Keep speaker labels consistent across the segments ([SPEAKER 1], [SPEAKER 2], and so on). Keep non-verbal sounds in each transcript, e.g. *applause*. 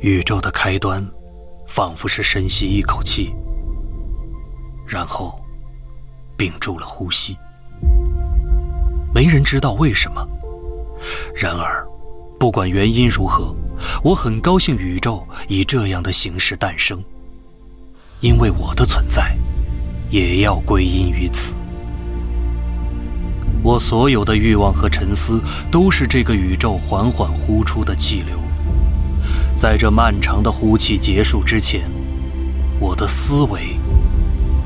[SPEAKER 1] 宇宙的开端，仿佛是深吸一口气，然后屏住了呼吸。没人知道为什么。然而，不管原因如何，我很高兴宇宙以这样的形式诞生，因为我的存在也要归因于此。我所有的欲望和沉思，都是这个宇宙缓缓呼出的气流。在这漫长的呼气结束之前，我的思维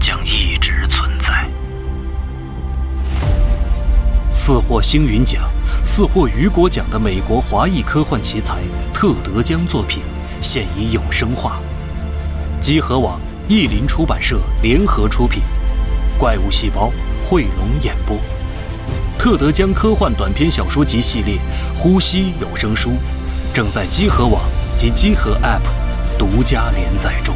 [SPEAKER 1] 将一直存在。四获星云奖、四获雨果奖的美国华裔科幻奇才特德·江作品，现已有声化，集合网、译林出版社联合出品，《怪物细胞》汇龙演播。特德·江科幻短篇小说集系列《呼吸》有声书，正在积禾网及积禾 App 独家连载中。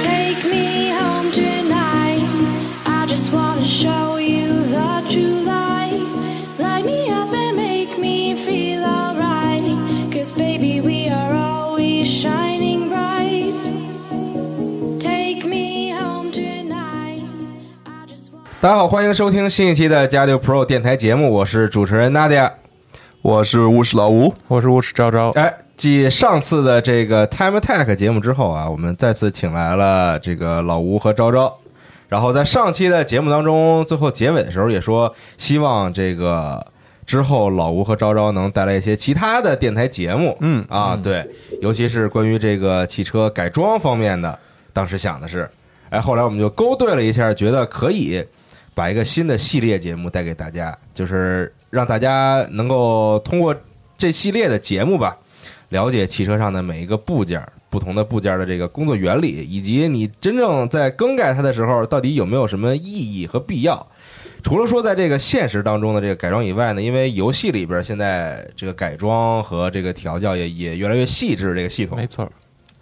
[SPEAKER 2] Take me home tonight. I just wanna show you the true light. Light me up and make me feel alright. Cause baby, we are always shining bright. Take me home tonight. I just want
[SPEAKER 3] 大家好，欢迎收听新一期的加六 Pro 电台节目，我是主持人 Nadia。
[SPEAKER 4] 我是巫师老吴，
[SPEAKER 5] 我是无耻昭昭，
[SPEAKER 3] 哎，继上次的这个 Time Attack 节目之后啊，我们再次请来了这个老吴和昭昭。然后在上期的节目当中，最后结尾的时候也说，希望这个之后老吴和昭昭能带来一些其他的电台节目。
[SPEAKER 4] 嗯
[SPEAKER 3] 啊，对，尤其是关于这个汽车改装方面的，当时想的是，哎，后来我们就勾兑了一下，觉得可以把一个新的系列节目带给大家，就是让大家能够通过这系列的节目吧，了解汽车上的每一个部件儿、不同的部件儿的这个工作原理，以及你真正在更改它的时候，到底有没有什么意义和必要。除了说在这个现实当中的这个改装以外呢，因为游戏里边儿现在这个改装和这个调教也也越来越细致，这个系统
[SPEAKER 5] 没错，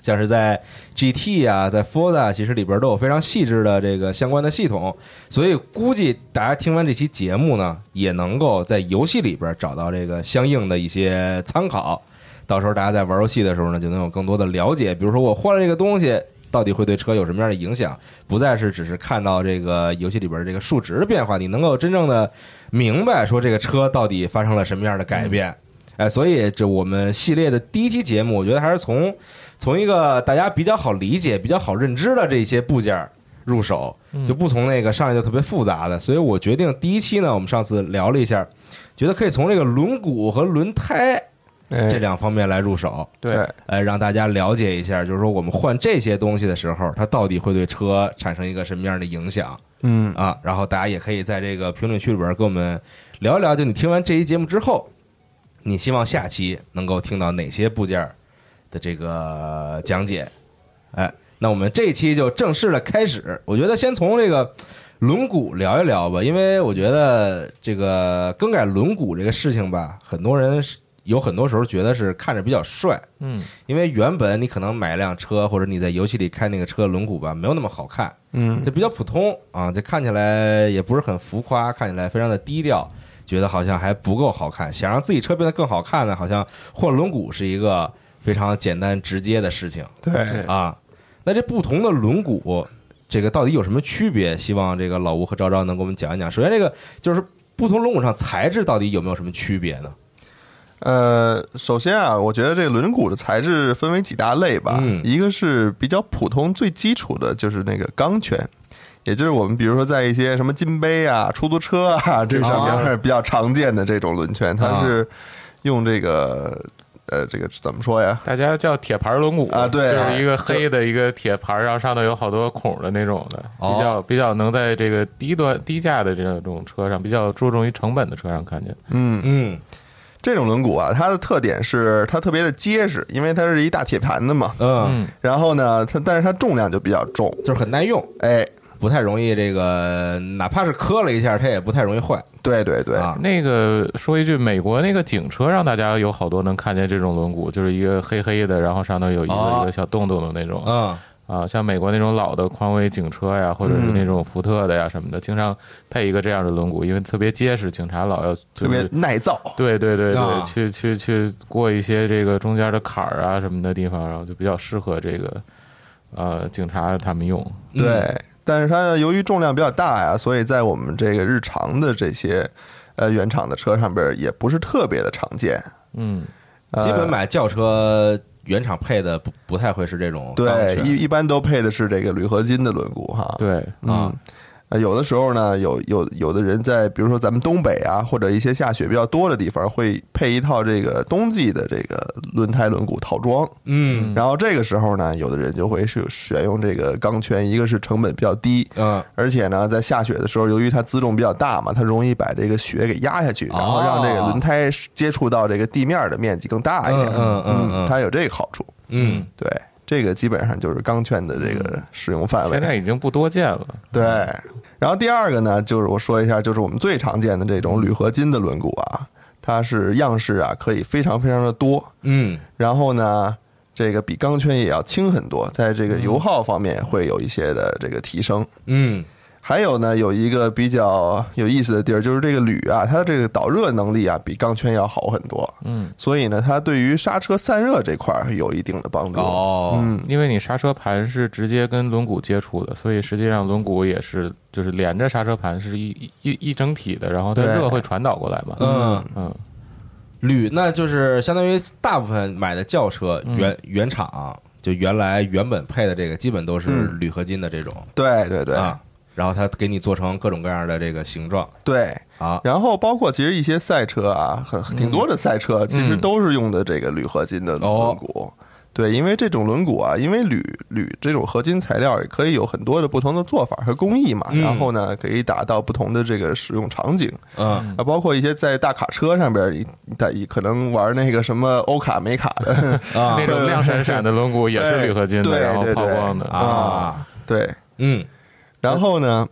[SPEAKER 3] 像是在 GT 啊，在 Forza 其实里边都有非常细致的这个相关的系统，所以估计大家听完这期节目呢，也能够在游戏里边找到这个相应的一些参考。到时候大家在玩游戏的时候呢，就能有更多的了解，比如说我换了这个东西。到底会对车有什么样的影响？不再是只是看到这个游戏里边这个数值的变化，你能够真正的明白说这个车到底发生了什么样的改变。哎，所以这我们系列的第一期节目，我觉得还是从从一个大家比较好理解、比较好认知的这些部件儿入手，就不从那个上来就特别复杂的。所以我决定第一期呢，我们上次聊了一下，觉得可以从这个轮毂和轮胎
[SPEAKER 4] 哎
[SPEAKER 3] 这两方面来入手，
[SPEAKER 5] 对，
[SPEAKER 3] 呃，让大家了解一下，就是说我们换这些东西的时候，它到底会对车产生一个什么样的影响
[SPEAKER 4] 嗯，
[SPEAKER 3] 啊？然后大家也可以在这个评论区里边跟我们聊一聊，就你听完这一节目之后，你希望下期能够听到哪些部件儿的这个讲解？哎，那我们这一期就正式的开始。我觉得先从这个轮毂聊一聊吧，因为我觉得这个更改轮毂这个事情吧，很多人是有很多时候觉得是看着比较帅，
[SPEAKER 5] 嗯，
[SPEAKER 3] 因为原本你可能买一辆车，或者你在游戏里开那个车的轮毂吧，没有那么好看，
[SPEAKER 4] 嗯，
[SPEAKER 3] 就比较普通啊，这看起来也不是很浮夸，看起来非常的低调，觉得好像还不够好看。想让自己车变得更好看呢，好像换轮毂是一个非常简单直接的事情。
[SPEAKER 4] 对，
[SPEAKER 3] 啊。那这不同的轮毂，这个到底有什么区别？希望这个老吴和昭昭能给我们讲一讲。首先，这个就是不同轮毂上材质到底有没有什么区别呢？
[SPEAKER 4] 呃，首先啊，我觉得这个轮毂的材质分为几大类吧，
[SPEAKER 3] 嗯
[SPEAKER 4] 一个是比较普通、最基础的，就是那个钢圈，也就是我们比如说在一些什么金杯啊、出租车啊这上面比较常见的这种轮圈，它是用这个呃，这个怎么说呀？
[SPEAKER 5] 大家叫铁牌轮毂
[SPEAKER 4] 啊对
[SPEAKER 5] 就是一个黑的一个铁牌，然后上头有好多孔的那种的，
[SPEAKER 3] 哦
[SPEAKER 5] 比较比较能在这个低端低价的这种车上，比较注重于成本的车上看见。
[SPEAKER 4] 嗯，
[SPEAKER 3] 嗯
[SPEAKER 4] 这种轮毂啊，它的特点是它特别的结实，因为它是一大铁盘子嘛。
[SPEAKER 3] 嗯，
[SPEAKER 5] 嗯，
[SPEAKER 4] 然后呢，它但是它重量就比较重，
[SPEAKER 3] 就是很耐用，
[SPEAKER 4] 哎，
[SPEAKER 3] 不太容易这个，哪怕是磕了一下，它也不太容易坏
[SPEAKER 4] 对对对，
[SPEAKER 3] 啊。
[SPEAKER 5] 那个说一句，美国那个警车让大家有好多能看见这种轮毂，就是一个黑黑的，然后上头有一个、
[SPEAKER 3] 哦
[SPEAKER 5] 一个小洞洞的那种。
[SPEAKER 3] 嗯，
[SPEAKER 5] 啊，像美国那种老的匡威警车呀，或者是那
[SPEAKER 4] 嗯
[SPEAKER 5] 种福特的呀什么的，经常配一个这样的轮毂，因为特别结实，警察老要
[SPEAKER 4] 特
[SPEAKER 5] 特
[SPEAKER 4] 别耐造。
[SPEAKER 5] 对对对对，
[SPEAKER 3] 啊
[SPEAKER 5] 去去去过一些这个中间的坎儿啊什么的地方，然后就比较适合这个呃警察他们用。
[SPEAKER 3] 嗯
[SPEAKER 4] 对，但是它由于重量比较大呀，所以在我们这个日常的这些呃原厂的车上边儿也不是特别的常见。
[SPEAKER 5] 嗯，
[SPEAKER 4] 呃
[SPEAKER 3] 基本买轿车原厂配的不不太会哦是这种钢
[SPEAKER 4] 对
[SPEAKER 3] 圈
[SPEAKER 4] 一一般都配的是这个铝合金的轮毂哈。
[SPEAKER 5] 对，
[SPEAKER 3] 啊
[SPEAKER 4] 嗯，呃有的时候呢，有有有的人在比如说咱们东北啊，或者一些下雪比较多的地方，会配一套这个冬季的这个轮胎轮毂套装。
[SPEAKER 3] 嗯
[SPEAKER 4] 然后这个时候呢，有的人就会是选用这个钢圈，一个是成本比较低，
[SPEAKER 3] 嗯
[SPEAKER 4] 而且呢，在下雪的时候，由于它自重比较大嘛，它容易把这个雪给压下去，然
[SPEAKER 3] 哦
[SPEAKER 4] 后让这个轮胎接触到这个地面的面积更大一点。
[SPEAKER 3] 嗯嗯嗯嗯
[SPEAKER 4] 它有这个好处。
[SPEAKER 3] 嗯，
[SPEAKER 4] 对，这个基本上就是钢圈的这个使用范围
[SPEAKER 3] 嗯
[SPEAKER 5] 现。在已经不多见了。
[SPEAKER 4] 对，然后第二个呢，就是我说一下，就是我们最常见的这种铝合金的轮毂啊，它是样式啊可以非常非常的多，
[SPEAKER 3] 嗯
[SPEAKER 4] 然后呢，这个比钢圈也要轻很多，在这个油耗方面会有一些的这个提升。
[SPEAKER 3] 嗯
[SPEAKER 4] 还有呢，有一个比较有意思的地儿，就是这个铝啊，它的这个导热能力啊，比钢圈要好很多，
[SPEAKER 5] 嗯，
[SPEAKER 4] 所以呢，它对于刹车散热这块儿有一定的帮助。
[SPEAKER 3] 哦
[SPEAKER 4] 嗯，
[SPEAKER 5] 因为你刹车盘是直接跟轮毂接触的，所以实际上轮毂也是就是连着刹车盘是一一一一整体的，然后它
[SPEAKER 4] 对
[SPEAKER 5] 热会传导过来嘛。
[SPEAKER 3] 嗯，
[SPEAKER 5] 嗯，
[SPEAKER 3] 铝那就是相当于大部分买的轿车
[SPEAKER 5] 嗯
[SPEAKER 3] 原原厂就原来原本配的这个，基本都是
[SPEAKER 4] 嗯
[SPEAKER 3] 铝合金的这种
[SPEAKER 4] 对对对、
[SPEAKER 3] 啊，然后它给你做成各种各样的这个形状
[SPEAKER 4] 对。
[SPEAKER 3] 啊，
[SPEAKER 4] 然后包括其实一些赛车啊，很挺多的赛车，啊其实都是用的这个铝合金的轮
[SPEAKER 3] 哦
[SPEAKER 4] 毂。对，因为这种轮毂啊，因为铝铝这种合金材料也可以有很多的不同的做法和工艺嘛，
[SPEAKER 3] 嗯
[SPEAKER 4] 然后呢，可以达到不同的这个使用场景
[SPEAKER 3] 嗯
[SPEAKER 4] 啊，包括一些在大卡车上边儿，你在你可能玩那个什么欧卡美卡的 *laughs*
[SPEAKER 3] 啊
[SPEAKER 5] 那种亮闪闪的轮毂也是铝合金的，
[SPEAKER 4] 对对
[SPEAKER 5] 然后
[SPEAKER 4] 对
[SPEAKER 5] 抛
[SPEAKER 4] 对
[SPEAKER 5] 光的。
[SPEAKER 3] 啊，
[SPEAKER 4] 对，
[SPEAKER 3] 嗯
[SPEAKER 4] 然后呢，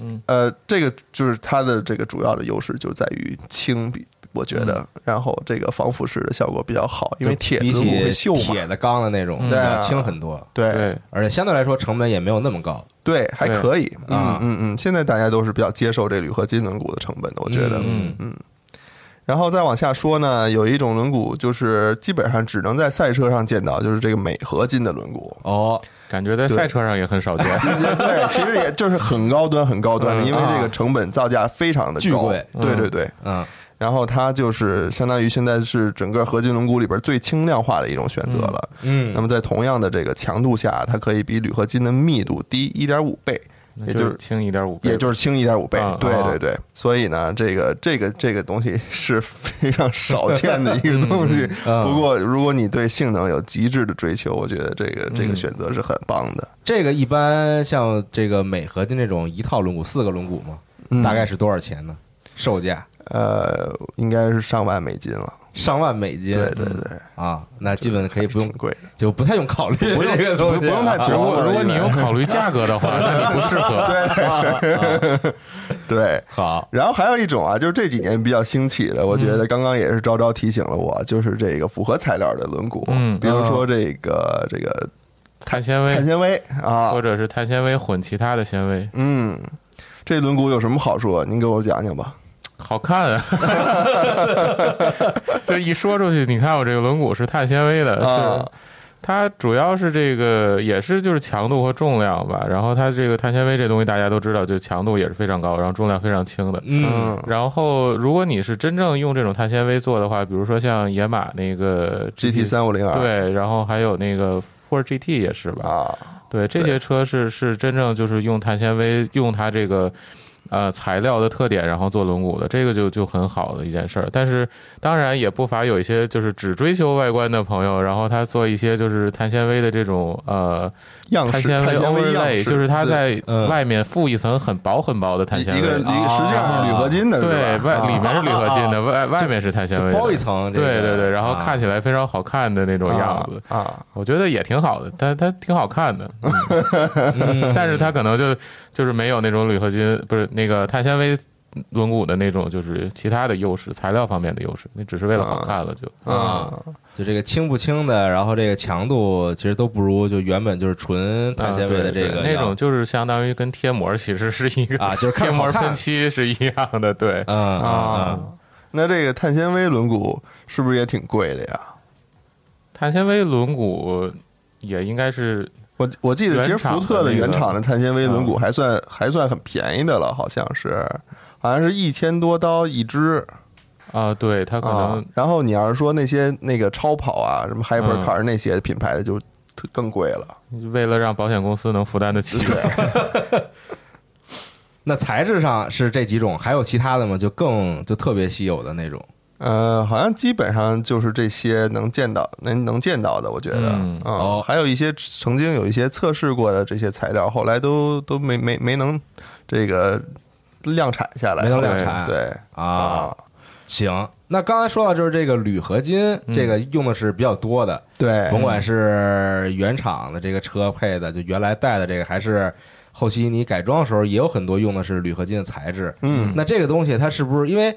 [SPEAKER 5] 嗯，
[SPEAKER 4] 呃，这个就是它的这个主要的优势就在于轻比。我觉得，
[SPEAKER 5] 嗯
[SPEAKER 4] 然后这个防腐蚀的效果比较好，因为
[SPEAKER 3] 就
[SPEAKER 4] 铁
[SPEAKER 3] 比
[SPEAKER 4] 轮毂会
[SPEAKER 3] 起
[SPEAKER 4] 锈嘛，
[SPEAKER 3] 铁的钢的那种
[SPEAKER 5] 嗯
[SPEAKER 4] 对啊
[SPEAKER 3] 要轻很多，
[SPEAKER 4] 对
[SPEAKER 5] 对，
[SPEAKER 3] 而且相对来说成本也没有那么高，
[SPEAKER 4] 对，还
[SPEAKER 5] 对
[SPEAKER 4] 可以，嗯
[SPEAKER 3] 啊
[SPEAKER 4] 嗯嗯。现在大家都是比较接受这铝合金轮毂的成本的，我觉得。
[SPEAKER 5] 嗯
[SPEAKER 4] 然后再往下说呢，有一种轮毂就是基本上只能在赛车上见到，就是这个镁合金的轮毂。
[SPEAKER 3] 哦，
[SPEAKER 5] 感觉在
[SPEAKER 4] 对哎
[SPEAKER 5] 赛车上也很少见。
[SPEAKER 4] 对，其实也就是很高端、很高端的，
[SPEAKER 5] 嗯
[SPEAKER 4] 因为这个
[SPEAKER 3] 啊
[SPEAKER 4] 成本造价非常的
[SPEAKER 3] 巨
[SPEAKER 4] 高
[SPEAKER 3] 贵。
[SPEAKER 4] 对
[SPEAKER 5] 嗯
[SPEAKER 4] 对对。
[SPEAKER 3] 嗯
[SPEAKER 4] 然后它就是相当于现在是整个合金轮毂里边最轻量化的一种选择了。
[SPEAKER 3] 嗯
[SPEAKER 4] 那么在同样的这个强度下，它可以比铝合金的密度低一点五倍，也就是
[SPEAKER 5] 是轻一点五倍吧，
[SPEAKER 4] 也就是轻一点五倍
[SPEAKER 5] 啊。
[SPEAKER 4] 对
[SPEAKER 3] 啊
[SPEAKER 4] 对对，所以呢，这个这个这个东西是非常少见的一个东西。
[SPEAKER 3] 嗯
[SPEAKER 4] 不过，如果你对性能有极致的追求，我觉得这个这个
[SPEAKER 5] 嗯
[SPEAKER 4] 选择是很棒的。
[SPEAKER 3] 这个一般像这个镁合金这种一套轮毂四个轮毂嘛，
[SPEAKER 4] 嗯
[SPEAKER 3] 大概是多少钱呢？售价
[SPEAKER 4] 呃，应该是上万美金了。
[SPEAKER 3] 上万美
[SPEAKER 5] 嗯
[SPEAKER 3] 金。
[SPEAKER 4] 对对对，
[SPEAKER 3] 啊，那基本可以不
[SPEAKER 4] 挺
[SPEAKER 3] 用，
[SPEAKER 4] 贵的。
[SPEAKER 3] 就不太用考虑
[SPEAKER 4] 不
[SPEAKER 3] *laughs*
[SPEAKER 4] 用
[SPEAKER 3] 这个东西啊，
[SPEAKER 4] 不用太
[SPEAKER 5] 如
[SPEAKER 4] 琢
[SPEAKER 5] 果
[SPEAKER 4] 磨
[SPEAKER 5] 如果你
[SPEAKER 4] 因为
[SPEAKER 5] 用考虑价格
[SPEAKER 4] *laughs*
[SPEAKER 5] 的话，那你不适合。
[SPEAKER 4] 对。
[SPEAKER 3] 好。
[SPEAKER 4] 然后还有一种啊，就是这几年比较兴起
[SPEAKER 5] 嗯
[SPEAKER 4] 的，我觉得刚刚也是昭昭提醒了我，就是这个复合材料的轮毂，
[SPEAKER 5] 嗯
[SPEAKER 4] 比如说这个这个
[SPEAKER 5] 碳纤
[SPEAKER 4] 碳
[SPEAKER 5] 维，
[SPEAKER 4] 纤维啊
[SPEAKER 5] 或，者是碳纤维混其他的纤维，
[SPEAKER 4] 嗯，这轮毂有什么好处？您给我讲讲吧。
[SPEAKER 5] 好看
[SPEAKER 4] *laughs*
[SPEAKER 5] 啊！就一说出去，你看我这个轮毂是碳纤维的，就是
[SPEAKER 4] 啊，
[SPEAKER 5] 它主要是这个也是就是强度和重量吧。然后它这个碳纤维这东西大家都知道，就强度也是非常高，然后重量非常轻的。
[SPEAKER 3] 嗯，
[SPEAKER 4] 嗯
[SPEAKER 5] 然后，如果你是真正用这种碳纤维做的话，比如说像野马那个
[SPEAKER 4] ，GT 三啊五零二，
[SPEAKER 5] 对，然后还有那个或者 GT 也是吧？
[SPEAKER 4] 啊，
[SPEAKER 5] 对，这
[SPEAKER 4] 对
[SPEAKER 5] 些车是是真正就是用碳纤维，用它这个呃材料的特点，然后做轮毂的，这个就就很好的一件事儿。但是当然也不乏有一些就是只追求外观的朋友，然后他做一些就是碳纤维的这种呃
[SPEAKER 4] 样
[SPEAKER 5] 碳
[SPEAKER 4] 式
[SPEAKER 5] 纤维
[SPEAKER 4] 纤维样
[SPEAKER 5] overlay，
[SPEAKER 4] 式，
[SPEAKER 5] 就是它
[SPEAKER 4] 对
[SPEAKER 5] 在
[SPEAKER 3] 嗯
[SPEAKER 5] 外面附一层很薄很薄的碳
[SPEAKER 4] 一
[SPEAKER 5] 纤
[SPEAKER 4] 一个
[SPEAKER 5] 维啊
[SPEAKER 4] 一，个实际上是铝合金的，
[SPEAKER 5] 对
[SPEAKER 4] 是吧
[SPEAKER 5] 外
[SPEAKER 4] 啊
[SPEAKER 5] 里面是铝合金的，外外面是碳纤
[SPEAKER 3] 就
[SPEAKER 5] 维的，
[SPEAKER 3] 包一层这个，
[SPEAKER 5] 对对对，然后
[SPEAKER 3] 啊
[SPEAKER 5] 看起来非常好看的那种样子，
[SPEAKER 4] 啊啊，
[SPEAKER 5] 我觉得也挺好的，它它挺好看的，嗯但是它可能就就是没有那种铝合金，不是那个碳纤维轮毂的那种，就是其他的优势，材料方面的优势，那只是为了好看了就。嗯
[SPEAKER 3] 啊，就这个轻不轻的，然后这个强度其实都不如就原本就是纯碳纤维的
[SPEAKER 5] 啊对
[SPEAKER 3] 这个
[SPEAKER 5] 对那
[SPEAKER 3] 样
[SPEAKER 5] 种，就是相当于跟贴膜其实是一个
[SPEAKER 3] 啊就是看
[SPEAKER 5] *laughs* 贴膜
[SPEAKER 3] 好看
[SPEAKER 5] 喷漆是一样的，对，
[SPEAKER 3] 嗯啊
[SPEAKER 4] 啊，那这个碳纤维轮毂是不是也挺贵的呀？
[SPEAKER 5] 碳纤维轮毂也应该是
[SPEAKER 4] 我我记得，其实
[SPEAKER 5] 原厂
[SPEAKER 4] 福
[SPEAKER 5] 的
[SPEAKER 4] 特的
[SPEAKER 5] 那个啊
[SPEAKER 4] 原厂的碳纤维轮毂还算还算很便宜的了，好像是，
[SPEAKER 5] 嗯
[SPEAKER 4] 好像是一千多刀一只
[SPEAKER 5] 啊，对，它可
[SPEAKER 4] 啊
[SPEAKER 5] 能。嗯
[SPEAKER 4] 然后你要是说那些那个超跑啊，什么 Hypercar 那些品牌的就特更贵了。
[SPEAKER 5] 为了让保险公司能负担得起，
[SPEAKER 3] 那材质上是这几种，还有其他的吗？就更就特别稀有的那种
[SPEAKER 4] 呃，好像基本上就是这些能见到、能能见到的，我觉得。
[SPEAKER 5] 嗯
[SPEAKER 3] 哦
[SPEAKER 4] 啊，还有一些曾经有一些测试过的这些材料，后来都都没没没能这个量产下来。
[SPEAKER 3] 没能量产
[SPEAKER 4] 对
[SPEAKER 3] 啊。行，那刚才说到就是这个铝合金，
[SPEAKER 4] 嗯
[SPEAKER 3] 这个用的是比较多的，
[SPEAKER 4] 对，
[SPEAKER 3] 甭管是原厂的这个车配的，就原来带的这个，还是后期你改装的时候，也有很多用的是铝合金的材质。
[SPEAKER 4] 嗯
[SPEAKER 3] 那这个东西它是不是因为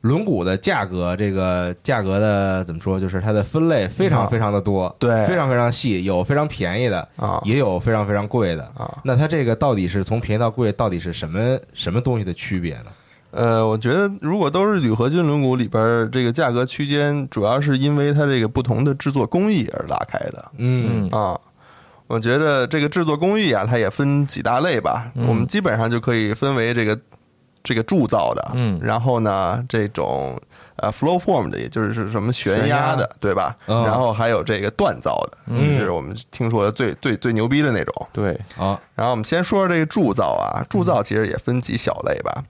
[SPEAKER 3] 轮毂的价格，这个价格的怎么说，就是它的分类非
[SPEAKER 4] 嗯啊
[SPEAKER 3] 常非常的多，
[SPEAKER 4] 对
[SPEAKER 3] 非常非常细，有非常便宜的，
[SPEAKER 4] 哎啊
[SPEAKER 3] 也有非常非常贵的
[SPEAKER 4] 啊。
[SPEAKER 3] 那它这个到底是从便宜到贵，到底是什么什么东西的区别呢？
[SPEAKER 4] 呃，我觉得如果都是铝合金轮毂里边儿这个价格区间，主要是因为它这个不同的制作工艺而拉开的
[SPEAKER 3] 嗯
[SPEAKER 5] 嗯
[SPEAKER 4] 啊。我觉得这个制作工艺啊，它也分几大类吧。我们基本上就可以分为这个这个铸造的，
[SPEAKER 5] 嗯
[SPEAKER 4] 然后呢，这种呃 flow form 的，也就是是什么悬
[SPEAKER 5] 悬
[SPEAKER 4] 压
[SPEAKER 5] 压
[SPEAKER 4] 的，对吧？
[SPEAKER 3] 嗯
[SPEAKER 4] 然后还有这个锻造的，就是我们听说的最最最牛逼的那种。
[SPEAKER 5] 对，
[SPEAKER 3] 啊，
[SPEAKER 4] 然后我们先说说这个铸造啊，铸造其实也分几小类吧。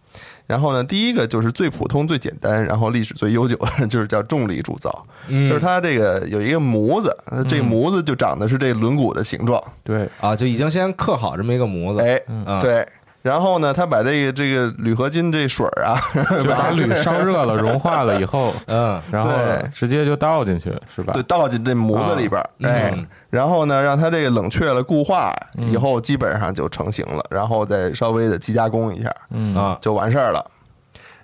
[SPEAKER 4] 然后呢，第一个就是最普通、最简单，然后历史最悠久的， *laughs* 就是叫重力铸造，
[SPEAKER 3] 嗯
[SPEAKER 4] 就是它这个有一个模子，呃这个模子就长的是这轮毂的形状，
[SPEAKER 3] *laughs*
[SPEAKER 5] 对，
[SPEAKER 3] 啊，就已经先刻好这么一个模子，
[SPEAKER 4] 哎，
[SPEAKER 3] 嗯
[SPEAKER 4] 对。然后呢，它把这个这个铝合金这水儿啊，
[SPEAKER 3] *laughs*
[SPEAKER 5] 就把铝烧热了、融化了以后，
[SPEAKER 3] 嗯
[SPEAKER 5] 然后
[SPEAKER 4] 对
[SPEAKER 5] 直接就倒进去，是吧
[SPEAKER 4] 就？倒进这模子里边
[SPEAKER 3] 啊
[SPEAKER 4] 儿，哎，
[SPEAKER 3] 嗯
[SPEAKER 4] 然后呢，让它这个冷却了、固化以后，基本上就成型了，然后再稍微的机加工一下，
[SPEAKER 5] 嗯
[SPEAKER 3] 啊，
[SPEAKER 4] 就完事儿了。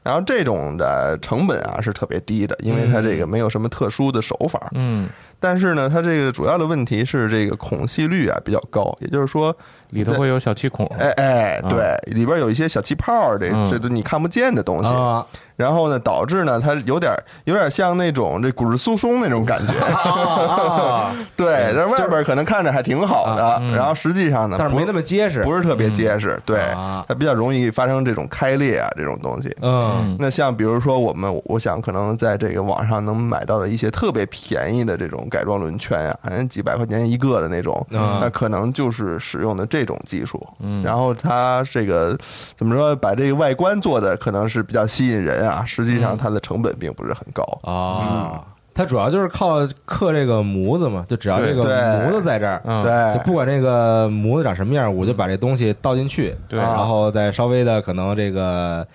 [SPEAKER 4] 然后这种的成本啊是特别低的，因为它这个没有什么特殊的手法。
[SPEAKER 5] 嗯，
[SPEAKER 4] 但是呢，它这个主要的问题是这个孔隙率啊比较高，也就是说，
[SPEAKER 5] 里头会有小气孔，
[SPEAKER 3] 嗯
[SPEAKER 4] 哎哎，
[SPEAKER 5] 啊
[SPEAKER 4] 对，里边有一些小气泡儿，这
[SPEAKER 5] 嗯
[SPEAKER 4] 这都你看不见的东西。
[SPEAKER 3] 啊
[SPEAKER 4] *laughs* 然后呢，导致呢它有点有点像那种这骨质疏松那种感
[SPEAKER 3] *laughs*
[SPEAKER 4] 觉。
[SPEAKER 3] 啊，
[SPEAKER 4] 对，但是外边可能看着还挺好的，然后实际上呢，
[SPEAKER 3] 嗯但是
[SPEAKER 4] 不
[SPEAKER 3] 没那么结实，
[SPEAKER 4] 不是特别结实，对
[SPEAKER 3] 啊，
[SPEAKER 4] 它比较容易发生这种开裂啊这种东西。
[SPEAKER 3] 嗯
[SPEAKER 4] 那像比如说我们，我想可能在这个网上能买到的一些特别便宜的这种改装轮圈呀、好像几百块钱一个的那种，
[SPEAKER 3] 嗯
[SPEAKER 4] 那可能就是使用的这种技术。嗯，然后它这个怎么说，把这个外观做的可能是比较吸引人啊，实际上它的成本并不是很高。嗯
[SPEAKER 3] 啊，它主要就是靠刻这个模子嘛，就只要这个
[SPEAKER 4] 对
[SPEAKER 3] 模子在这儿，
[SPEAKER 5] 嗯
[SPEAKER 3] 就不
[SPEAKER 4] 对，
[SPEAKER 3] 管这个模子长什么样，我就把这东西倒进去，
[SPEAKER 5] 对
[SPEAKER 3] 然后再稍微的可能这个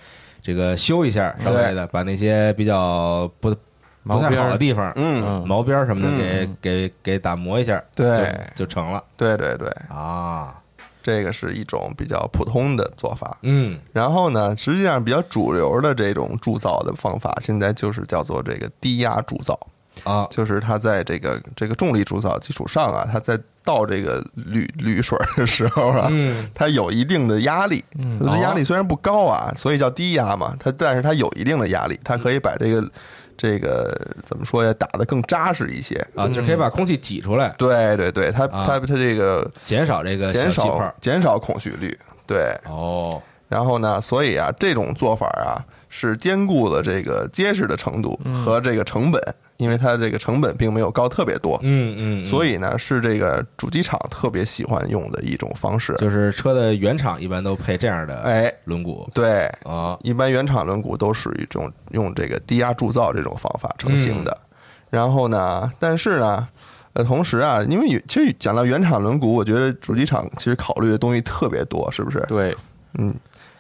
[SPEAKER 3] 这个修一
[SPEAKER 4] 嗯
[SPEAKER 3] 下，稍微的把那些比较不不
[SPEAKER 5] 毛
[SPEAKER 3] 太
[SPEAKER 5] 边
[SPEAKER 3] 好
[SPEAKER 5] 儿
[SPEAKER 3] 的地方，
[SPEAKER 4] 嗯，
[SPEAKER 5] 嗯
[SPEAKER 3] 毛边儿什么的给、给给打磨一下，
[SPEAKER 4] 对
[SPEAKER 3] 就就成了
[SPEAKER 4] 对对对，
[SPEAKER 3] 啊，
[SPEAKER 4] 这个是一种比较普通的做法。
[SPEAKER 3] 嗯
[SPEAKER 4] 然后呢，实际上比较主流的这种铸造的方法，现在就是叫做这个低压铸造。
[SPEAKER 3] 啊
[SPEAKER 4] 就是它在这个这个重力铸造基础上啊，它在倒这个铝铝水儿的时候啊，
[SPEAKER 3] 嗯哦
[SPEAKER 4] 它有一定的压力。它的压力虽然不高啊，所以叫低压嘛，它但是它有一定的压力，它
[SPEAKER 3] 嗯
[SPEAKER 4] 可以把这个这个怎么说呀，打得更扎实一些。
[SPEAKER 3] 啊，就可以把空气挤出来，
[SPEAKER 4] 对对对，它
[SPEAKER 3] 啊
[SPEAKER 4] 它它这个
[SPEAKER 3] 减少这个小
[SPEAKER 4] 减
[SPEAKER 3] 气泡
[SPEAKER 4] 少
[SPEAKER 3] 儿
[SPEAKER 4] 减少孔隙率，对。
[SPEAKER 3] 哦，
[SPEAKER 4] 然后呢，所以啊，这种做法啊，是兼顾了这个结实的程度
[SPEAKER 3] 嗯
[SPEAKER 4] 和这个成本，因为它这个成本并没有高特别多，
[SPEAKER 3] 嗯嗯，
[SPEAKER 4] 所
[SPEAKER 3] 以
[SPEAKER 4] 以呢是这个主机厂特别喜欢用的一种方式。
[SPEAKER 3] 就是车的原厂一般都配这样的
[SPEAKER 4] 哎，
[SPEAKER 3] 轮毂
[SPEAKER 4] 对，
[SPEAKER 3] 啊，
[SPEAKER 4] *laughs* 一般原厂轮毂都是一种用这个低压铸造这种方法成型的。
[SPEAKER 3] 嗯
[SPEAKER 4] 然后呢，但是呢，呃，同时啊，因为有其实讲到原厂轮毂，我觉得主机厂其实考虑的东西特别多，是不是？
[SPEAKER 5] 对，
[SPEAKER 4] 嗯，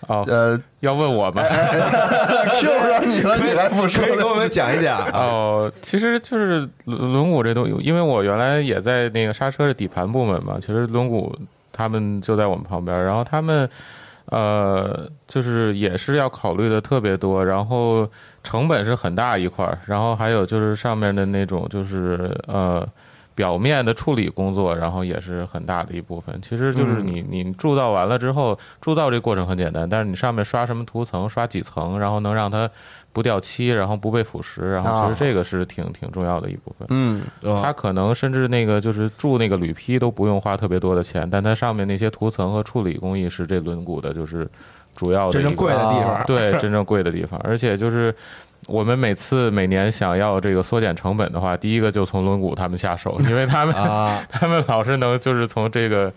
[SPEAKER 5] 哦，
[SPEAKER 4] 呃
[SPEAKER 5] 要问我吗？
[SPEAKER 3] *laughs*
[SPEAKER 4] ，Q 上你了，你还不呃说
[SPEAKER 3] 可以
[SPEAKER 4] 呢
[SPEAKER 3] 给我们讲一讲
[SPEAKER 4] *laughs*
[SPEAKER 3] 啊，
[SPEAKER 5] *laughs* 哦，其实就是轮轮毂这东西，因为我原来也在那个刹车的底盘部门嘛，其实轮毂他们就在我们旁边，然后他们呃，就是也是要考虑的特别多，然后成本是很大一块儿，然后还有就是上面的那种就是呃。表面的处理工作，然后也是很大的一部分。其实就是你你铸造完了之后，铸造这过程很简单，但是你上面刷什么涂层，刷几层，然后能让它不掉漆，然后不被腐蚀，然后其
[SPEAKER 4] 啊
[SPEAKER 5] 实这个是挺挺重要的一部分。
[SPEAKER 4] 嗯，
[SPEAKER 5] 它
[SPEAKER 3] 嗯
[SPEAKER 5] 可能甚至那个就是铸那个铝坯都不用花特别多的钱，但它上面那些涂层和处理工艺是这轮毂的就是主要的
[SPEAKER 3] 真正
[SPEAKER 5] 一个
[SPEAKER 3] 贵的地方
[SPEAKER 4] 啊，
[SPEAKER 5] 对，真正贵的地方。而且就是我们每次每年想要这个缩减成本的话，第一个就从轮毂他们下手，因为他们、
[SPEAKER 3] 啊
[SPEAKER 5] 他们老是能就是从这个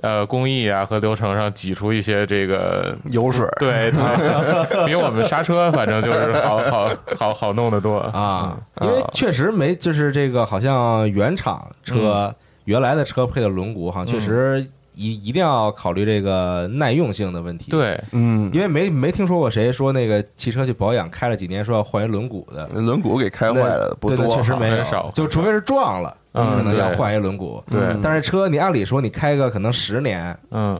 [SPEAKER 5] 呃工艺啊和流程上挤出一些这个。
[SPEAKER 4] 油水，
[SPEAKER 5] *laughs* 对，对比我们刹车反正就是好好好好弄得多
[SPEAKER 3] 啊，因为确实没，就是这个好像原厂车原来的车配的轮毂，好像确实一一定要考虑这个耐用性的问题，。
[SPEAKER 5] 对，
[SPEAKER 4] 嗯，
[SPEAKER 3] 因为没没听说过谁说那个汽车去保养开了几年说要换一轮毂的，
[SPEAKER 4] 轮毂给开坏了不
[SPEAKER 3] 对
[SPEAKER 4] 多，
[SPEAKER 3] 对确实没有
[SPEAKER 5] 很少
[SPEAKER 3] 就除非是撞了，你
[SPEAKER 5] 嗯
[SPEAKER 3] 可能要
[SPEAKER 5] 对
[SPEAKER 3] 换一轮毂。
[SPEAKER 5] 对
[SPEAKER 4] 嗯
[SPEAKER 3] 但是车你按理说你开个可能十年
[SPEAKER 5] 嗯，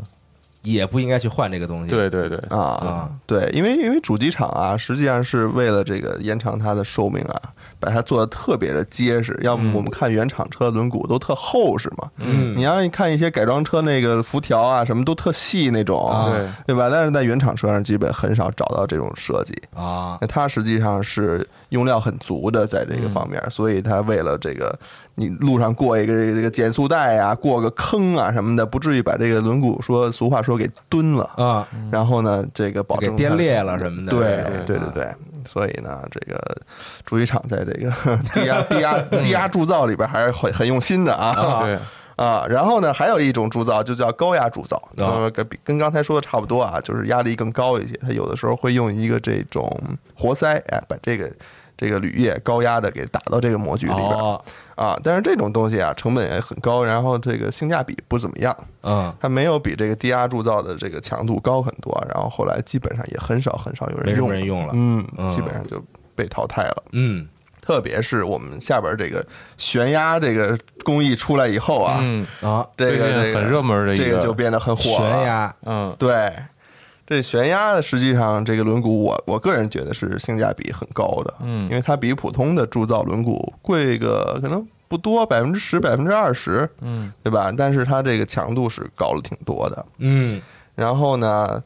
[SPEAKER 3] 也不应该去换这个东西。
[SPEAKER 5] 对对对，
[SPEAKER 4] 啊
[SPEAKER 3] 啊，
[SPEAKER 4] 对，因为因为主机厂啊，实际上是为了这个延长它的寿命啊，把它做的特别的结实。要么我们看原厂车轮毂都特厚实嘛，
[SPEAKER 3] 嗯
[SPEAKER 4] 你要一看一些改装车那个辐条啊，什么都特细那种，
[SPEAKER 3] 啊
[SPEAKER 5] 对
[SPEAKER 4] 对吧？但是在原厂车上基本很少找到这种设计。
[SPEAKER 3] 啊
[SPEAKER 4] 那它实际上是用料很足的，在
[SPEAKER 3] 嗯
[SPEAKER 4] 这个方面，所以它为了这个，你路上过一个这个减速带啊，过个坑啊什么的，不至于把这个轮毂说俗话说给蹲了。
[SPEAKER 3] 啊，
[SPEAKER 4] 然后呢，这个保
[SPEAKER 3] 给
[SPEAKER 4] 证它
[SPEAKER 3] 颠裂了什么的。啊
[SPEAKER 4] 对
[SPEAKER 3] 是吧
[SPEAKER 4] 对对对，所以呢，这个主机厂在这个 *laughs* 低压低
[SPEAKER 3] *laughs*
[SPEAKER 4] 压低压铸造里边还是很很用心的
[SPEAKER 3] 嗯
[SPEAKER 4] 啊
[SPEAKER 5] 对，
[SPEAKER 4] 啊。然后呢，还有一种铸造就叫高压铸造，
[SPEAKER 3] 啊
[SPEAKER 4] 呃，跟比跟刚才说的差不多啊，就是压力更高一些。它有的时候会用一个这种活塞，哎，把这个这个铝液高压的给打到这个模具里边、
[SPEAKER 3] 哦，
[SPEAKER 4] 啊。但是这种东西啊，成本也很高，然后这个性价比不怎么样。
[SPEAKER 3] 嗯，
[SPEAKER 4] 它没有比这个低压铸造的这个强度高很多，然后后来基本上也很少很少有
[SPEAKER 3] 没
[SPEAKER 4] 人
[SPEAKER 3] 什
[SPEAKER 4] 用
[SPEAKER 3] 么，人用了。
[SPEAKER 4] 嗯
[SPEAKER 3] 嗯，
[SPEAKER 4] 基本上就被淘汰了。
[SPEAKER 3] 嗯，
[SPEAKER 4] 特别是我们下边这个悬崖这个工艺出来以后啊，
[SPEAKER 5] 嗯，
[SPEAKER 3] 啊，
[SPEAKER 4] 这
[SPEAKER 5] 最
[SPEAKER 4] 个
[SPEAKER 5] 近
[SPEAKER 4] 这个
[SPEAKER 5] 很热门的一
[SPEAKER 4] 这
[SPEAKER 5] 个
[SPEAKER 4] 就变得很火了。
[SPEAKER 3] 悬崖
[SPEAKER 5] 嗯，
[SPEAKER 4] 对，这悬崖的实际上这个轮毂我，我个人觉得是性价比很高的，
[SPEAKER 5] 嗯
[SPEAKER 4] 因为它比普通的铸造轮毂贵个可能不多百分之十百分之二十，
[SPEAKER 5] 嗯，
[SPEAKER 4] 对吧？但是它这个强度是高了挺多的。
[SPEAKER 3] 嗯
[SPEAKER 4] 然后呢，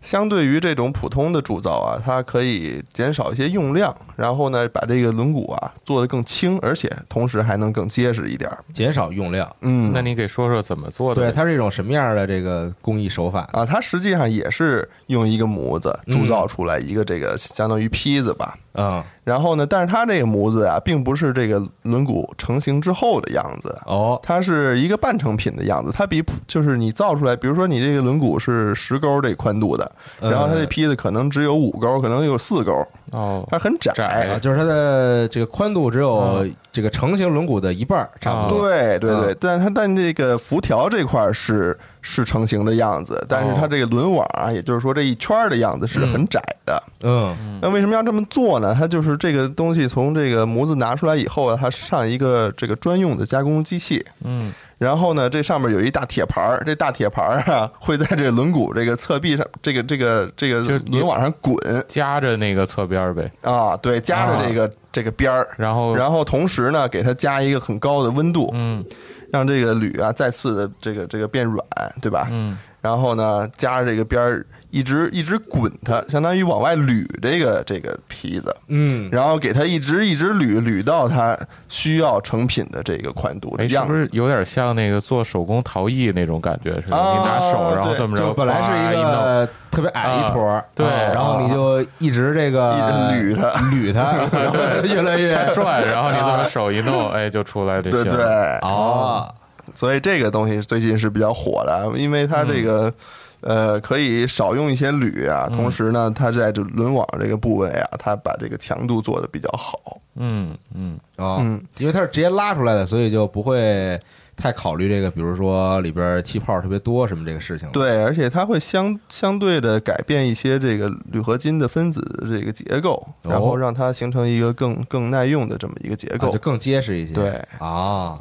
[SPEAKER 4] 相对于这种普通的铸造啊，它可以减少一些用量，然后呢，把这个轮毂啊做得更轻，而且同时还能更结实一点儿。
[SPEAKER 3] 减少用量。
[SPEAKER 4] 嗯，
[SPEAKER 5] 那你给说说怎么做的？
[SPEAKER 3] 对，它是一种什么样的这个工艺手法？
[SPEAKER 4] 啊，它实际上也是用一个模子
[SPEAKER 5] 嗯
[SPEAKER 4] 铸造出来一个这个相当于坯子吧。
[SPEAKER 3] 嗯，
[SPEAKER 4] 然后呢，但是它这个模子啊，并不是这个轮毂成型之后的样子，
[SPEAKER 3] 哦，
[SPEAKER 4] 它是一个半成品的样子。它比普就是你造出来，比如说你这个轮毂是十勾这宽度的，
[SPEAKER 5] 嗯
[SPEAKER 4] 然后它这坯子可能只有五勾，可能有四勾，
[SPEAKER 5] 哦，
[SPEAKER 4] 它很窄。
[SPEAKER 5] 窄
[SPEAKER 3] 啊，就是它的这个宽度只有这个成型轮毂的一半儿，差
[SPEAKER 5] 啊
[SPEAKER 3] 不多。
[SPEAKER 4] 对对对，
[SPEAKER 3] 嗯
[SPEAKER 4] 但它但那个辐条这块儿是是成型的样子，但
[SPEAKER 5] 哦
[SPEAKER 4] 是它这个轮网啊，也就是说这一圈儿的样子是很窄的。
[SPEAKER 3] 嗯
[SPEAKER 4] 那为什么要这么做呢？它就是这个东西从这个模子拿出来以后啊，它上一个这个专用的加工机器，
[SPEAKER 5] 嗯，
[SPEAKER 4] 然后呢，这上面有一大铁盘儿，这大铁盘儿啊会在这轮毂这个侧壁上，这个这个这个
[SPEAKER 5] 就
[SPEAKER 4] 轮网上滚
[SPEAKER 5] 夹着那个侧边儿呗，
[SPEAKER 4] 啊，对，夹着
[SPEAKER 5] 啊
[SPEAKER 4] 这个、这个边儿，
[SPEAKER 5] 然后
[SPEAKER 4] 然后同时呢，给它加一个很高的温度，
[SPEAKER 5] 哦嗯
[SPEAKER 4] 让这个铝啊再次的这个这个变软，对吧？
[SPEAKER 5] 嗯
[SPEAKER 4] 然后呢加上这个边儿一直一直滚它，相当于往外捋这个这个皮子，
[SPEAKER 3] 嗯，
[SPEAKER 4] 然后给它一直一直捋捋到它需要成品的这个宽度
[SPEAKER 5] 哎，
[SPEAKER 4] 的
[SPEAKER 5] 是
[SPEAKER 4] 样
[SPEAKER 5] 不
[SPEAKER 4] 子。
[SPEAKER 5] 是有点像那个做手工陶艺那种感觉似的？
[SPEAKER 4] 啊
[SPEAKER 5] 你拿手，然后
[SPEAKER 4] 对
[SPEAKER 5] 这么着，
[SPEAKER 3] 就本来
[SPEAKER 5] 哗
[SPEAKER 3] 是一
[SPEAKER 5] 一弄，
[SPEAKER 3] 个特别矮一坨儿，
[SPEAKER 5] 对
[SPEAKER 3] 啊然后你就一直这
[SPEAKER 5] 啊
[SPEAKER 3] 个
[SPEAKER 4] 一直捋
[SPEAKER 5] 嗯
[SPEAKER 4] 它
[SPEAKER 3] 捋它，然后越来
[SPEAKER 5] 它 *laughs*
[SPEAKER 3] 越
[SPEAKER 5] 转，然后你这么手一弄，哎，就出来这
[SPEAKER 4] 对
[SPEAKER 5] 形。
[SPEAKER 4] 对，
[SPEAKER 3] 哦，
[SPEAKER 4] 所以这个东西最近是比较火的，因为它这个、
[SPEAKER 5] 嗯
[SPEAKER 4] 呃可以少用一些铝啊，同时呢，它在这轮网这个部位啊，它把这个强度做的比较好。
[SPEAKER 5] 嗯嗯，
[SPEAKER 3] 哦
[SPEAKER 4] 嗯，
[SPEAKER 3] 因为它是直接拉出来的，所以就不会太考虑这个，比如说里边气泡特别多什么这个事情。，
[SPEAKER 4] 对，而且它会相相对的改变一些这个铝合金的分子这个结构，
[SPEAKER 3] 哦
[SPEAKER 4] 然后让它形成一个更更耐用的这么一个结
[SPEAKER 3] 啊、
[SPEAKER 4] 构。
[SPEAKER 3] 就更结实一些。
[SPEAKER 4] 对嗯
[SPEAKER 3] 啊，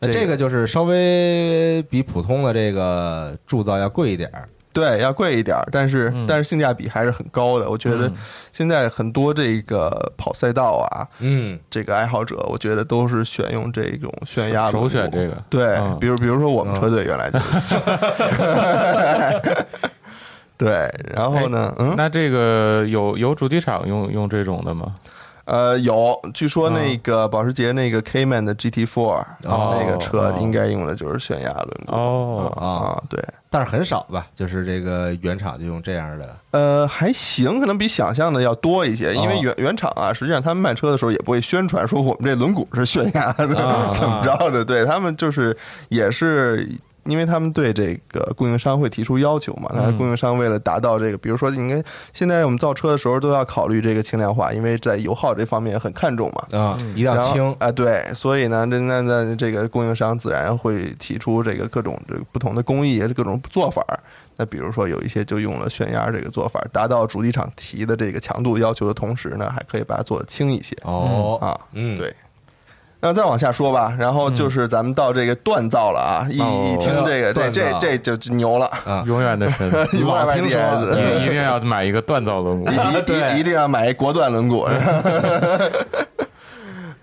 [SPEAKER 3] 那
[SPEAKER 4] 这
[SPEAKER 3] 这
[SPEAKER 4] 个
[SPEAKER 3] 个就是稍微比普通的这个铸造要贵一点儿。
[SPEAKER 4] 对，要贵一点，儿，但是、
[SPEAKER 5] 嗯
[SPEAKER 4] 但是性价比还是很高的。我觉得
[SPEAKER 5] 嗯
[SPEAKER 4] 现在很多这个跑赛道啊，
[SPEAKER 3] 嗯，
[SPEAKER 4] 这个爱好者，我觉得都是选用这种悬崖
[SPEAKER 5] 嗯首
[SPEAKER 4] 轮
[SPEAKER 5] 选
[SPEAKER 4] 毂
[SPEAKER 5] 这个
[SPEAKER 4] 对，
[SPEAKER 5] 嗯
[SPEAKER 4] 比如比如说我们车队原来就是， *laughs* 对，然后呢，嗯，
[SPEAKER 5] 哎那这个有有主机厂用用这种的吗？
[SPEAKER 4] 呃，有，据说那个保时捷那个 Cayman 的 GT4
[SPEAKER 5] 嗯哦
[SPEAKER 4] 那个车
[SPEAKER 5] 哦
[SPEAKER 4] 应该用的就是悬崖轮毂
[SPEAKER 5] 哦，
[SPEAKER 4] 啊，对，
[SPEAKER 3] 但是很少吧，就是这个原厂就用这样的。
[SPEAKER 4] 呃，还行，可能比想象的要多一些，因为
[SPEAKER 3] 哦
[SPEAKER 4] 原原厂啊，实际上他们卖车的时候也不会宣传说我们这轮毂是悬崖的，
[SPEAKER 3] 啊
[SPEAKER 4] 怎么着的，对他们就是也是。因为他们对这个供应商会提出要求嘛，
[SPEAKER 3] 嗯
[SPEAKER 4] 那供应商为了达到这个，比如说，应该现在我们造车的时候都要考虑这个轻量化，因为在油耗这方面很看重嘛。
[SPEAKER 3] 啊，一定要
[SPEAKER 4] 然后
[SPEAKER 3] 轻
[SPEAKER 4] 啊、对，所以呢，那那那这个供应商自然会提出这个各种这个不同的工艺、各种做法儿。那比如说有一些就用了悬崖这个做法儿，达到主机厂提的这个强度要求的同时呢，还可以把它做的轻一些
[SPEAKER 3] 哦
[SPEAKER 4] 啊。
[SPEAKER 3] 嗯，
[SPEAKER 4] 对那再往下说吧，然后就是咱们到这个锻造了啊，一
[SPEAKER 5] 哦
[SPEAKER 4] 一听这个，这
[SPEAKER 3] 锻
[SPEAKER 4] 这
[SPEAKER 3] 造
[SPEAKER 4] 这就就牛了，
[SPEAKER 5] 永远 *laughs* 的神，
[SPEAKER 3] 老听说
[SPEAKER 4] YYDS
[SPEAKER 3] 对
[SPEAKER 5] 你一定要买一个锻造轮
[SPEAKER 4] 一
[SPEAKER 5] 毂。
[SPEAKER 4] 一一一定要买一国锻轮毂。 *laughs*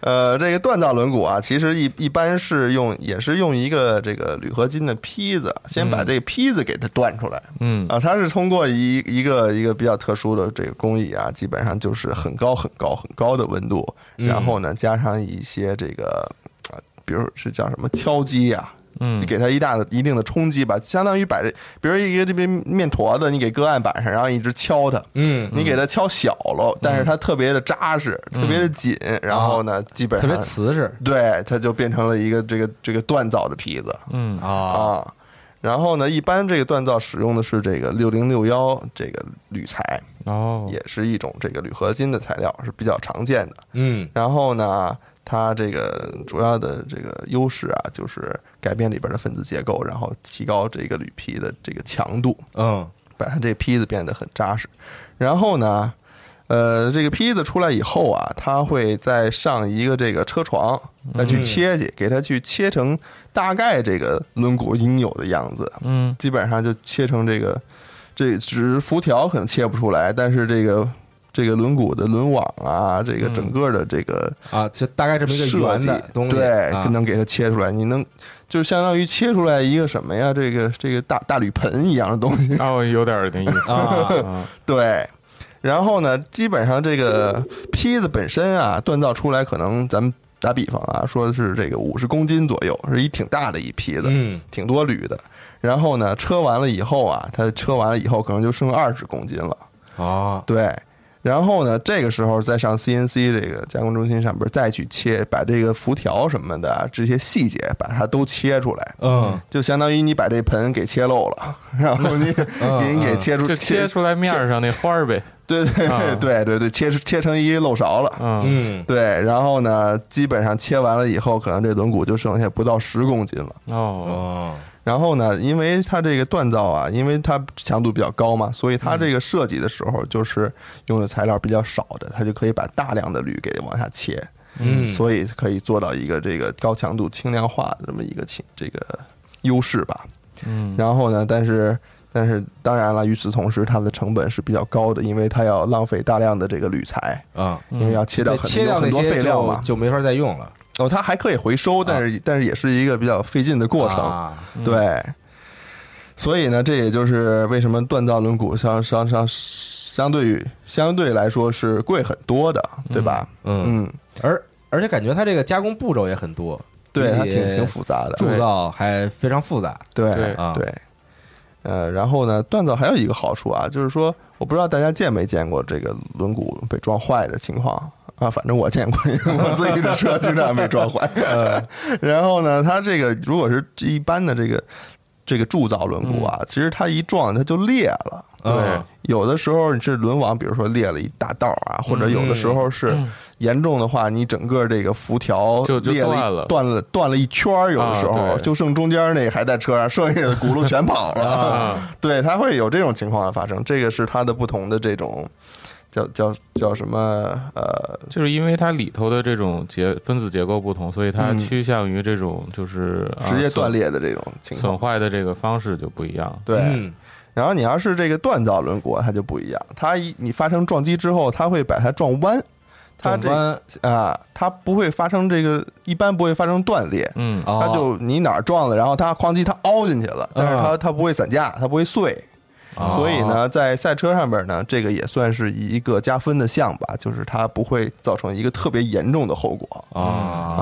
[SPEAKER 4] 呃，这个锻造轮毂啊，其实一一般是用也是用一个这个铝合金的坯子，先把这个坯子给它锻出来。
[SPEAKER 5] 嗯
[SPEAKER 4] 啊，它是通过一一个一个比较特殊的这个工艺啊，基本上就是很高很高很高的温度，然后呢加上一些这个，呃比如是叫什么敲击啊，
[SPEAKER 5] 嗯
[SPEAKER 4] 就给它一大的一定的冲击吧，相当于把这，比如一个这边面坨子，你给搁案板上，然后一直敲它，
[SPEAKER 3] 嗯，
[SPEAKER 4] 你给它敲小喽，但是它特别的扎实，特别的紧，然后呢，基本
[SPEAKER 3] 啊特
[SPEAKER 4] 上
[SPEAKER 3] 别瓷实
[SPEAKER 4] 对，它就变成了一个这个这个锻造的皮子
[SPEAKER 5] 嗯
[SPEAKER 3] 啊，
[SPEAKER 4] 啊。然后呢，一般这个锻造使用的是这个六零六幺这个铝材，
[SPEAKER 5] 哦，
[SPEAKER 4] *laughs* 也是一种这个铝合金的材料，是比较常见的。
[SPEAKER 3] 嗯
[SPEAKER 4] 然后呢，它这个主要的这个优势啊，就是改变里边的分子结构，然后提高这个铝皮的这个强度，
[SPEAKER 3] 嗯
[SPEAKER 4] 把它这个坯子变得很扎实。然后呢，呃，这个坯子出来以后啊，它会再上一个这个车床，
[SPEAKER 3] 嗯
[SPEAKER 4] 再去切去，给它去切成大概这个轮毂应有的样子，
[SPEAKER 5] 嗯
[SPEAKER 4] 基本上就切成这个，这只辐条可能切不出来，但是这个。这个轮毂的轮网啊，这个整个的这个
[SPEAKER 3] 啊，就大概这么一个
[SPEAKER 4] 设
[SPEAKER 3] 圆
[SPEAKER 4] 计
[SPEAKER 3] 的东西，
[SPEAKER 4] 对，
[SPEAKER 3] 啊
[SPEAKER 4] 能给它切出来。你能就相当于切出来一个什么呀？这个这个大大铝盆一样的东西。
[SPEAKER 5] 哦，有点儿那意思
[SPEAKER 4] *laughs*
[SPEAKER 3] 啊
[SPEAKER 5] 啊，
[SPEAKER 4] 对，然后呢，基本上这个坯子本身啊，锻造出来可能咱们打比方啊，说是这个五十公斤左右，是一挺大的一坯子，
[SPEAKER 3] 嗯
[SPEAKER 4] 挺多铝的。然后呢，车完了以后啊，它车完了以后可能就剩二十公斤了。
[SPEAKER 3] 啊，
[SPEAKER 4] 对，然后呢，这个时候再上 CNC 这个加工中心上边再去切，把这个辐条什么的啊这些细节把它都切出来，
[SPEAKER 3] 嗯
[SPEAKER 4] 就相当于你把这盆给切漏了，然后你给你给切出
[SPEAKER 5] 嗯啊就切出来面儿上那花儿
[SPEAKER 4] *laughs*
[SPEAKER 5] 呗。
[SPEAKER 4] 对对
[SPEAKER 5] 啊
[SPEAKER 4] 对对对对，切切成一漏勺了。
[SPEAKER 5] 嗯
[SPEAKER 3] 嗯
[SPEAKER 4] 对，然后呢，基本上切完了以后，可能这轮毂就剩下不到十公斤了。
[SPEAKER 5] 哦，
[SPEAKER 3] 哦
[SPEAKER 4] 然后呢，因为它这个锻造啊，因为它强度比较高嘛，所以它这个设计的时候就是用的材料比较少的，它就可以把大量的铝给往下切，
[SPEAKER 3] 嗯，
[SPEAKER 4] 所以可以做到一个这个高强度轻量化的这么一个轻这个优势吧。
[SPEAKER 5] 嗯
[SPEAKER 4] 然后呢，但是但是当然了，与此同时，它的成本是比较高的，因为它要浪费大量的这个铝材，
[SPEAKER 3] 啊，
[SPEAKER 4] 因为要切掉
[SPEAKER 3] 对
[SPEAKER 4] 很
[SPEAKER 3] 切
[SPEAKER 4] 多
[SPEAKER 3] 掉那
[SPEAKER 4] 很多
[SPEAKER 3] 些
[SPEAKER 4] 废料
[SPEAKER 3] 就啊
[SPEAKER 4] 嘛。
[SPEAKER 3] 就没法再用了，
[SPEAKER 4] 哦，它还可以回收，但是但是也是一个比较费劲的过程。
[SPEAKER 3] 啊
[SPEAKER 4] 对，所以呢，这也就是为什么锻造轮毂相相相相对于相对来说是贵很多的，对吧？
[SPEAKER 3] 嗯，
[SPEAKER 4] 嗯，
[SPEAKER 3] 而而且感觉它这个加工步骤也很多，
[SPEAKER 4] 对，它
[SPEAKER 3] 也
[SPEAKER 4] 挺挺复杂的，
[SPEAKER 3] 铸造还非常复杂，
[SPEAKER 4] 对
[SPEAKER 5] 对
[SPEAKER 3] 啊
[SPEAKER 4] 对，呃，然后呢，锻造还有一个好处啊，就是说，我不知道大家见没见过这个轮毂被撞坏的情况啊，反正我见过， *laughs* 因为我自己的车经常被撞坏。然后呢，它这个如果是一般的这个这个铸造轮毂啊，其实它一撞它就裂了。
[SPEAKER 5] 对
[SPEAKER 3] 嗯，
[SPEAKER 4] 有的时候这轮网，比如说裂了一大道啊，
[SPEAKER 5] 嗯
[SPEAKER 4] 或者有的时候是严重的话，你整个这个辐条
[SPEAKER 5] 就就
[SPEAKER 4] 裂了
[SPEAKER 5] 断
[SPEAKER 4] 一
[SPEAKER 5] 了
[SPEAKER 4] 断了断了一圈儿，有的时
[SPEAKER 5] 啊
[SPEAKER 4] 候
[SPEAKER 5] 对
[SPEAKER 4] 就剩中间那还在车上， *laughs* 剩下的轱辘全跑了。
[SPEAKER 5] 啊，
[SPEAKER 4] *laughs* 对，它会有这种情况发生，这个是它的不同的这种叫叫叫什么呃
[SPEAKER 5] 就是因为它里头的这种结分子结构不同，所以它
[SPEAKER 4] 嗯
[SPEAKER 5] 趋向于这种就是啊
[SPEAKER 4] 直接
[SPEAKER 5] 损
[SPEAKER 4] 断裂的这种情况
[SPEAKER 5] 损。坏的这个方式就不一样。
[SPEAKER 4] 对，
[SPEAKER 3] 嗯
[SPEAKER 4] 然后你要是这个锻造轮毂，它就不一样，它一你发生撞击之后，它会把它撞弯。它
[SPEAKER 3] 转
[SPEAKER 4] 这
[SPEAKER 3] 弯
[SPEAKER 4] 啊，它不会发生这个，一般不会发生断裂，
[SPEAKER 5] 嗯，
[SPEAKER 3] 哦嗯
[SPEAKER 4] 它就你哪儿撞了，然后它哐叽它凹进去了，但是它它不会散架，它不会碎，
[SPEAKER 3] 哦
[SPEAKER 4] 所以呢，在赛车上面呢，这个也算是一个加分的项吧，就是它不会造成一个特别严重的后果。
[SPEAKER 3] 啊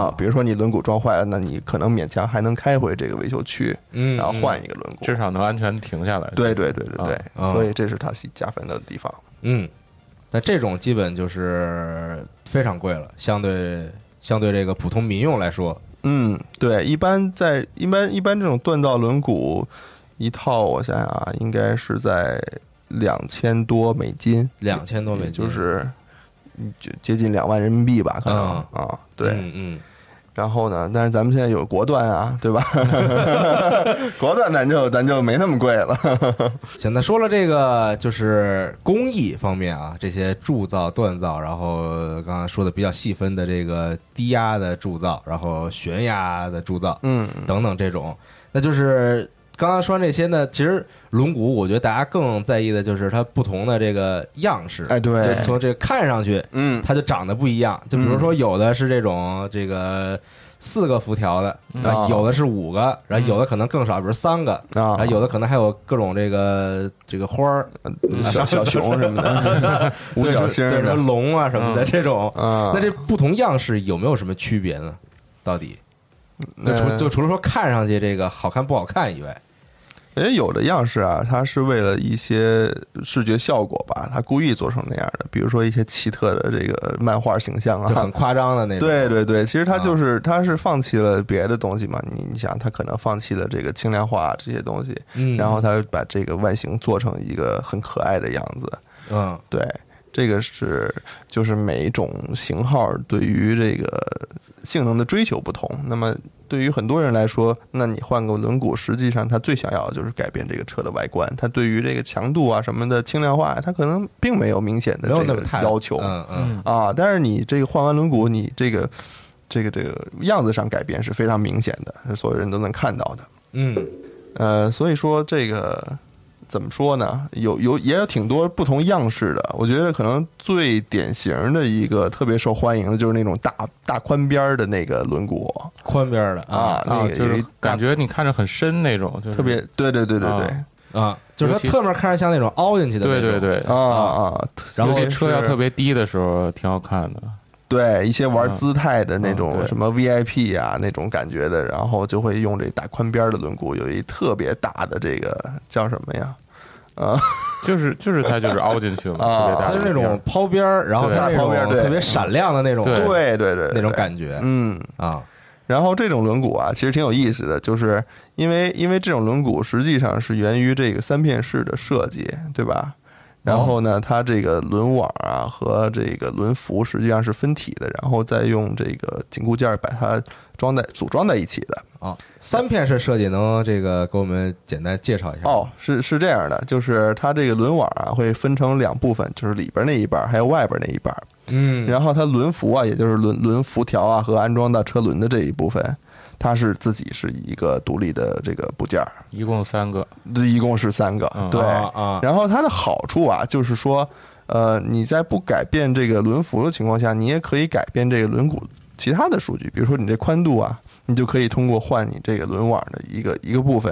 [SPEAKER 4] 啊，比如说你轮毂撞坏了，那你可能勉强还能开回这个维修区，
[SPEAKER 3] 嗯
[SPEAKER 4] 然后换一个轮毂
[SPEAKER 5] 至。少能安全停下来。
[SPEAKER 4] 对对对对对，
[SPEAKER 3] 啊
[SPEAKER 4] 所以这是它加分的地方。
[SPEAKER 3] 嗯，那这种基本就是非常贵了，相对相对这个普通民用来说，
[SPEAKER 4] 嗯，对，一般在一般一般这种锻造轮毂一套，我想想啊，应该是在两千多美金，
[SPEAKER 3] 两千多美
[SPEAKER 4] 也
[SPEAKER 3] 金
[SPEAKER 4] 就是嗯就接近两万人民币吧，可能、
[SPEAKER 3] 啊
[SPEAKER 4] 啊，对。
[SPEAKER 3] 嗯嗯，
[SPEAKER 4] 然后呢，但是咱们现在有国段啊，对 *laughs* 吧？国段咱就咱就没那么贵了。
[SPEAKER 3] 行，那说了这个就是工艺方面啊，这些铸造、锻造，然后刚刚说的比较细分的这个低压的铸造，然后悬压的铸造
[SPEAKER 4] 嗯，
[SPEAKER 3] 等等这种，那就是刚刚说这些呢，其实轮毂，我觉得大家更在意的就是它不同的这个样式，
[SPEAKER 4] 哎对
[SPEAKER 3] 就从这个看上去，
[SPEAKER 4] 嗯
[SPEAKER 3] 它就长得不一样。就比如说，有的是这种这个四个辐条的，啊
[SPEAKER 4] 哦，
[SPEAKER 3] 有的是五个，然后有的可能更少，比如三个，然
[SPEAKER 4] 啊
[SPEAKER 3] 后，有的可能还有各种这个这个花儿、
[SPEAKER 4] 小小熊什么 *laughs* 的，五角星
[SPEAKER 3] 对什
[SPEAKER 4] 儿
[SPEAKER 3] 么
[SPEAKER 4] 的
[SPEAKER 3] 龙啊什么的
[SPEAKER 5] 嗯
[SPEAKER 3] 这种。
[SPEAKER 4] 啊。
[SPEAKER 3] 那这不同样式有没有什么区别呢？到底就除
[SPEAKER 4] 呃
[SPEAKER 3] 就除了说看上去这个好看不好看以外，
[SPEAKER 4] 也有的样式啊，它是为了一些视觉效果吧，它故意做成那样的，比如说一些奇特的这个漫画形象
[SPEAKER 3] 就很
[SPEAKER 4] 啊。
[SPEAKER 3] 夸张的那种。啊
[SPEAKER 4] 对对对，其实它就是它是放弃了别的东西嘛，你你想，它可能放弃了这个轻量化这些东西，
[SPEAKER 3] 嗯，
[SPEAKER 4] 然后它把这个外形做成一个很可爱的样子。
[SPEAKER 3] 嗯
[SPEAKER 4] 对，这个是就是每一种型号对于这个性能的追求不同。那么对于很多人来说，那你换个轮毂，实际上他最想要的就是改变这个车的外观。他对于这个强度啊什么的轻量化，他可能并没有明显的
[SPEAKER 3] 没有
[SPEAKER 4] 这
[SPEAKER 3] 那
[SPEAKER 4] 个
[SPEAKER 3] 么太
[SPEAKER 4] 要求
[SPEAKER 3] 嗯嗯
[SPEAKER 4] 啊。但是你这个换完轮毂，你这个。这个这个样子上改变是非常明显的，所有人都能看到的。
[SPEAKER 3] 嗯
[SPEAKER 4] 呃，所以说这个怎么说呢？有有也有挺多不同样式的。我觉得可能最典型的一个特别受欢迎的就是那种大大宽边儿的那个轮毂
[SPEAKER 3] 宽边儿的啊
[SPEAKER 4] 啊，那
[SPEAKER 5] 啊，
[SPEAKER 4] 个
[SPEAKER 5] 就
[SPEAKER 4] 有一
[SPEAKER 5] 是感觉你看着很深那种，就是
[SPEAKER 4] 特别对对对对对
[SPEAKER 5] 啊
[SPEAKER 3] 啊，就是它
[SPEAKER 5] 尤其
[SPEAKER 3] 侧面看着像那种凹进去的那
[SPEAKER 5] 对
[SPEAKER 3] 种，
[SPEAKER 5] 对对，
[SPEAKER 4] 啊啊，
[SPEAKER 3] 然后
[SPEAKER 5] 尤其车要
[SPEAKER 4] 是
[SPEAKER 5] 特别低的时候挺好看的。
[SPEAKER 4] 对一些玩姿态的那
[SPEAKER 5] 嗯
[SPEAKER 4] 种
[SPEAKER 5] 对
[SPEAKER 4] 什么 VIP 啊那种感觉的，然后就会用这大宽边儿的轮毂，有一特别大的这个叫什么呀？
[SPEAKER 5] 就是就是它就是凹进去了，
[SPEAKER 4] *laughs* 啊
[SPEAKER 5] 特别大
[SPEAKER 3] 它
[SPEAKER 5] 的
[SPEAKER 3] 是那
[SPEAKER 5] 一片
[SPEAKER 3] 种
[SPEAKER 5] 儿
[SPEAKER 3] 抛边儿，然后
[SPEAKER 5] 对
[SPEAKER 3] 它那
[SPEAKER 4] 抛边儿
[SPEAKER 3] 种
[SPEAKER 4] 对
[SPEAKER 3] 特别闪亮的那种，
[SPEAKER 5] 对
[SPEAKER 4] 对对对，对
[SPEAKER 3] 那种感觉
[SPEAKER 4] 嗯。
[SPEAKER 3] 啊，
[SPEAKER 4] 然后这种轮毂啊，其实挺有意思的，就是因为因为这种轮毂实际上是源于这个三片式的设计，对吧？然后呢，它这个轮网啊和这个轮辐实际上是分体的，然后再用这个紧固件儿把它装在组装在一起的。
[SPEAKER 3] 啊，三片式设计能这个给我们简单介绍一下吗？
[SPEAKER 4] 哦，是是这样的，就是它这个轮网啊会分成两部分，就是里边那一半儿还有外边那一半儿。
[SPEAKER 3] 嗯，
[SPEAKER 4] 然后它轮辐啊，也就是轮轮辐条啊和安装到车轮的这一部分，它是自己是一个独立的这个部件儿。
[SPEAKER 5] 一共三个，
[SPEAKER 4] 这一共是三个，
[SPEAKER 5] 嗯
[SPEAKER 4] 对
[SPEAKER 3] 啊啊
[SPEAKER 4] 然后它的好处啊，就是说，呃，你在不改变这个轮辐的情况下，你也可以改变这个轮毂其他的数据，比如说你这宽度啊，你就可以通过换你这个轮网的一个一个部分，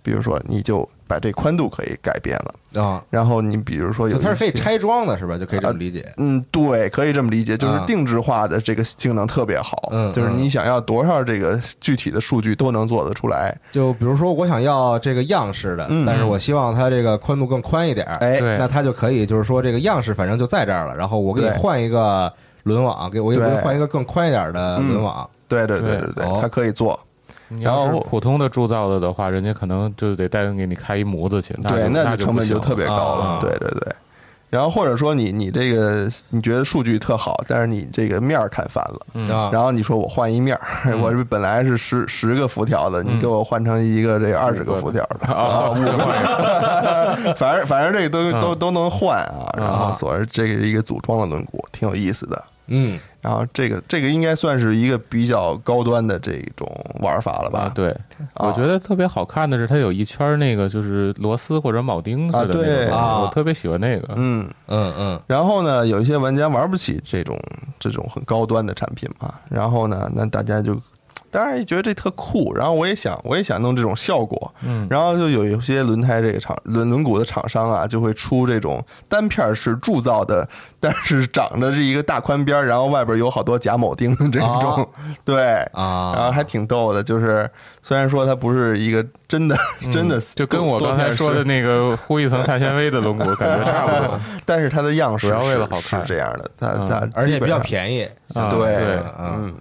[SPEAKER 4] 比如说你就把这宽度可以改变了，
[SPEAKER 3] 啊，
[SPEAKER 4] 然后你比如说有
[SPEAKER 3] 嗯就它是可以
[SPEAKER 4] 一些
[SPEAKER 3] 拆装的，是吧？就可以这么理解。
[SPEAKER 4] 嗯，对，可以这么理解，就是
[SPEAKER 3] 啊
[SPEAKER 4] 定制化的这个性能特别好，
[SPEAKER 3] 嗯
[SPEAKER 4] 就是
[SPEAKER 3] 嗯
[SPEAKER 4] 你想要多少这个具体的数据都能做得出来。
[SPEAKER 3] 就比如说，我想要这个样式的，
[SPEAKER 4] 嗯
[SPEAKER 3] 但是我希望它这个宽度更宽一点儿，
[SPEAKER 4] 哎，
[SPEAKER 5] 对
[SPEAKER 3] 那它就可以就是说这个样式反正就在这儿了，然后我给你
[SPEAKER 4] 对
[SPEAKER 3] 换一个轮网，给我给
[SPEAKER 4] 对
[SPEAKER 3] 你换一个更宽一点的轮网。
[SPEAKER 4] 对对对
[SPEAKER 5] 对
[SPEAKER 4] 对对，
[SPEAKER 3] 哦
[SPEAKER 4] 它可以做。
[SPEAKER 5] 你
[SPEAKER 4] 然
[SPEAKER 5] 要
[SPEAKER 4] 后
[SPEAKER 5] 是普通的铸造的的话，人家可能就得带给你开一模子去，
[SPEAKER 4] 对，
[SPEAKER 5] 那
[SPEAKER 4] 那
[SPEAKER 5] 就
[SPEAKER 4] 成本就
[SPEAKER 5] 就
[SPEAKER 4] 特别高了。
[SPEAKER 3] 啊
[SPEAKER 4] 对对对。然后或者说你你这个你觉得数据特好，但是你这个面儿看反了，
[SPEAKER 5] 嗯
[SPEAKER 3] 啊，
[SPEAKER 4] 然后你说我换一面儿， *laughs* 我这本来是十十个浮条的，
[SPEAKER 5] 嗯
[SPEAKER 4] 你给我换成一个这个二十个浮条的，
[SPEAKER 5] 啊，五个
[SPEAKER 4] *laughs* 反正反正这个都都
[SPEAKER 5] 嗯
[SPEAKER 4] 都能换啊。然后
[SPEAKER 3] 啊
[SPEAKER 4] 所以这个是一个组装的轮毂，挺有意思的。
[SPEAKER 3] 嗯，
[SPEAKER 4] 然后这个这个应该算是一个比较高端的这种玩法了
[SPEAKER 5] 啊
[SPEAKER 4] 吧，？
[SPEAKER 5] 对，我觉得特别好看的是它有一圈儿那个就是螺丝或者铆钉似的那
[SPEAKER 4] 啊对
[SPEAKER 5] 种东西，
[SPEAKER 3] 啊
[SPEAKER 5] 我特别喜欢那个。
[SPEAKER 4] 嗯，
[SPEAKER 3] 嗯嗯
[SPEAKER 4] 然后呢，有一些玩家玩不起这种这种很高端的产品嘛，然后呢，那大家就当然觉得这特酷，然后我也想我也想弄这种效果，
[SPEAKER 5] 嗯，
[SPEAKER 4] 然后就有有些轮胎这个厂轮轮毂的厂商啊，就会出这种单片儿式铸造的，但是长着是一个大宽边儿，然后外边有好多假铆钉的这
[SPEAKER 5] 啊
[SPEAKER 4] 种， *laughs* 对。然后
[SPEAKER 3] 啊，
[SPEAKER 4] 还挺逗的，就是虽然说它不是一个真的、真的，
[SPEAKER 5] 嗯就跟我刚才说的那个呼一层碳纤维的轮毂感觉差不多。
[SPEAKER 4] *laughs* 但是它的样式
[SPEAKER 5] 主要为
[SPEAKER 4] 是
[SPEAKER 5] 了好
[SPEAKER 4] 是
[SPEAKER 5] 看
[SPEAKER 4] 这样的，它
[SPEAKER 5] 嗯
[SPEAKER 4] 它
[SPEAKER 3] 而
[SPEAKER 4] 基
[SPEAKER 3] 且比
[SPEAKER 4] 本
[SPEAKER 3] 较
[SPEAKER 4] 上
[SPEAKER 3] 便宜。
[SPEAKER 5] 啊
[SPEAKER 4] 对
[SPEAKER 5] 对
[SPEAKER 3] 嗯
[SPEAKER 4] 嗯，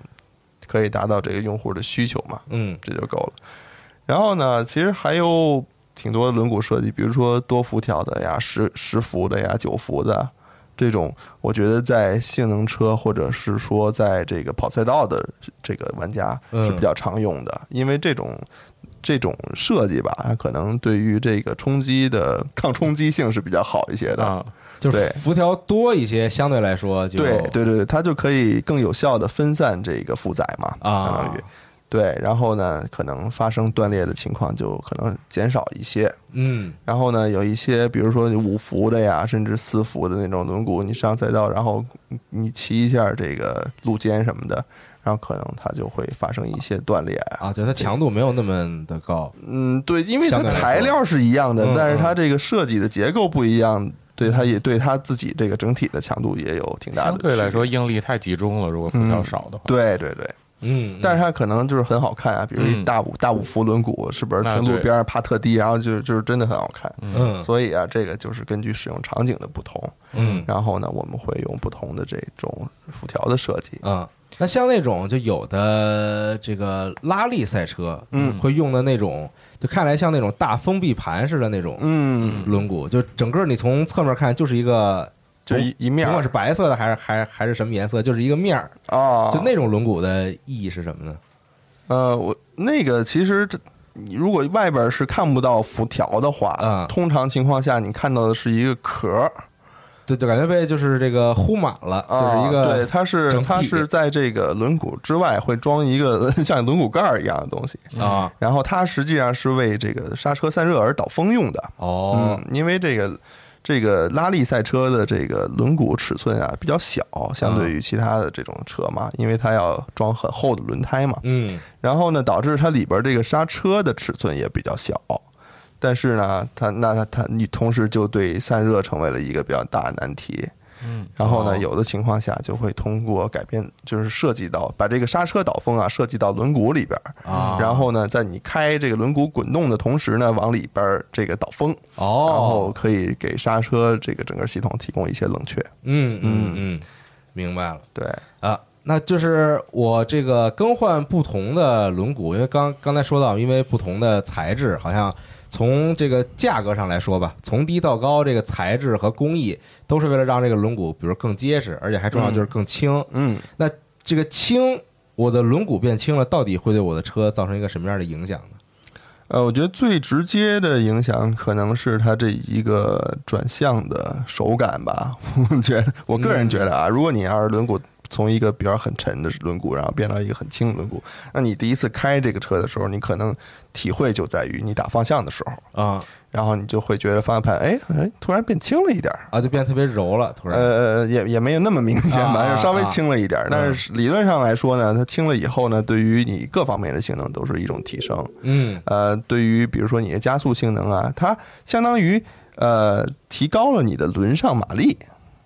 [SPEAKER 4] 可以达到这个用户的需求嘛，
[SPEAKER 3] 嗯
[SPEAKER 4] 这就够了。然后呢，其实还有挺多轮毂设计，比如说多辐条的呀、十十辐的呀、九辐的这种，我觉得在性能车或者是说在这个跑赛道的这个玩家
[SPEAKER 3] 嗯
[SPEAKER 4] 是比较常用的，因为这种。这种设计吧，它可能对于这个冲击的抗冲击性是比较好一些的。
[SPEAKER 5] 啊，
[SPEAKER 3] 就是
[SPEAKER 4] 对
[SPEAKER 3] 辐条多一些，相对来说就
[SPEAKER 4] 对对对对，它就可以更有效的分散这个负载嘛，
[SPEAKER 3] 啊
[SPEAKER 4] 相当于。对，然后呢，可能发生断裂的情况就可能减少一些。
[SPEAKER 3] 嗯
[SPEAKER 4] 然后呢，有一些比如说五辐的呀，甚至四辐的那种轮毂，你上赛道，然后嗯你骑一下这个路肩什么的，然后可能它就会发生一些断裂啊。
[SPEAKER 3] 啊，就它强度没有那么的高。
[SPEAKER 4] 嗯，对，因为它
[SPEAKER 3] 相对来说
[SPEAKER 4] 材料是一样的
[SPEAKER 3] 嗯，
[SPEAKER 4] 但是它
[SPEAKER 3] 嗯
[SPEAKER 4] 这个设计的结构不一样，对它也对它自己这个整体的强度也有挺大的
[SPEAKER 5] 相对来
[SPEAKER 4] 区别
[SPEAKER 5] 说应力太集中了，如果辐
[SPEAKER 4] 嗯
[SPEAKER 5] 条少的话。
[SPEAKER 4] 对对对，
[SPEAKER 3] 嗯，
[SPEAKER 4] 但是
[SPEAKER 3] 它
[SPEAKER 4] 它可能就是很好看啊，比如一
[SPEAKER 5] 嗯
[SPEAKER 4] 大五、大五幅轮毂，是不是
[SPEAKER 5] 那
[SPEAKER 4] 停路
[SPEAKER 5] 对
[SPEAKER 4] 边上爬特低，然后就就是真的很好看。
[SPEAKER 3] 嗯
[SPEAKER 4] 所以啊，这个就是根据使用场景的不同，
[SPEAKER 3] 嗯
[SPEAKER 4] 然后呢，我们会用不同的这种辐条的设计。
[SPEAKER 3] 嗯，那像那种就有的这个拉力赛车，
[SPEAKER 4] 嗯
[SPEAKER 3] 会用的那种，就看来像那种大封闭盘似的那种
[SPEAKER 4] 嗯，
[SPEAKER 3] 轮毂，就整个你从侧面看就是一个，
[SPEAKER 4] 就一一面
[SPEAKER 3] 甭
[SPEAKER 4] 儿
[SPEAKER 3] 管是白色的还是还还是什么颜色，就是一个面儿。
[SPEAKER 4] 啊，
[SPEAKER 3] 就那种轮毂的意义是什么呢？
[SPEAKER 4] 呃，我那个其实这。你如果外边是看不到辐条的话，
[SPEAKER 3] 嗯
[SPEAKER 4] 通常情况下你看到的是一个壳儿，
[SPEAKER 3] 就就感觉被就是这个糊满了，就是一
[SPEAKER 4] 啊、
[SPEAKER 3] 个
[SPEAKER 4] 对，它是
[SPEAKER 3] 整体
[SPEAKER 4] 它是在这个轮毂之外会装一个 *laughs* 像轮毂盖儿一样的东西，
[SPEAKER 3] 啊
[SPEAKER 4] 然后它实际上是为这个刹车散热而导风用的。
[SPEAKER 3] 哦
[SPEAKER 4] 嗯，因为这个这个拉力赛车的这个轮毂尺寸啊比较小，相对于其他的这种车嘛，因为它要装很厚的轮胎嘛。
[SPEAKER 3] 嗯
[SPEAKER 4] 然后呢，导致它里边这个刹车的尺寸也比较小。但是呢，它那它它你同时就对散热成为了一个比较大的难题。
[SPEAKER 5] 嗯，
[SPEAKER 4] 然后呢，
[SPEAKER 3] 哦
[SPEAKER 4] 有的情况下就会通过改变，就是设计到把这个刹车导风啊设计到轮毂里边儿，
[SPEAKER 3] 啊，
[SPEAKER 4] 然后呢，在你开这个轮毂滚动的同时呢，往里边儿这个导风，然后
[SPEAKER 3] 哦，
[SPEAKER 4] 可以给刹车这个整个系统提供一些冷却。
[SPEAKER 3] 嗯嗯嗯，明白了。
[SPEAKER 4] 对，
[SPEAKER 3] 啊，那就是我这个更换不同的轮毂，因为刚刚才说到，因为不同的材质，好像从这个价格上来说吧，从低到高，这个材质和工艺都是为了让这个轮毂，比如更结实，而且还重要就是更轻。
[SPEAKER 4] 嗯，
[SPEAKER 3] 那这个轻，我的轮毂变轻了，到底会对我的车造成一个什么样的影响呢？
[SPEAKER 4] 呃，我觉得最直接的影响可能是它这一 *laughs*
[SPEAKER 3] 嗯
[SPEAKER 4] 个转向的手感吧。我觉得，我个人觉得啊，如果你要是轮毂从一个比较很沉的轮毂，然后变到一个很轻的轮毂。那你第一次开这个车的时候，你可能体会就在于你打方向的时候，
[SPEAKER 3] 啊
[SPEAKER 4] 然后你就会觉得方向盘哎哎突然变轻了一点儿。
[SPEAKER 3] 啊，就变得特别柔了，突然
[SPEAKER 4] 呃，也也没有那么明显
[SPEAKER 3] 啊
[SPEAKER 4] 吧，
[SPEAKER 3] 啊
[SPEAKER 4] 就稍微
[SPEAKER 3] 啊
[SPEAKER 4] 轻了一点儿。但是理论上来说呢，它轻了以后呢，对于你各方面的性能都是一种提升。
[SPEAKER 3] 嗯
[SPEAKER 4] 呃，对于比如说你的加速性能啊，它相当于呃提高了你的轮上马力，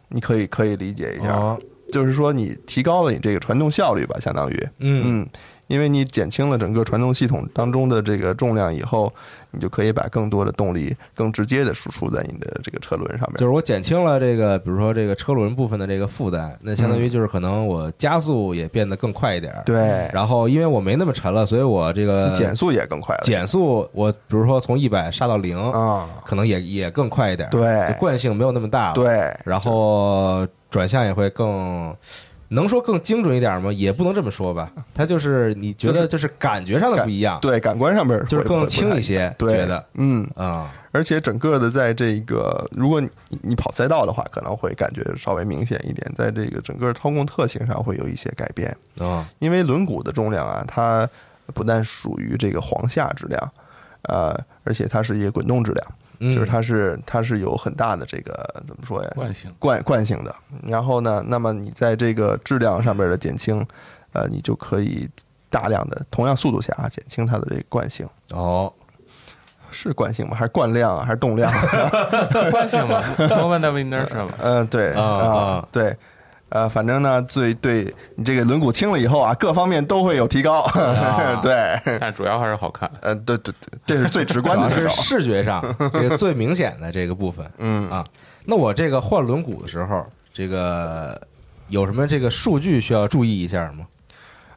[SPEAKER 4] 你可以可以理解一下，
[SPEAKER 3] 啊
[SPEAKER 4] 就是说你提高了你这个传动效率吧，相当于
[SPEAKER 3] 嗯
[SPEAKER 4] 嗯，因为你减轻了整个传动系统当中的这个重量以后，你就可以把更多的动力更直接的输出在你的这个车轮上面。
[SPEAKER 3] 就是我减轻了这个，比如说这个车轮部分的这个负担，那相当
[SPEAKER 4] 嗯
[SPEAKER 3] 于就是可能我加速也变得更快一点儿，
[SPEAKER 4] 对，
[SPEAKER 3] 然后因为我没那么沉了，所以我这个
[SPEAKER 4] 减速也更快了。
[SPEAKER 3] 呃减速，我比如说从一百刹到零、
[SPEAKER 4] 啊，
[SPEAKER 3] 可能也也更快一点，
[SPEAKER 4] 对
[SPEAKER 3] 就惯性没有那么大了，，
[SPEAKER 4] 对，
[SPEAKER 3] 然后转向也会更。能说更精准一点吗？也不能这么说吧，它就是你觉得就是感觉上的不一样，
[SPEAKER 4] 对，感官上面
[SPEAKER 3] 就是
[SPEAKER 4] 会
[SPEAKER 3] 更
[SPEAKER 4] 会不
[SPEAKER 3] 轻
[SPEAKER 4] 太
[SPEAKER 3] 一些
[SPEAKER 4] 对
[SPEAKER 3] 觉得
[SPEAKER 4] 嗯，
[SPEAKER 3] 啊、
[SPEAKER 4] 而且整个的在这个，如果你你跑赛道的话，可能会感觉稍微明显一点，在这个整个操控特性上会有一些改变，
[SPEAKER 3] 啊、
[SPEAKER 4] 因为轮毂的重量啊，它不但属于这个簧下质量，呃，而且它是一个滚动质量，
[SPEAKER 3] 嗯
[SPEAKER 4] 就是它是它是有很大的这个怎么说呀？
[SPEAKER 5] 惯性。
[SPEAKER 4] 惯惯性的。然后呢，那么你在这个质量上面的减轻，呃，你就可以大量的同样速度下啊减轻它的这个惯性。 *laughs*
[SPEAKER 3] 哦，
[SPEAKER 4] 是惯性吗？还是惯量啊？还是动量啊？
[SPEAKER 3] *laughs*
[SPEAKER 5] 惯性嘛，moment of
[SPEAKER 4] *laughs*
[SPEAKER 5] inertia 嘛。
[SPEAKER 4] 嗯、对
[SPEAKER 3] 啊
[SPEAKER 4] 啊、
[SPEAKER 3] 啊
[SPEAKER 4] 对，呃，反正呢，最对你这个轮毂轻了以后啊，各方面都会有提高。 *laughs*
[SPEAKER 3] 啊
[SPEAKER 4] 对，
[SPEAKER 5] 但主要还是好看。
[SPEAKER 4] 呃，对对，对这是最直
[SPEAKER 3] 主
[SPEAKER 4] 观
[SPEAKER 3] 要
[SPEAKER 4] 的提
[SPEAKER 3] 是
[SPEAKER 4] 高。
[SPEAKER 3] 视觉
[SPEAKER 4] *laughs*
[SPEAKER 3] 上这个最明显的这个部分，
[SPEAKER 4] 嗯
[SPEAKER 3] 啊，那我这个换轮毂的时候，这个有什么这个数据需要注意一下吗？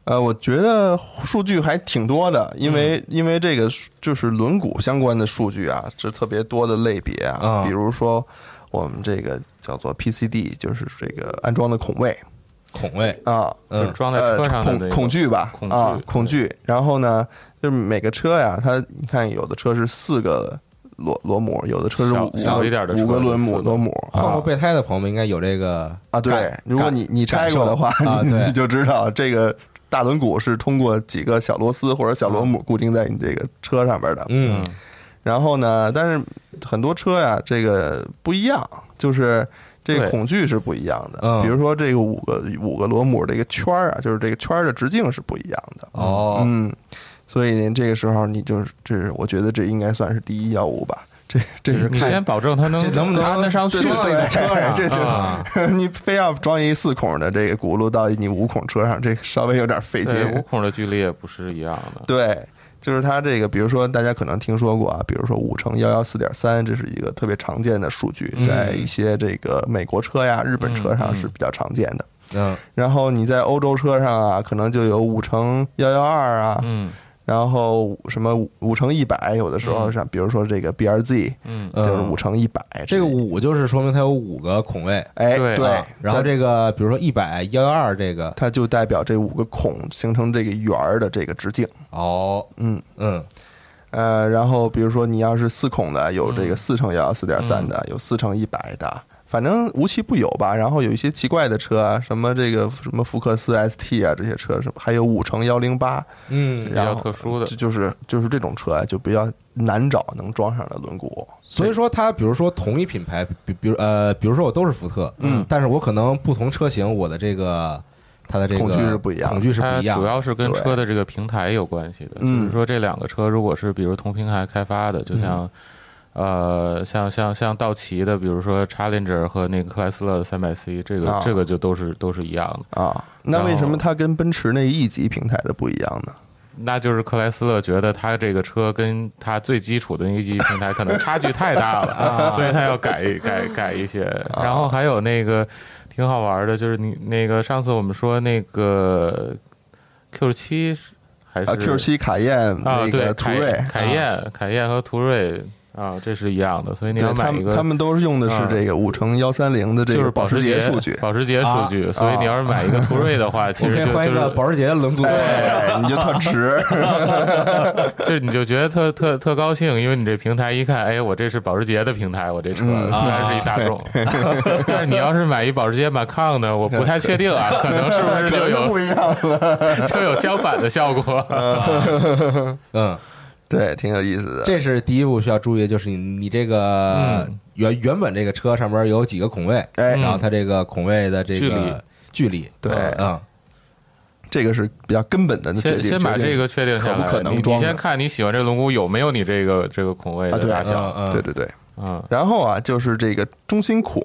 [SPEAKER 4] 呃，我觉得数据还挺多的，因为、
[SPEAKER 5] 嗯
[SPEAKER 4] 因为这个就是轮毂相关的数据啊，是特别多的类别啊，
[SPEAKER 3] 啊
[SPEAKER 4] 比如说我们这个叫做 PCD，就是这个安装的孔位
[SPEAKER 3] 孔位
[SPEAKER 4] 啊，
[SPEAKER 5] 就
[SPEAKER 3] 嗯
[SPEAKER 5] 是装在
[SPEAKER 4] 呃、
[SPEAKER 5] 车上的那
[SPEAKER 4] 恐
[SPEAKER 5] 个
[SPEAKER 4] 恐惧吧，
[SPEAKER 5] 恐
[SPEAKER 4] 啊
[SPEAKER 5] 惧，
[SPEAKER 4] 恐惧。然后呢，就是每个车呀，它你看有的车是四个螺螺母，有的车是
[SPEAKER 5] 少
[SPEAKER 4] 五个
[SPEAKER 5] 少一点的车
[SPEAKER 4] 五个轮
[SPEAKER 5] 是
[SPEAKER 4] 母
[SPEAKER 5] 四个
[SPEAKER 4] 螺母
[SPEAKER 3] 换过
[SPEAKER 4] 啊
[SPEAKER 3] 备胎的朋友们应该有这个
[SPEAKER 4] 啊，对
[SPEAKER 3] 感，
[SPEAKER 4] 如果你你拆过的话，
[SPEAKER 3] 感受啊
[SPEAKER 4] 你
[SPEAKER 3] 对
[SPEAKER 4] 你就知道这个大轮毂是通过几个小螺丝或者小螺母固定在你这个车上边的。
[SPEAKER 3] 啊嗯
[SPEAKER 4] 然后呢，但是很多车呀，这个不一样，就是这个
[SPEAKER 5] 对
[SPEAKER 4] 恐惧是不一样
[SPEAKER 3] 嗯
[SPEAKER 4] 的。比如说这个五个五个螺母这个圈儿啊，就是这个圈儿的直径是不一样的。
[SPEAKER 3] 哦
[SPEAKER 4] 嗯，所以这个时候你就是这是，我觉得这应该算是第一要务吧。这这是
[SPEAKER 5] 你先保证它能
[SPEAKER 3] 这能不能
[SPEAKER 4] 啊
[SPEAKER 5] 安得上去
[SPEAKER 4] 对对
[SPEAKER 3] 装
[SPEAKER 4] 对
[SPEAKER 3] 到你车上
[SPEAKER 4] 这是
[SPEAKER 5] 啊？
[SPEAKER 4] *laughs* 你非要装一四孔的这个轱辘到你五孔车上，这稍微有点费劲。
[SPEAKER 5] 对，五孔的距离也不是一样的。
[SPEAKER 4] 对，就是它这个，比如说大家可能听说过啊，比如说五乘幺幺四点三，这是一个特别常见的数据，在一些这个美国车呀、日本车上是比较常见的。
[SPEAKER 3] 嗯
[SPEAKER 4] 然后你在欧洲车上啊，可能就有五乘幺幺二啊，
[SPEAKER 5] 嗯
[SPEAKER 4] 然后什么五五乘一百，有的时候像比如说这个 BRZ
[SPEAKER 5] 嗯，
[SPEAKER 4] 就是五乘一百，
[SPEAKER 3] 这个五就是说明它有五个孔位，
[SPEAKER 4] 哎
[SPEAKER 5] 对
[SPEAKER 4] 对
[SPEAKER 3] 啊，然后
[SPEAKER 4] 它
[SPEAKER 3] 这个比如说一百幺幺二这个
[SPEAKER 4] 它就代表这五个孔形成这个圆儿的这个直径，
[SPEAKER 3] 哦
[SPEAKER 4] 嗯。
[SPEAKER 3] 嗯
[SPEAKER 4] 呃，然后比如说你要是四孔的，有
[SPEAKER 5] 嗯
[SPEAKER 4] 这个四乘幺四点三的，有四乘一百的，反正无奇不有吧。然后有一些奇怪的车啊，什么这个什么福克斯 ST 啊这些车，什么还有五乘幺零八，
[SPEAKER 3] 嗯，
[SPEAKER 5] 比较
[SPEAKER 4] 然后
[SPEAKER 5] 特殊的
[SPEAKER 4] 就就是就是这种车啊，就比较难找能装上的轮毂。
[SPEAKER 3] 所以说它比如说同一品牌，比比如呃，比如说我都是福特，
[SPEAKER 4] 嗯
[SPEAKER 3] 但是我可能不同车型我的这个它的这个
[SPEAKER 4] 恐惧是不一样的
[SPEAKER 3] 恐惧是不
[SPEAKER 5] 它
[SPEAKER 3] 一样的，
[SPEAKER 5] 主要是跟
[SPEAKER 4] 对
[SPEAKER 5] 车的这个平台有关系的，就
[SPEAKER 4] 嗯
[SPEAKER 5] 是说这两个车如果是比如同平台开发的，就
[SPEAKER 4] 嗯
[SPEAKER 5] 像。呃，像像像道奇的，比如说 Challenger 和那个克莱斯勒的三百 C，这个、
[SPEAKER 4] 啊
[SPEAKER 5] 这个就都是都是一样的，
[SPEAKER 4] 啊，那
[SPEAKER 5] 然
[SPEAKER 4] 为什么
[SPEAKER 5] 后
[SPEAKER 4] 它跟奔驰那 E 级平台的不一样呢？
[SPEAKER 5] 那就是克莱斯勒觉得他这个车跟他最基础的那一级平台可能差距太
[SPEAKER 4] *laughs*
[SPEAKER 5] 大了，
[SPEAKER 4] 啊
[SPEAKER 5] 所以他要改 *laughs* 改改一些。然后还有那个挺好玩的，就是你那个上次我们说那个 Q 七还是
[SPEAKER 4] 啊，Q 七卡宴
[SPEAKER 5] 啊
[SPEAKER 4] 那
[SPEAKER 5] 对
[SPEAKER 4] 个途
[SPEAKER 5] 凯
[SPEAKER 4] 锐，啊
[SPEAKER 5] 凯宴凯宴和途锐啊，这是一样的，所以你
[SPEAKER 4] 对
[SPEAKER 5] 要买
[SPEAKER 4] 他
[SPEAKER 5] 一
[SPEAKER 4] 们
[SPEAKER 5] 个嗯
[SPEAKER 4] 他们都是用的是这个五乘幺三零的这
[SPEAKER 5] 就是
[SPEAKER 4] 个保
[SPEAKER 5] 时
[SPEAKER 4] 时
[SPEAKER 5] 捷
[SPEAKER 4] 捷数
[SPEAKER 5] *laughs*
[SPEAKER 4] 据，
[SPEAKER 5] 保时捷数据，
[SPEAKER 3] 啊
[SPEAKER 5] 所以你要是买一个途锐的话，其
[SPEAKER 3] 我
[SPEAKER 5] 实
[SPEAKER 3] 可以
[SPEAKER 5] 就
[SPEAKER 3] 换一
[SPEAKER 5] 就
[SPEAKER 3] 个
[SPEAKER 5] 是
[SPEAKER 3] 保时捷的轮毂。
[SPEAKER 4] 哎，你就特值。 *laughs*
[SPEAKER 5] 就是你就觉得特特特高兴，因为你这平台一看，哎，我这是保时捷的平台，我这车
[SPEAKER 4] 嗯
[SPEAKER 5] 虽然
[SPEAKER 3] 啊
[SPEAKER 5] 是一大众， *laughs* 但是你要是买一保时捷 Macan 呢，我不太确定啊，可能是不是就
[SPEAKER 4] *laughs* 不
[SPEAKER 5] 有
[SPEAKER 4] 一样了，
[SPEAKER 5] 就有相反的
[SPEAKER 4] *laughs*
[SPEAKER 5] 效果？
[SPEAKER 3] 嗯，
[SPEAKER 4] 对，挺有意思的。
[SPEAKER 3] 这是第一步需要注意的，就是你你这个
[SPEAKER 5] 嗯
[SPEAKER 3] 原原本这个车上边有几个孔位，
[SPEAKER 4] 哎
[SPEAKER 3] 然后它这个孔位的这
[SPEAKER 5] 距
[SPEAKER 3] 个
[SPEAKER 5] 离
[SPEAKER 3] 距离，
[SPEAKER 4] 对
[SPEAKER 3] 嗯，
[SPEAKER 4] 这个是比较根本的决
[SPEAKER 5] 先
[SPEAKER 4] 定。
[SPEAKER 5] 先把
[SPEAKER 4] 决定
[SPEAKER 5] 这个确定下来，
[SPEAKER 4] 可不可能
[SPEAKER 5] 你你
[SPEAKER 4] 装的
[SPEAKER 5] 先看你喜欢这个龙骨有没有你这个这个孔位的
[SPEAKER 4] 啊对
[SPEAKER 5] 大
[SPEAKER 4] 啊
[SPEAKER 5] 小，
[SPEAKER 3] 嗯，
[SPEAKER 4] 对对对，
[SPEAKER 5] 嗯
[SPEAKER 4] 然后啊，就是这个中心孔，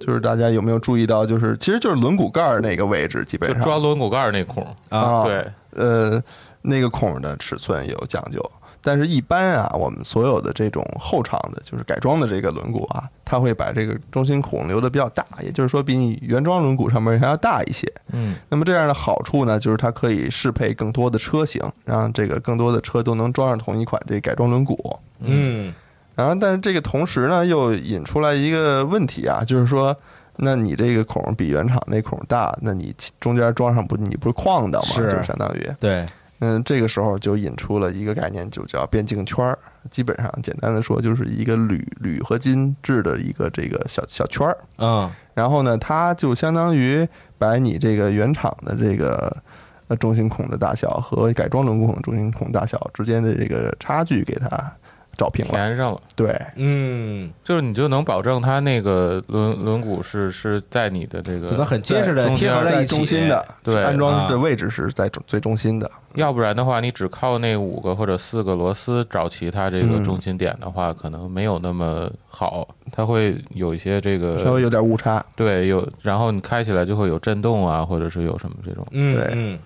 [SPEAKER 4] 就是大家有没有注意到？就是其实就是轮毂盖儿那个位置，基本
[SPEAKER 5] 就
[SPEAKER 4] 上
[SPEAKER 5] 抓轮毂盖儿那孔，
[SPEAKER 4] 啊，
[SPEAKER 5] 对，
[SPEAKER 4] 呃，那个孔的尺寸有讲究，但是一般啊，我们所有的这种后厂的，就是改装的这个轮毂啊，它会把这个中心孔留的比较大，也就是说比你原装轮毂上面还要大一些。
[SPEAKER 5] 嗯，
[SPEAKER 4] 那么这样的好处呢，就是它可以适配更多的车型，让这个更多的车都能装上同一款这改装轮毂。
[SPEAKER 3] 嗯
[SPEAKER 4] 然后，但是这个同时呢，又引出来一个问题啊，就是说，那你这个孔比原厂那孔大，那你其中间装上不你不是框的吗？
[SPEAKER 3] 是
[SPEAKER 4] 就相当于，
[SPEAKER 3] 对，
[SPEAKER 4] 嗯，这个时候就引出了一个概念，就叫变径圈儿。基本上，简单的说，就是一个铝铝合金制的一个这个小小圈儿。
[SPEAKER 3] 嗯
[SPEAKER 4] 然后呢，它就相当于把你这个原厂的这个呃中心孔的大小和改装轮毂孔的中心孔大小之间的这个差距给它找平了。
[SPEAKER 5] 填上了。
[SPEAKER 4] 对，
[SPEAKER 3] 嗯，
[SPEAKER 5] 就是你就能保证它那个轮轮毂是是在你的这
[SPEAKER 3] 就能
[SPEAKER 5] 个，
[SPEAKER 3] 很结实的
[SPEAKER 5] 中间
[SPEAKER 3] 贴合在
[SPEAKER 4] 在
[SPEAKER 3] 一起，啊
[SPEAKER 4] 中心的
[SPEAKER 5] 对
[SPEAKER 4] 安装的位置是在中最中心的。
[SPEAKER 5] 要不然的话，你只靠那五个或者四个螺丝找齐它这个
[SPEAKER 4] 嗯
[SPEAKER 5] 中心点的话，可能没有那么好，它会有一些这个
[SPEAKER 4] 稍微有点误差。
[SPEAKER 5] 对有，然后你开起来就会有震动啊，或者是有什么这种，
[SPEAKER 3] 嗯，
[SPEAKER 4] 对
[SPEAKER 3] 嗯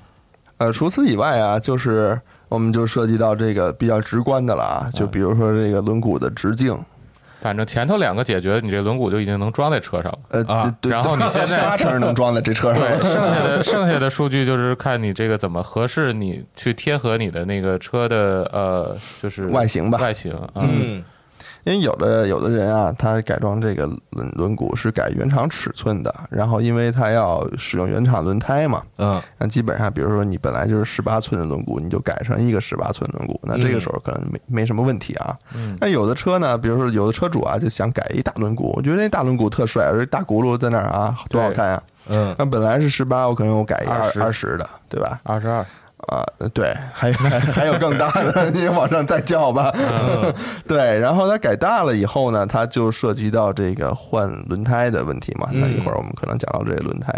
[SPEAKER 4] 呃，除此以外啊，就是我们就涉及到这个比较直观的了啊，
[SPEAKER 5] 嗯
[SPEAKER 4] 就比如说这个轮毂的直径，
[SPEAKER 5] 反正前头两个解决，你这轮毂就已经能装在车上了。
[SPEAKER 4] 呃，
[SPEAKER 3] 啊
[SPEAKER 4] 这对
[SPEAKER 5] 然后你现
[SPEAKER 4] *laughs*
[SPEAKER 5] 在
[SPEAKER 4] 八成能装在这车上，
[SPEAKER 5] 对，剩下的剩下的数据就是看你这个怎么合适，你去贴合你的那个车的呃，就是
[SPEAKER 4] 外形吧
[SPEAKER 5] 外形啊，
[SPEAKER 3] 嗯
[SPEAKER 4] 因为有的有的人啊，他改装这个轮轮毂是改原厂尺寸的，然后因为他要使用原厂轮胎嘛，
[SPEAKER 3] 嗯
[SPEAKER 4] 那基本上比如说你本来就是十八寸的轮毂，你就改成一个十八寸轮毂，那这
[SPEAKER 5] 嗯
[SPEAKER 4] 个时候可能没没什么问题啊。那有的车呢，比如说有的车主啊就想改一大轮毂，我觉得那大轮毂特帅，我这大轱辘在那儿啊多好看啊！
[SPEAKER 3] 嗯，
[SPEAKER 4] 那本来是十八，我可能我改一二
[SPEAKER 5] 20
[SPEAKER 4] 二十的，对吧？
[SPEAKER 5] 二十二，
[SPEAKER 4] 啊，对，还有 *laughs* 还有更大 *laughs* 的，你往上再叫吧。嗯 *laughs* 对，然后它改大了以后呢，它就涉及到这个换轮胎的问题嘛。那一会儿我们可能讲到这个轮胎。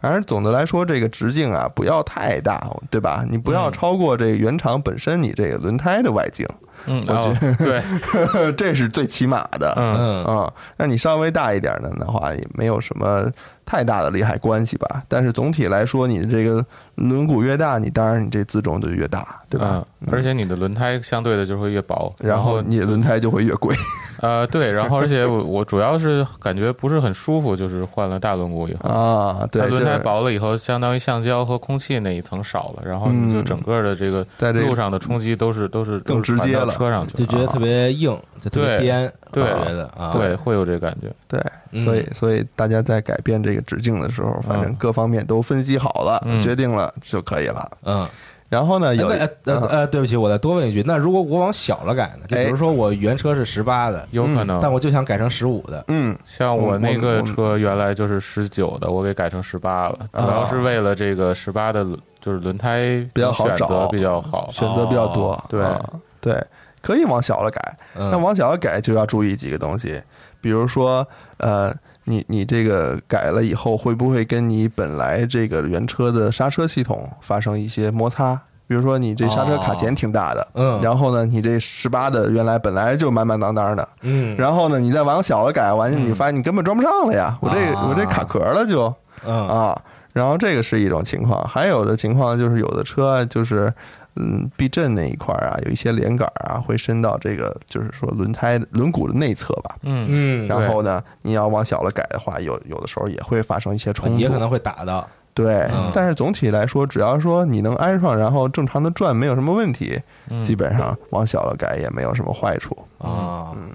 [SPEAKER 4] 反正总的来说，这个直径啊不要太大，对吧？你不要超过这个原厂本身你这个轮胎的外径， *laughs*
[SPEAKER 5] 嗯，哦，对，
[SPEAKER 4] 这是最起码的。
[SPEAKER 5] 嗯，
[SPEAKER 3] 嗯
[SPEAKER 4] 嗯，那你稍微大一点的的话，也没有什么太大的利害关系吧。但是总体来说，你的这个轮毂越大，你当然你这自重就越大，对吧？
[SPEAKER 5] 嗯，而且你的轮胎相对的就会越薄，
[SPEAKER 4] 然
[SPEAKER 5] 后
[SPEAKER 4] 后你的轮胎就会越贵。
[SPEAKER 5] 呃，对，然后而且我我主要是感觉不是很舒服，就是换了大轮毂以
[SPEAKER 4] *laughs*
[SPEAKER 5] 后，
[SPEAKER 4] 啊，对，
[SPEAKER 5] 它轮胎
[SPEAKER 4] 就是
[SPEAKER 5] 薄了以后，相当于橡胶和空气那一层少了，然后你就
[SPEAKER 4] 嗯
[SPEAKER 5] 整个的这个
[SPEAKER 4] 在这个
[SPEAKER 5] 路上的冲击都是都是
[SPEAKER 4] 更
[SPEAKER 5] 都是传
[SPEAKER 4] 直接
[SPEAKER 5] 到
[SPEAKER 4] 了
[SPEAKER 5] 车上
[SPEAKER 3] 就
[SPEAKER 5] 去
[SPEAKER 3] 觉得特别硬，就特别
[SPEAKER 5] 啊对
[SPEAKER 3] 颠，
[SPEAKER 5] 对
[SPEAKER 3] 我觉得啊，
[SPEAKER 5] 对，会有这感觉，
[SPEAKER 4] 对，
[SPEAKER 3] 嗯
[SPEAKER 4] 所以所以大家在改变这个直径的时候，反正各方面都分析好了，
[SPEAKER 5] 嗯
[SPEAKER 4] 决定了就可以了。
[SPEAKER 3] 嗯，
[SPEAKER 4] 然后呢，有
[SPEAKER 3] 哎那呃呃
[SPEAKER 4] 嗯
[SPEAKER 3] 呃，对不起，我再多问一句，那如果我往小了改呢？就比如
[SPEAKER 4] 哎
[SPEAKER 3] 说我原车是十八的，
[SPEAKER 5] 有可
[SPEAKER 4] 嗯
[SPEAKER 5] 能。
[SPEAKER 3] 但我就想改成十五的，
[SPEAKER 4] 嗯，
[SPEAKER 5] 像我那
[SPEAKER 4] 我
[SPEAKER 5] 个
[SPEAKER 4] 我
[SPEAKER 5] 车原来就是十九的，我给改成十八了，主要是为了这个十八的轮就是轮胎
[SPEAKER 4] 啊比较好
[SPEAKER 5] 选择
[SPEAKER 4] 找
[SPEAKER 5] 比较好。
[SPEAKER 4] 选择比较多，
[SPEAKER 5] 对
[SPEAKER 4] 啊对，可以往小了改。
[SPEAKER 3] 嗯
[SPEAKER 4] 那往小了改就要注意几个东西，比如说，呃，你你这个改了以后，会不会跟你本来这个原车的刹车系统发生一些摩擦？比如说你这刹车卡钳挺大的，
[SPEAKER 3] 哦嗯
[SPEAKER 4] 然后呢，你这十八的原来本来就满满当当的，
[SPEAKER 3] 嗯
[SPEAKER 4] 然后呢，你再往小了改，完了你发现你根本装不上了呀，我这
[SPEAKER 3] 啊
[SPEAKER 4] 我这卡壳了就
[SPEAKER 3] 嗯
[SPEAKER 4] 啊，然后这个是一种情况，还有的情况就是有的车就是。嗯，避震那一块儿啊，有一些连杆儿啊，会伸到这个，就是说轮胎轮毂的内侧吧。
[SPEAKER 5] 嗯，
[SPEAKER 3] 嗯，
[SPEAKER 4] 然后呢，你要往小了改的话，有有的时候也会发生一些冲突，
[SPEAKER 3] 也可能会打到，
[SPEAKER 4] 对
[SPEAKER 3] 嗯，
[SPEAKER 4] 但是总体来说，只要说你能安上，然后正常的转，没有什么问题，
[SPEAKER 3] 嗯
[SPEAKER 4] 基本上往小了改也没有什么坏处。
[SPEAKER 3] 啊，嗯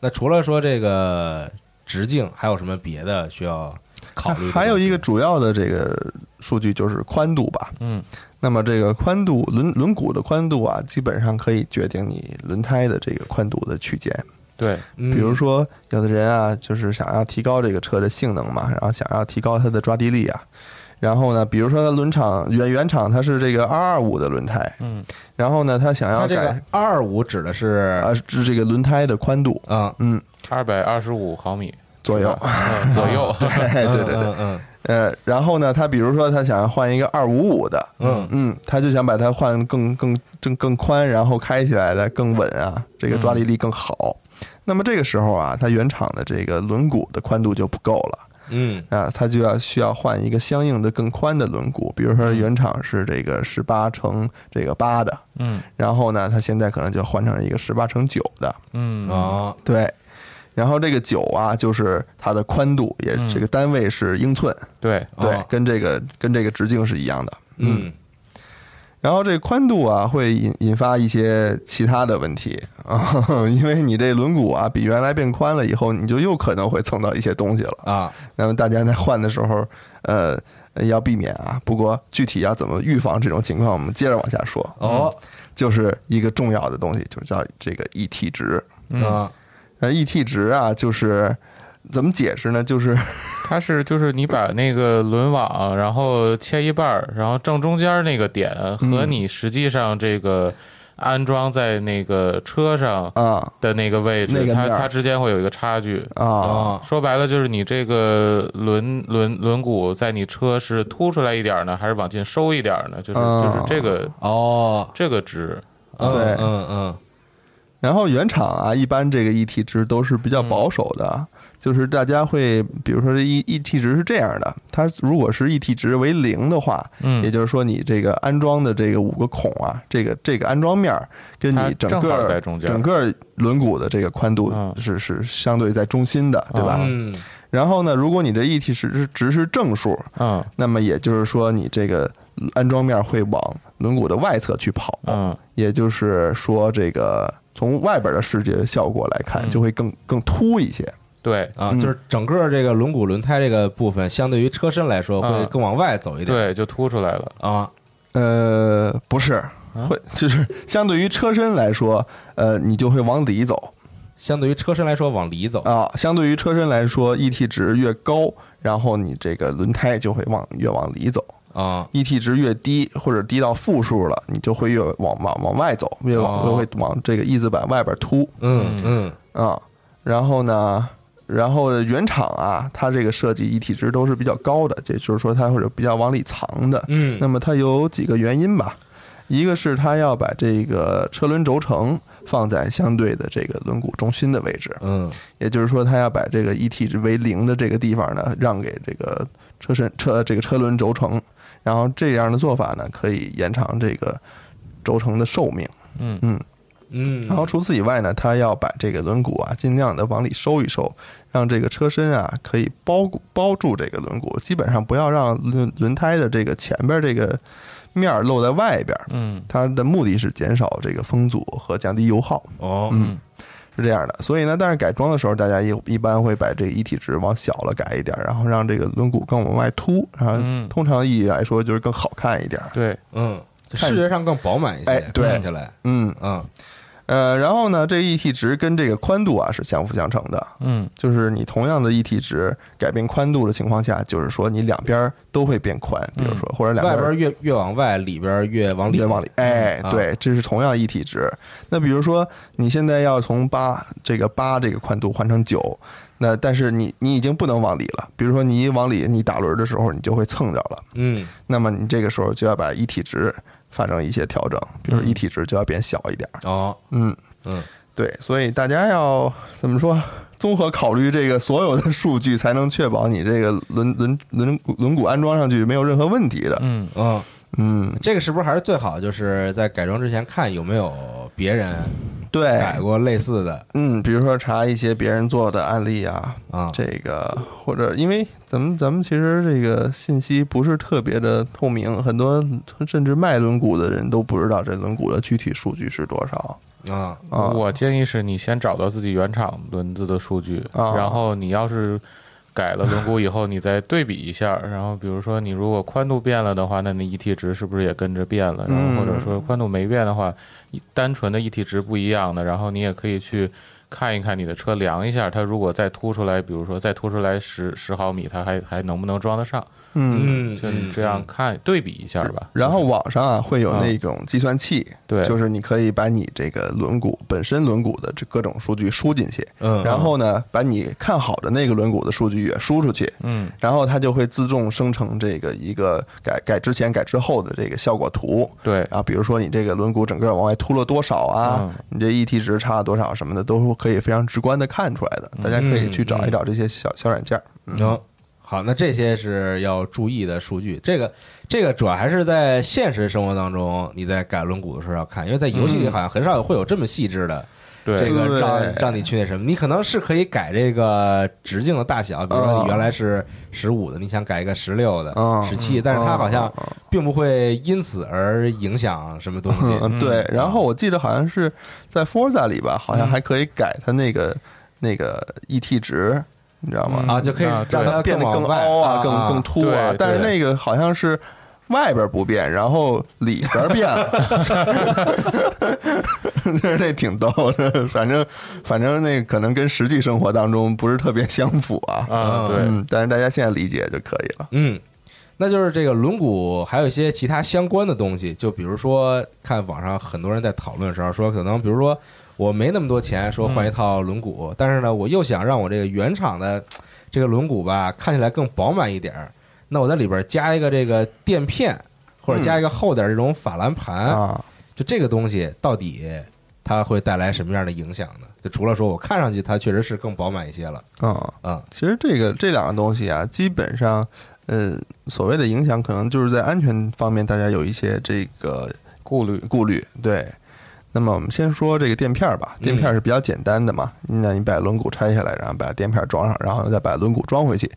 [SPEAKER 3] 那除了说这个直径，还有什么别的需要考虑的东西？
[SPEAKER 4] 还有一个主要的这个数据就是宽度吧，
[SPEAKER 5] 嗯，
[SPEAKER 4] 那么这个宽度轮轮毂的宽度啊，基本上可以决定你轮胎的这个宽度的区间。
[SPEAKER 5] 对，
[SPEAKER 3] 嗯，
[SPEAKER 4] 比如说，有的人啊，就是想要提高这个车的性能嘛，然后想要提高它的抓地力啊。然后呢，比如说它轮厂原原厂它是这个二二五的轮胎，
[SPEAKER 5] 嗯，
[SPEAKER 4] 然后呢，他想
[SPEAKER 3] 它
[SPEAKER 4] 要
[SPEAKER 3] 这
[SPEAKER 4] 改
[SPEAKER 3] 个二五指的是
[SPEAKER 4] 啊，是这个轮胎的宽度，
[SPEAKER 3] 嗯
[SPEAKER 4] 嗯，
[SPEAKER 5] 二百二十五毫米
[SPEAKER 4] 左右
[SPEAKER 5] 是。吧嗯左右，
[SPEAKER 3] *laughs*
[SPEAKER 4] 哎， *laughs* 对对对，
[SPEAKER 3] 嗯嗯
[SPEAKER 4] 呃，然后呢，他比如说他想要换一个二五五的，
[SPEAKER 3] 嗯
[SPEAKER 4] 嗯，他就想把它换更更更更宽，然后开起来的更稳啊，这个抓地力更好。那么这个时候啊，它原厂的这个轮毂的宽度就不够了。
[SPEAKER 3] 嗯
[SPEAKER 4] 啊，它就要需要换一个相应的更宽的轮毂，比如说原厂是这个十八乘这个八的，
[SPEAKER 5] 嗯
[SPEAKER 4] 然后呢，它现在可能就换成一个十八乘九的，
[SPEAKER 5] 嗯
[SPEAKER 3] 嗯啊
[SPEAKER 4] 对。然后这个九啊，就是它的宽度，也
[SPEAKER 5] 嗯
[SPEAKER 4] 这个单位是英寸，
[SPEAKER 5] 对，
[SPEAKER 4] 对
[SPEAKER 3] 哦，
[SPEAKER 4] 跟这个跟这个直径是一样的。
[SPEAKER 3] 嗯
[SPEAKER 4] 然后这宽度啊，会引引发一些其他的问题啊， *laughs* 因为你这轮毂啊比原来变宽了以后，你就又可能会蹭到一些东西了。
[SPEAKER 3] 啊
[SPEAKER 4] 那么大家在换的时候，呃，要避免啊。不过具体要怎么预防这种情况，我们接着往下说。嗯
[SPEAKER 3] 哦
[SPEAKER 4] 就是一个重要的东西，就是叫这个 ET 值。
[SPEAKER 5] 嗯
[SPEAKER 3] 啊
[SPEAKER 4] 那 ET 值啊，就是怎么解释呢？就是
[SPEAKER 5] 它是就是你把那个轮网，然后切一半儿，然后正中间那个点和你实际上这个安装在那个车上
[SPEAKER 4] 啊
[SPEAKER 5] 的那个位置，
[SPEAKER 4] 那个面
[SPEAKER 5] 它
[SPEAKER 4] 儿
[SPEAKER 5] 它之间会有一个差距。
[SPEAKER 4] 啊
[SPEAKER 3] 啊
[SPEAKER 5] 说白了就是你这个轮轮轮毂在你车是凸出来一点儿呢，还是往进收一点儿呢？就是
[SPEAKER 4] 啊
[SPEAKER 5] 就是这个
[SPEAKER 3] 哦
[SPEAKER 5] 这个值，
[SPEAKER 3] 嗯
[SPEAKER 4] 对
[SPEAKER 3] 嗯嗯
[SPEAKER 4] 然后原厂啊，一般这个 ET 值都是比较保守的，
[SPEAKER 5] 嗯
[SPEAKER 4] 就是大家会，比如说这 E ET 值是这样的，它如果是 ET 值为零的话，
[SPEAKER 5] 嗯
[SPEAKER 4] 也就是说你这个安装的这个五个孔啊，这个这个安装面儿跟
[SPEAKER 5] 它
[SPEAKER 4] 你整
[SPEAKER 5] 正好
[SPEAKER 4] 个
[SPEAKER 5] 在中间
[SPEAKER 4] 整个轮毂的这个宽度
[SPEAKER 5] 嗯
[SPEAKER 4] 是、是相对在中心的，对吧？
[SPEAKER 5] 啊
[SPEAKER 3] 嗯
[SPEAKER 4] 然后呢，如果你的 ET 值是值是正数，
[SPEAKER 5] 嗯
[SPEAKER 4] 那么也就是说你这个安装面会往轮毂的外侧去跑，
[SPEAKER 5] 嗯
[SPEAKER 4] 也就是说，这个从外边的视觉效果来看，
[SPEAKER 5] 嗯
[SPEAKER 4] 就会更更凸一些。
[SPEAKER 5] 对
[SPEAKER 3] 啊，
[SPEAKER 4] 嗯
[SPEAKER 3] 就是整个这个轮毂轮胎这个部分，相对于车身来说会
[SPEAKER 5] 啊
[SPEAKER 3] 更往外走一点
[SPEAKER 5] 对就凸出来了。
[SPEAKER 3] 啊
[SPEAKER 4] 呃，不是，
[SPEAKER 5] 啊
[SPEAKER 4] 会 *laughs* 就是相对于车身来说，呃，你就会往里走
[SPEAKER 3] 相对于车身来说往里走
[SPEAKER 4] 啊。相对于车身来说，ET 值越高，然后你这个轮胎就会往越往里走
[SPEAKER 3] 啊
[SPEAKER 4] ；ET 值越低或者低到负数了，你就会越往往往外走，越往
[SPEAKER 3] 哦
[SPEAKER 4] 越会往这个翼子板外边凸。
[SPEAKER 3] 嗯嗯
[SPEAKER 4] 啊、然后呢，然后原厂啊，它这个设计一体值都是比较高的，也就是说它会有比较往里藏的。
[SPEAKER 3] 嗯
[SPEAKER 4] 那么它有几个原因吧，一个是它要把这个车轮轴承放在相对的这个轮毂中心的位置，
[SPEAKER 3] 嗯
[SPEAKER 4] 也就是说它要把这个 ET 值为零的这个地方呢，让给这个车身车这个车轮轴承，然后这样的做法呢，可以延长这个轴承的寿命。
[SPEAKER 5] 嗯
[SPEAKER 4] 嗯。
[SPEAKER 3] 嗯，
[SPEAKER 4] 然后除此以外呢，它要把这个轮毂啊，尽量的往里收一收，让这个车身啊可以包包住这个轮毂，基本上不要让轮轮胎的这个前边这个面儿露在外边儿。
[SPEAKER 5] 嗯
[SPEAKER 4] 它的目的是减少这个风阻和降低油耗，
[SPEAKER 3] 哦
[SPEAKER 4] 嗯，是这样的。所以呢，但是改装的时候，大家一一般会把这个一体值往小了改一点儿，然后让这个轮毂更往外凸，然后
[SPEAKER 5] 嗯
[SPEAKER 4] 通常意义来说就是更好看一点儿。
[SPEAKER 5] 对
[SPEAKER 3] 嗯，
[SPEAKER 4] 看
[SPEAKER 3] 视觉上更饱满一些，
[SPEAKER 4] 哎对
[SPEAKER 3] 看起来
[SPEAKER 4] 嗯，
[SPEAKER 3] 嗯
[SPEAKER 4] 呃，然后呢，这 ET 值跟这个宽度啊是相辅相成的，
[SPEAKER 5] 嗯
[SPEAKER 4] 就是你同样的一体值改变宽度的情况下，就是说你两边儿都会变宽，比如说或者两
[SPEAKER 3] 外
[SPEAKER 4] 边
[SPEAKER 3] 边
[SPEAKER 4] 儿
[SPEAKER 3] 越越往外，里边越往里
[SPEAKER 4] 越往里，哎
[SPEAKER 3] 啊，
[SPEAKER 4] 对，这是同样一体值。那比如说你现在要从八这个八这个宽度换成九，那但是你你已经不能往里了，比如说你一往里你打轮儿的时候你就会蹭着了，
[SPEAKER 3] 嗯
[SPEAKER 4] 那么你这个时候就要把一体值发生一些调整，比如说一体值就要变小一点儿，
[SPEAKER 3] 哦
[SPEAKER 4] 嗯。
[SPEAKER 3] 嗯
[SPEAKER 4] 对，所以大家要怎么说？综合考虑这个所有的数据，才能确保你这个轮轮轮轮毂安装上去没有任何问题的。
[SPEAKER 5] 嗯
[SPEAKER 3] 嗯，
[SPEAKER 4] 嗯，
[SPEAKER 3] 这个是不是还是最好就是在改装之前看有没有别人
[SPEAKER 4] 对，
[SPEAKER 3] 改过类似的
[SPEAKER 4] 嗯，比如说查一些别人做的案例啊，
[SPEAKER 3] 啊
[SPEAKER 4] 这个或者因为咱咱们咱们其实这个信息不是特别的透明，很多甚至卖轮毂的人都不知道这轮毂的具体数据是多少
[SPEAKER 3] 啊，
[SPEAKER 4] 啊。
[SPEAKER 5] 我建议是你先找到自己原厂轮子的数据，
[SPEAKER 4] 啊
[SPEAKER 5] 然后你要是改了轮毂以后，你再对比一下。然后比如说你如果宽度变了的话，那你 ET 值是不是也跟着变了？然
[SPEAKER 4] 嗯
[SPEAKER 5] 后或者说宽度没变的话，一单纯的 ET 值不一样的，然后你也可以去。看一看你的车，量一下，它如果再凸出来，比如说再凸出来十十毫米，它还还能不能装得上？
[SPEAKER 4] 嗯，
[SPEAKER 3] 嗯
[SPEAKER 5] 就你这样看、对比一下吧。
[SPEAKER 4] 然后网上啊会有那种计算器，
[SPEAKER 5] 对，
[SPEAKER 4] 就是你可以把你这个轮毂本身轮毂的这各种数据输进去，
[SPEAKER 3] 嗯，
[SPEAKER 4] 然后呢把你看好的那个轮毂的数据也输出去，
[SPEAKER 5] 嗯，
[SPEAKER 4] 然后它就会自动生成这个一个改改之前改之后的这个效果图。
[SPEAKER 5] 对，
[SPEAKER 4] 然后比如说你这个轮毂整个往外凸了多少啊，
[SPEAKER 5] 嗯
[SPEAKER 4] 你这 ET 值差了多少什么的，都是可以非常直观的看出来的。大家
[SPEAKER 5] 嗯
[SPEAKER 4] 可以去找一找这些小、小软件儿。嗯
[SPEAKER 3] 嗯，好，那这些是要注意的数据。这个这个主要还是在现实生活当中，你在改轮毂的时候要看，因为在游戏里好像很少有会有这么细致的。
[SPEAKER 5] 对，
[SPEAKER 3] 这个让
[SPEAKER 4] 对
[SPEAKER 3] 让你去那什么，你可能是可以改这个直径的大小，比如说你
[SPEAKER 4] 啊
[SPEAKER 3] 原来是十五的，你想改一个十六的
[SPEAKER 4] 嗯、
[SPEAKER 3] 十七，但是它好像
[SPEAKER 4] 嗯
[SPEAKER 3] 并不会因此而影响什么东西。
[SPEAKER 4] 嗯，对。然后我记得好像是在 Forza 里吧，好像还可以改它那个、那个 ET 值，你知道吗？呃
[SPEAKER 5] 嗯
[SPEAKER 3] 啊，就可以
[SPEAKER 5] 啊
[SPEAKER 3] 让
[SPEAKER 5] 对
[SPEAKER 3] 它
[SPEAKER 4] 变得
[SPEAKER 3] 往
[SPEAKER 4] 更
[SPEAKER 3] 外
[SPEAKER 4] 凹
[SPEAKER 3] 啊，
[SPEAKER 4] 更更凸啊
[SPEAKER 5] 对。
[SPEAKER 4] 但是
[SPEAKER 5] 对
[SPEAKER 4] 那个好像是外边不变，然后里边变了， *laughs* 就是这挺逗的。反正反正那可能跟实际生活当中不是特别相符啊。
[SPEAKER 5] 啊，对，
[SPEAKER 4] 嗯，但是大家现在理解就可以了。
[SPEAKER 3] 嗯，那就是这个轮毂还有一些其他相关的东西，就比如说看网上很多人在讨论的时候说，可能比如说我没那么多钱，说
[SPEAKER 4] 嗯
[SPEAKER 3] 换一套轮毂，但是呢，我又想让我这个原厂的嘖这个轮毂吧看起来更饱满一点儿，那我在里边加一个这个垫片，或者加一个厚点儿这种法兰盘，
[SPEAKER 4] 嗯啊，
[SPEAKER 3] 就这个东西到底。它会带来什么样的影响呢？就除了说我看上去它确实是更饱满一些了，
[SPEAKER 4] 嗯
[SPEAKER 3] 啊，
[SPEAKER 4] 其实这个这两个东西啊，基本上，呃，所谓的影响，可能就是在安全方面，大家有一些这个
[SPEAKER 5] 顾虑，
[SPEAKER 4] 顾虑。对，那么我们先说这个垫片儿吧，垫片儿是比较简单的嘛，那你把轮毂拆下来，然后把垫片儿装上，然后再把轮毂装回去，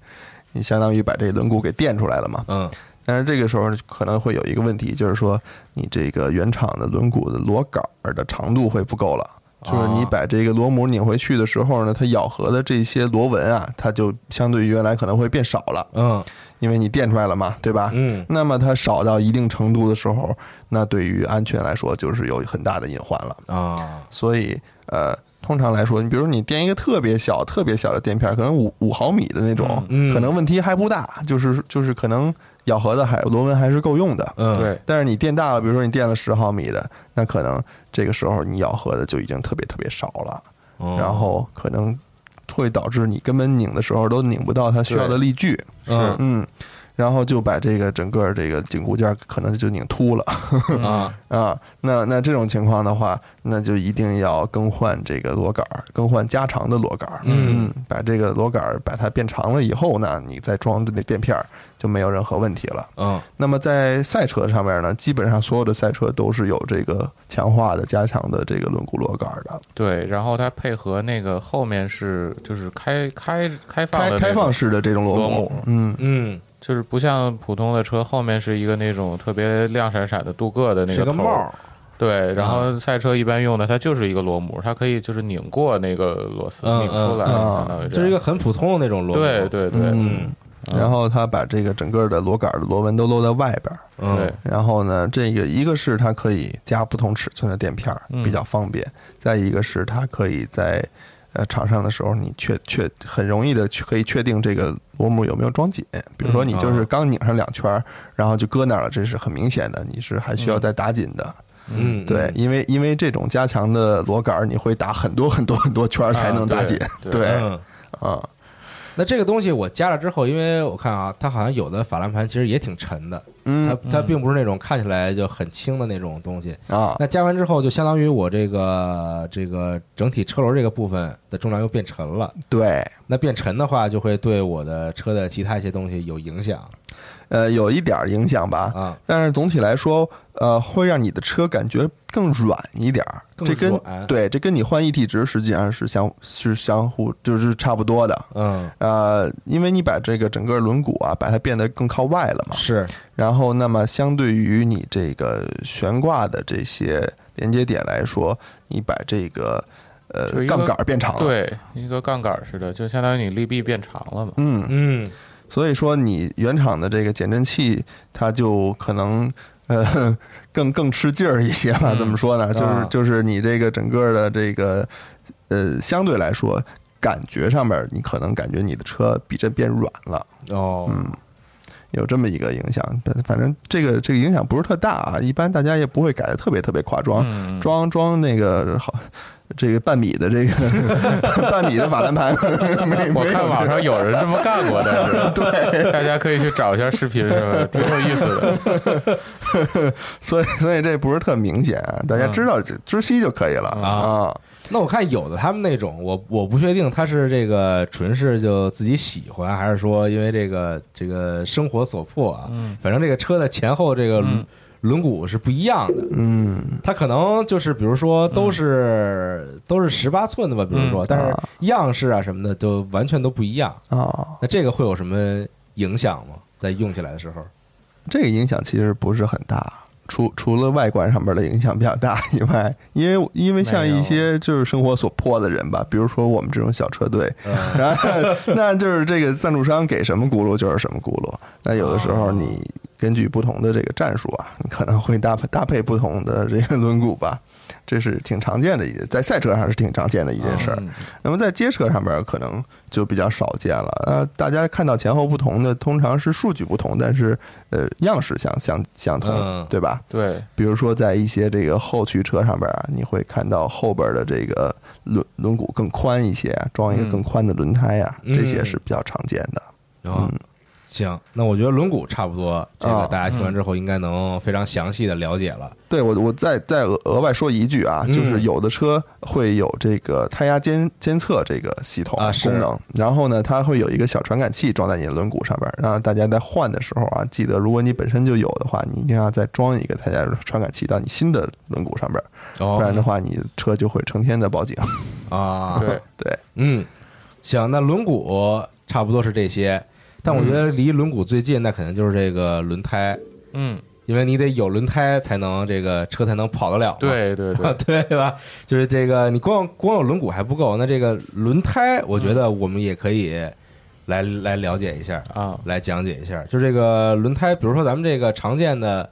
[SPEAKER 4] 你相当于把这轮毂给垫出来了嘛。
[SPEAKER 3] 嗯
[SPEAKER 4] 但是这个时候可能会有一个问题，就是说你这个原厂的轮毂的螺杆儿的长度会不够了。就是你把这个螺母拧回去的时候呢，它咬合的这些螺纹啊，它就相对于原来可能会变少了，
[SPEAKER 3] 嗯
[SPEAKER 4] 因为你垫出来了嘛，对吧？
[SPEAKER 3] 嗯
[SPEAKER 4] 那么它少到一定程度的时候，那对于安全来说就是有很大的隐患了。
[SPEAKER 3] 啊
[SPEAKER 4] 所以呃，通常来说，你比如你垫一个特别小、特别小的垫片儿，可能五五毫米的那种，
[SPEAKER 3] 嗯嗯
[SPEAKER 4] 可能问题还不大，就是就是可能咬合的还螺纹还是够用的。
[SPEAKER 3] 嗯，
[SPEAKER 5] 对，
[SPEAKER 4] 但是你垫大了，比如说你垫了十毫米的，那可能这个时候你咬合的就已经特别特别少了，
[SPEAKER 3] 嗯，
[SPEAKER 4] 然后可能会导致你根本拧的时候都拧不到它需要的力矩，
[SPEAKER 3] 是
[SPEAKER 4] 嗯，然后就把这个整个这个紧固件可能就拧秃了
[SPEAKER 3] 啊，
[SPEAKER 4] *laughs* 啊。那那这种情况的话，那就一定要更换这个螺杆儿，更换加长的螺杆儿，
[SPEAKER 3] 嗯，
[SPEAKER 4] 把这个螺杆儿把它变长了以后呢，你再装那垫片儿就没有任何问题了。
[SPEAKER 3] 嗯
[SPEAKER 4] 那么在赛车上面呢，基本上所有的赛车都是有这个强化的、加强的这个轮毂螺杆的，
[SPEAKER 5] 对，然后它配合那个后面是就是开开开放的
[SPEAKER 4] 开
[SPEAKER 5] 那
[SPEAKER 4] 开
[SPEAKER 5] 种
[SPEAKER 4] 放式的这种螺
[SPEAKER 5] 螺
[SPEAKER 4] 母
[SPEAKER 5] 母，
[SPEAKER 4] 嗯，
[SPEAKER 3] 嗯，
[SPEAKER 5] 就是不像普通的车后面是一个那种特别亮闪闪的镀铬的那
[SPEAKER 3] 是个
[SPEAKER 5] 头
[SPEAKER 3] 帽
[SPEAKER 5] 儿，
[SPEAKER 3] 儿，
[SPEAKER 5] 对，然后赛车一般用的它就是一个螺母，它可以就是拧过那个螺丝
[SPEAKER 3] 嗯
[SPEAKER 5] 拧出来，
[SPEAKER 4] 嗯嗯
[SPEAKER 5] 相当于
[SPEAKER 3] 这是一个很普通的那种螺母，
[SPEAKER 5] 对对对
[SPEAKER 4] 嗯，然后它把这个整个的螺杆的螺纹都露在外边儿，
[SPEAKER 5] 对
[SPEAKER 3] 嗯，
[SPEAKER 4] 然后呢，这个一个是它可以加不同尺寸的垫片儿，
[SPEAKER 5] 嗯
[SPEAKER 4] 比较方便；再一个是它可以在呃场上的时候，你确确很容易的去可以确定这个螺母有没有装紧。比如说
[SPEAKER 3] 嗯
[SPEAKER 4] 你就是
[SPEAKER 3] 哦
[SPEAKER 4] 刚拧上两圈儿，然后就搁那儿了，这是很明显的，你是还需要再打紧的。
[SPEAKER 3] 嗯，
[SPEAKER 4] 对，因为因为这种加强的螺杆儿，你会打很多很多很多圈儿才能打紧。
[SPEAKER 5] 啊对
[SPEAKER 4] 对，
[SPEAKER 3] 嗯。
[SPEAKER 4] 啊，
[SPEAKER 3] 那这个东西我加了之后，因为我看啊，它好像有的法兰盘其实也挺沉的，它
[SPEAKER 4] 嗯
[SPEAKER 3] 它并不是那种看起来就很轻的那种东西。
[SPEAKER 4] 啊，
[SPEAKER 3] 那加完之后，就相当于我这个这个整体车轮这个部分的重量又变沉了。
[SPEAKER 4] 对。
[SPEAKER 3] 那变沉的话，就会对我的车的其他一些东西有影响。
[SPEAKER 4] 呃有一点儿影响吧。
[SPEAKER 3] 啊，
[SPEAKER 4] 但是总体来说，呃，会让你的车感觉更软一点儿。
[SPEAKER 3] 更
[SPEAKER 4] 这跟
[SPEAKER 3] 软
[SPEAKER 4] 对，这跟你换 E T 值实际上是相是相互就是差不多的。
[SPEAKER 3] 嗯，
[SPEAKER 4] 呃，因为你把这个整个轮毂啊，把它变得更靠外了嘛。
[SPEAKER 3] 是，
[SPEAKER 4] 然后，那么相对于你这个悬挂的这些连接点来说，你把这个呃
[SPEAKER 5] 就是一个
[SPEAKER 4] 杠杆儿变长了。，
[SPEAKER 5] 对，一个杠杆似的，就相当于你利弊变长了嘛。
[SPEAKER 4] 嗯，
[SPEAKER 3] 嗯，
[SPEAKER 4] 所以说你原厂的这个减震器，它就可能 *laughs* 呃更更吃劲儿一些吧？
[SPEAKER 5] 嗯
[SPEAKER 4] 怎么说呢？就是
[SPEAKER 3] 啊
[SPEAKER 4] 就是你这个整个的这个呃，相对来说感觉上面儿，你可能感觉你的车避震变软了。
[SPEAKER 3] 哦，
[SPEAKER 4] 有这么一个影响，但反正这个这个影响不是特大啊，一般大家也不会改的特别特别夸张，
[SPEAKER 5] 嗯，
[SPEAKER 4] 装装那个好，这个半米的这个 *laughs* 半米的法兰盘，没
[SPEAKER 5] 我
[SPEAKER 4] 没
[SPEAKER 5] 看
[SPEAKER 4] 有
[SPEAKER 5] 网上有人这么干过的，对，大家可以去找一下视频，是吧？挺有意思的。
[SPEAKER 4] 所以所以这不是特明显啊，大家
[SPEAKER 5] 嗯
[SPEAKER 4] 知道就知悉就可以了
[SPEAKER 3] 啊
[SPEAKER 4] 啊。
[SPEAKER 3] 那我看有的他们那种，我我不确定他是这个纯是就自己喜欢，还是说因为这个这个生活所迫啊，
[SPEAKER 5] 嗯
[SPEAKER 3] 反正这个车的前后这个轮、
[SPEAKER 5] 嗯
[SPEAKER 3] 轮毂是不一样的。
[SPEAKER 4] 嗯，
[SPEAKER 3] 它可能就是，比如说都是、都是十八寸的吧，比如说，
[SPEAKER 5] 嗯
[SPEAKER 3] 但是
[SPEAKER 4] 啊
[SPEAKER 3] 样式啊什么的都完全都不一样。
[SPEAKER 4] 啊，
[SPEAKER 3] 那这个会有什么影响吗？在用起来的时候，
[SPEAKER 4] 这个影响其实不是很大。除除了外观上面的影响比较大以外，因为因为像
[SPEAKER 5] 没有
[SPEAKER 4] 一些就是生活所迫的人吧，比如说我们这种小车队，
[SPEAKER 3] 嗯
[SPEAKER 4] 然后那就是这个赞助商给什么轱辘就是什么轱辘。那有的时候你根据不同的这个战术啊，你可能会搭配搭配不同的这个轮毂吧，这是挺常见的一件，在赛车上是挺常见的一件事儿。
[SPEAKER 5] 嗯
[SPEAKER 4] 那么在街车上面可能就比较少见了。呃，大家看到前后不同的，通常是数据不同，但是呃样式相相相
[SPEAKER 3] 嗯
[SPEAKER 4] 同，对吧？
[SPEAKER 5] 对，
[SPEAKER 4] 比如说在一些这个后驱车上边啊，你会看到后边的这个轮轮毂更宽一些，啊装一个更宽的轮胎啊，
[SPEAKER 3] 嗯
[SPEAKER 4] 这些是比较常见的。
[SPEAKER 3] 啊，行，那我觉得轮毂差不多，这个
[SPEAKER 4] 啊
[SPEAKER 3] 大家听完之后应该能非常详细的了解了。
[SPEAKER 4] 对我，我再再额额外说一句啊，
[SPEAKER 3] 嗯
[SPEAKER 4] 就是有的车会有这个胎压监监测这个系统
[SPEAKER 3] 啊是
[SPEAKER 4] 功能，然后呢，它会有一个小传感器装在你的轮毂上边，让大家在换的时候啊，记得如果你本身就有的话，你一定要再装一个胎压传感器到你新的轮毂上边，不然
[SPEAKER 3] 哦
[SPEAKER 4] 的话，你车就会成天的报警。 *laughs*
[SPEAKER 3] 啊，
[SPEAKER 5] 对，
[SPEAKER 4] 对，
[SPEAKER 3] 嗯，行，那轮毂差不多是这些，但我觉得离轮毂最近那肯定就是这个轮胎，
[SPEAKER 5] 嗯，
[SPEAKER 3] 因为你得有轮胎才能这个车才能跑得了嘛。
[SPEAKER 5] 对对对
[SPEAKER 3] *laughs* 对吧？就是这个，你光光有轮毂还不够，那这个轮胎，我觉得我们也可以来来了解一下，
[SPEAKER 5] 啊，
[SPEAKER 3] 来讲解一下。就这个轮胎，比如说咱们这个常见的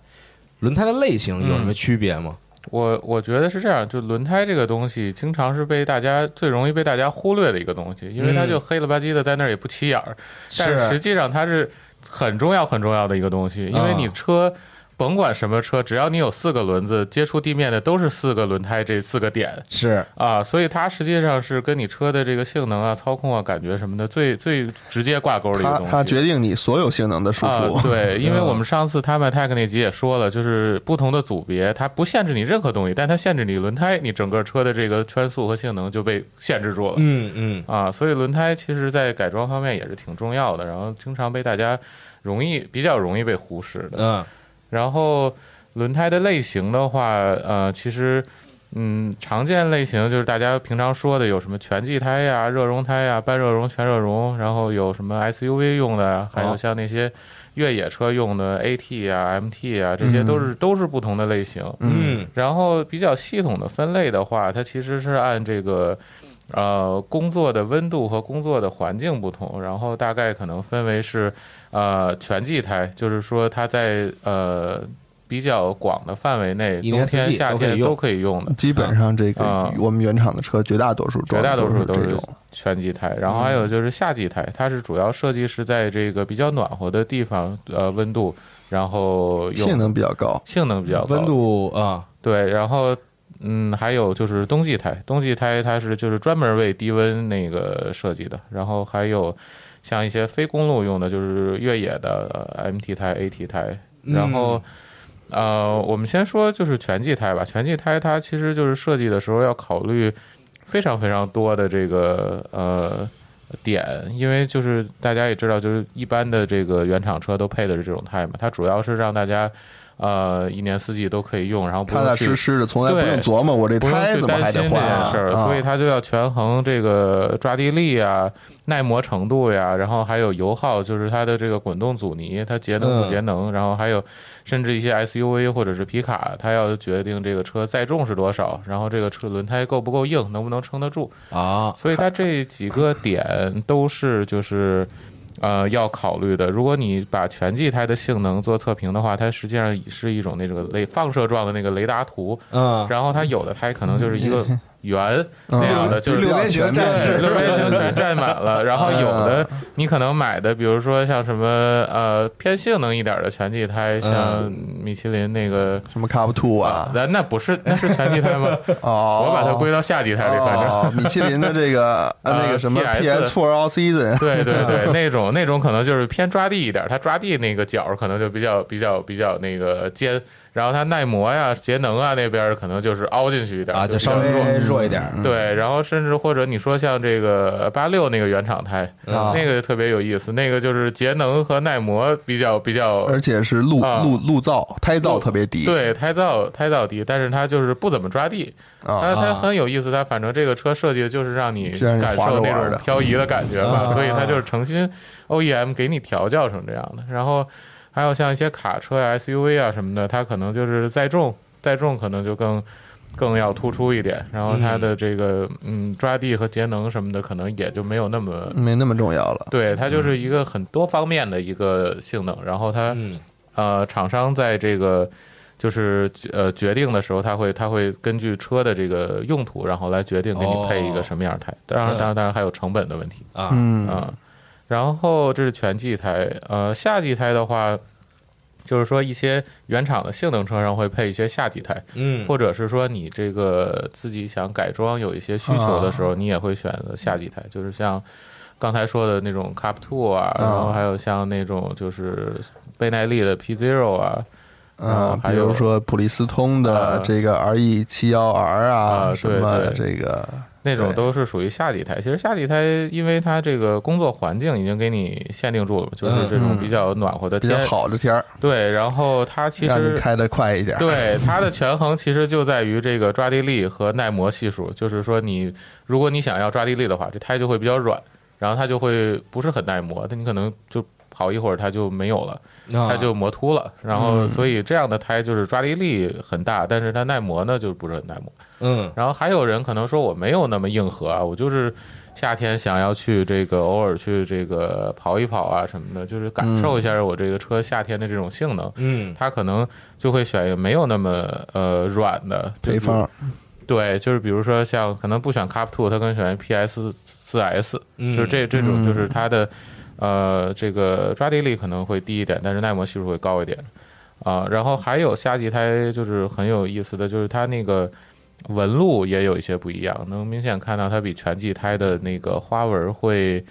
[SPEAKER 3] 轮胎的类型有什么区别吗？
[SPEAKER 5] 我我觉得是这样，就轮胎这个东西，经常是被大家最容易被大家忽略的一个东西，因为它
[SPEAKER 3] 嗯
[SPEAKER 5] 就黑了吧唧的在那儿也不起眼儿，但
[SPEAKER 3] 是啊
[SPEAKER 5] 是实际上它是很重要很重要的一个东西，因为你车。甭管什么车，只要你有四个轮子接触地面的，都是四个轮胎这四个点
[SPEAKER 3] 是
[SPEAKER 5] 啊，所以它实际上是跟你车的这个性能啊、操控啊、感觉什么的最最直接挂钩的一个
[SPEAKER 4] 它
[SPEAKER 5] 东西。
[SPEAKER 4] 它决定你所有性能的输
[SPEAKER 5] 啊，
[SPEAKER 4] 出。
[SPEAKER 5] 对，因为我们上次他们 Tech 那集也说了，就是不同的组别，它不限制你任何东西，但它限制你轮胎，你整个车的这个圈速和性能就被限制住了。
[SPEAKER 3] 嗯嗯
[SPEAKER 5] 啊，所以轮胎其实，在改装方面也是挺重要的，然后经常被大家容易比较容易被忽视的。
[SPEAKER 3] 嗯
[SPEAKER 5] 然后轮胎的类型的话，呃，其实，嗯，常见类型就是大家平常说的有什么全季胎呀、热熔胎呀、半热熔、全热熔，然后有什么 SUV 用的呀，还有像那些越野车用的啊 AT 呀、MT 呀，这些都是、都是不同的类型。
[SPEAKER 3] 嗯
[SPEAKER 5] 然后比较系统的分类的话，它其实是按这个呃工作的温度和工作的环境不同，然后大概可能分为是呃全季胎，就是说它在呃比较广的范围内，
[SPEAKER 3] 一年
[SPEAKER 5] 冬
[SPEAKER 3] 四季
[SPEAKER 5] 天、夏
[SPEAKER 3] 都可以
[SPEAKER 5] 天
[SPEAKER 3] 用
[SPEAKER 5] 都可以用的。
[SPEAKER 4] 基本上这个
[SPEAKER 5] 嗯啊
[SPEAKER 4] 我们原厂的车绝大多数装的
[SPEAKER 5] 绝大多数
[SPEAKER 4] 都
[SPEAKER 5] 都
[SPEAKER 4] 是这
[SPEAKER 5] 是
[SPEAKER 4] 种。
[SPEAKER 5] 全季胎，然后还有就是夏季胎，它是主要设计是在这个比较暖和的地方，呃，温度，然后用
[SPEAKER 4] 性能比较高，
[SPEAKER 5] 性能比较高，
[SPEAKER 3] 温度啊
[SPEAKER 5] 对，然后嗯，还有就是冬季胎，冬季胎它是就是专门为低温那个设计的，然后还有像一些非公路用的，就是越野的呃 MT 胎、AT 胎，
[SPEAKER 4] 嗯
[SPEAKER 5] 然后。呃，我们先说就是全季胎吧。全季胎它其实就是设计的时候要考虑非常非常多的这个呃点，因为就是大家也知道，就是一般的这个原厂车都配的是这种钛嘛，它主要是让大家呃一年四季都可以用，然后不
[SPEAKER 4] 踏
[SPEAKER 5] 用
[SPEAKER 4] 踏
[SPEAKER 5] 去
[SPEAKER 4] 实实的，从来不用
[SPEAKER 5] 对
[SPEAKER 4] 琢磨我这
[SPEAKER 5] 不用
[SPEAKER 4] 胎
[SPEAKER 5] 去
[SPEAKER 4] 怎么
[SPEAKER 5] 担
[SPEAKER 4] 还
[SPEAKER 5] 心
[SPEAKER 4] 得
[SPEAKER 5] 这
[SPEAKER 4] 换
[SPEAKER 5] 件
[SPEAKER 4] 啊
[SPEAKER 5] 事儿，
[SPEAKER 4] 啊
[SPEAKER 5] 所以它就要权衡这个抓地力啊、耐磨程度呀、然后还有油耗，就是它的这个滚动阻尼，它节能
[SPEAKER 3] 嗯
[SPEAKER 5] 不节能，然后还有甚至一些 SUV 或者是皮卡，它要决定这个车载重是多少，然后这个车轮胎够不够硬，能不能撑得住。
[SPEAKER 3] 啊，
[SPEAKER 5] 所以它这几个点都是就是。呃，要考虑的。如果你把全季胎的性能做测评的话，它实际上是一种那种雷放射状的那个雷达图，
[SPEAKER 3] 嗯，
[SPEAKER 5] 然后它有的胎可能就是一个圆那样的，就是
[SPEAKER 3] 六边形战
[SPEAKER 5] 对，
[SPEAKER 3] 士
[SPEAKER 5] 六边形全占满了。然后有的你可能买的，比如说像什么呃偏性能一点的全季胎，像米其林那个，
[SPEAKER 4] 什么 Cup Two 啊，
[SPEAKER 5] 那那不是那是全季胎吗？
[SPEAKER 4] 哦，
[SPEAKER 5] 我把它归到夏季胎里，反正。 *laughs* 啊
[SPEAKER 4] 哦，米其林的这个呃那个什么
[SPEAKER 5] PS4
[SPEAKER 4] PS Four All Season，
[SPEAKER 5] 对对对，那种那种可能就是偏抓地一点，它抓地那个角儿可能就比较比较比较那个尖，然后它耐磨呀、节能啊那边儿可能就是凹进去一点，
[SPEAKER 3] 啊，就
[SPEAKER 5] 就比
[SPEAKER 3] 稍
[SPEAKER 5] 较弱嗯
[SPEAKER 3] 微弱一点，嗯
[SPEAKER 4] 嗯
[SPEAKER 5] 对，然后甚至或者你说像这个呃八六那个原厂胎，
[SPEAKER 4] 啊
[SPEAKER 5] 那个特别有意思，那个就是节能和耐磨比较比较，
[SPEAKER 4] 而且是路
[SPEAKER 5] 啊
[SPEAKER 4] 路路噪胎噪特别低，
[SPEAKER 5] 对胎噪胎噪低，但是它就是不怎么抓地，
[SPEAKER 4] 啊，
[SPEAKER 5] 它它
[SPEAKER 3] 啊
[SPEAKER 5] 很有意思，它反正这个车设计的就是让你
[SPEAKER 4] 这样你
[SPEAKER 5] 感
[SPEAKER 4] 滑着
[SPEAKER 5] 受那
[SPEAKER 4] 玩儿的嗯
[SPEAKER 5] 种漂移的感觉嘛，
[SPEAKER 3] 啊
[SPEAKER 5] 所以它就是诚心 OEM 给你调教成这样的。然后还有像一些卡车呀、SUV 啊什么的，它可能就是载重，载重可能就更更要突出一点，然后它的这个嗯抓地和节能什么的，可能也就没有那么。
[SPEAKER 4] 没那么重要了。
[SPEAKER 5] 对，它就是一个很多方面的一个性能，然后它
[SPEAKER 3] 嗯
[SPEAKER 5] 呃，厂商在这个就是呃决定的时候，他会他会根据车的这个用途，然后来决定给你配一个什么样的胎。当然，当然，当然还有成本的问题
[SPEAKER 3] 啊，
[SPEAKER 4] 嗯
[SPEAKER 5] 啊、然后这是全季胎，呃，夏季胎的话，就是说一些原厂的性能车上会配一些夏季胎，
[SPEAKER 3] 嗯，
[SPEAKER 5] 或者是说你这个自己想改装有一些需求的时候，你也会选择夏季胎，就是像刚才说的那种 Cup Two 啊，然后还有像那种就是倍耐力的 P Zero 啊，
[SPEAKER 4] 啊
[SPEAKER 5] 啊，
[SPEAKER 4] 比
[SPEAKER 5] 还有
[SPEAKER 4] 如说普利司通的
[SPEAKER 5] 啊
[SPEAKER 4] 这个 R E 七幺 R 啊，
[SPEAKER 5] 啊
[SPEAKER 4] 什么
[SPEAKER 5] 对对
[SPEAKER 4] 这个
[SPEAKER 5] 那种
[SPEAKER 4] 对
[SPEAKER 5] 都是属于夏季胎。其实夏季胎，因为它这个工作环境已经给你限定住了，就是这种比较暖和的
[SPEAKER 4] 嗯比
[SPEAKER 5] 天，
[SPEAKER 4] 较好的天儿，
[SPEAKER 5] 对，然后它其
[SPEAKER 4] 让你
[SPEAKER 5] 实。
[SPEAKER 4] 开的快一点。
[SPEAKER 5] 对它的权衡其实就在于这个抓地力和耐磨系数，就是说你如果你想要抓地力的话，这胎就会比较软，然后它就会不是很耐磨，但你可能就跑一会儿它就没有了，它
[SPEAKER 4] 啊
[SPEAKER 3] 它
[SPEAKER 5] 就磨秃了。然
[SPEAKER 4] 嗯
[SPEAKER 5] 后所以这样的胎就是抓地力很大，但是它耐磨呢就不是很耐磨。
[SPEAKER 3] 嗯
[SPEAKER 5] 然后还有人可能说我没有那么硬核啊，我就是夏天想要去这个偶尔去这个跑一跑啊什么的，就是感受一下我这个车夏天的这种性能。
[SPEAKER 3] 嗯
[SPEAKER 5] 他可能就会选一个没有那么呃软的就
[SPEAKER 4] 配
[SPEAKER 5] 比如
[SPEAKER 4] 方，
[SPEAKER 5] 对，就是比如说像可能不选 Cup Two，他更选 PS 四 S，、
[SPEAKER 3] 嗯
[SPEAKER 5] 就是这这种
[SPEAKER 4] 嗯
[SPEAKER 5] 就是它的呃这个抓地力可能会低一点，但是耐磨系数会高一点啊、然后还有夏季胎就是很有意思的，就是它那个纹路也有一些不一样，能明显看到它比全季胎的那个花纹会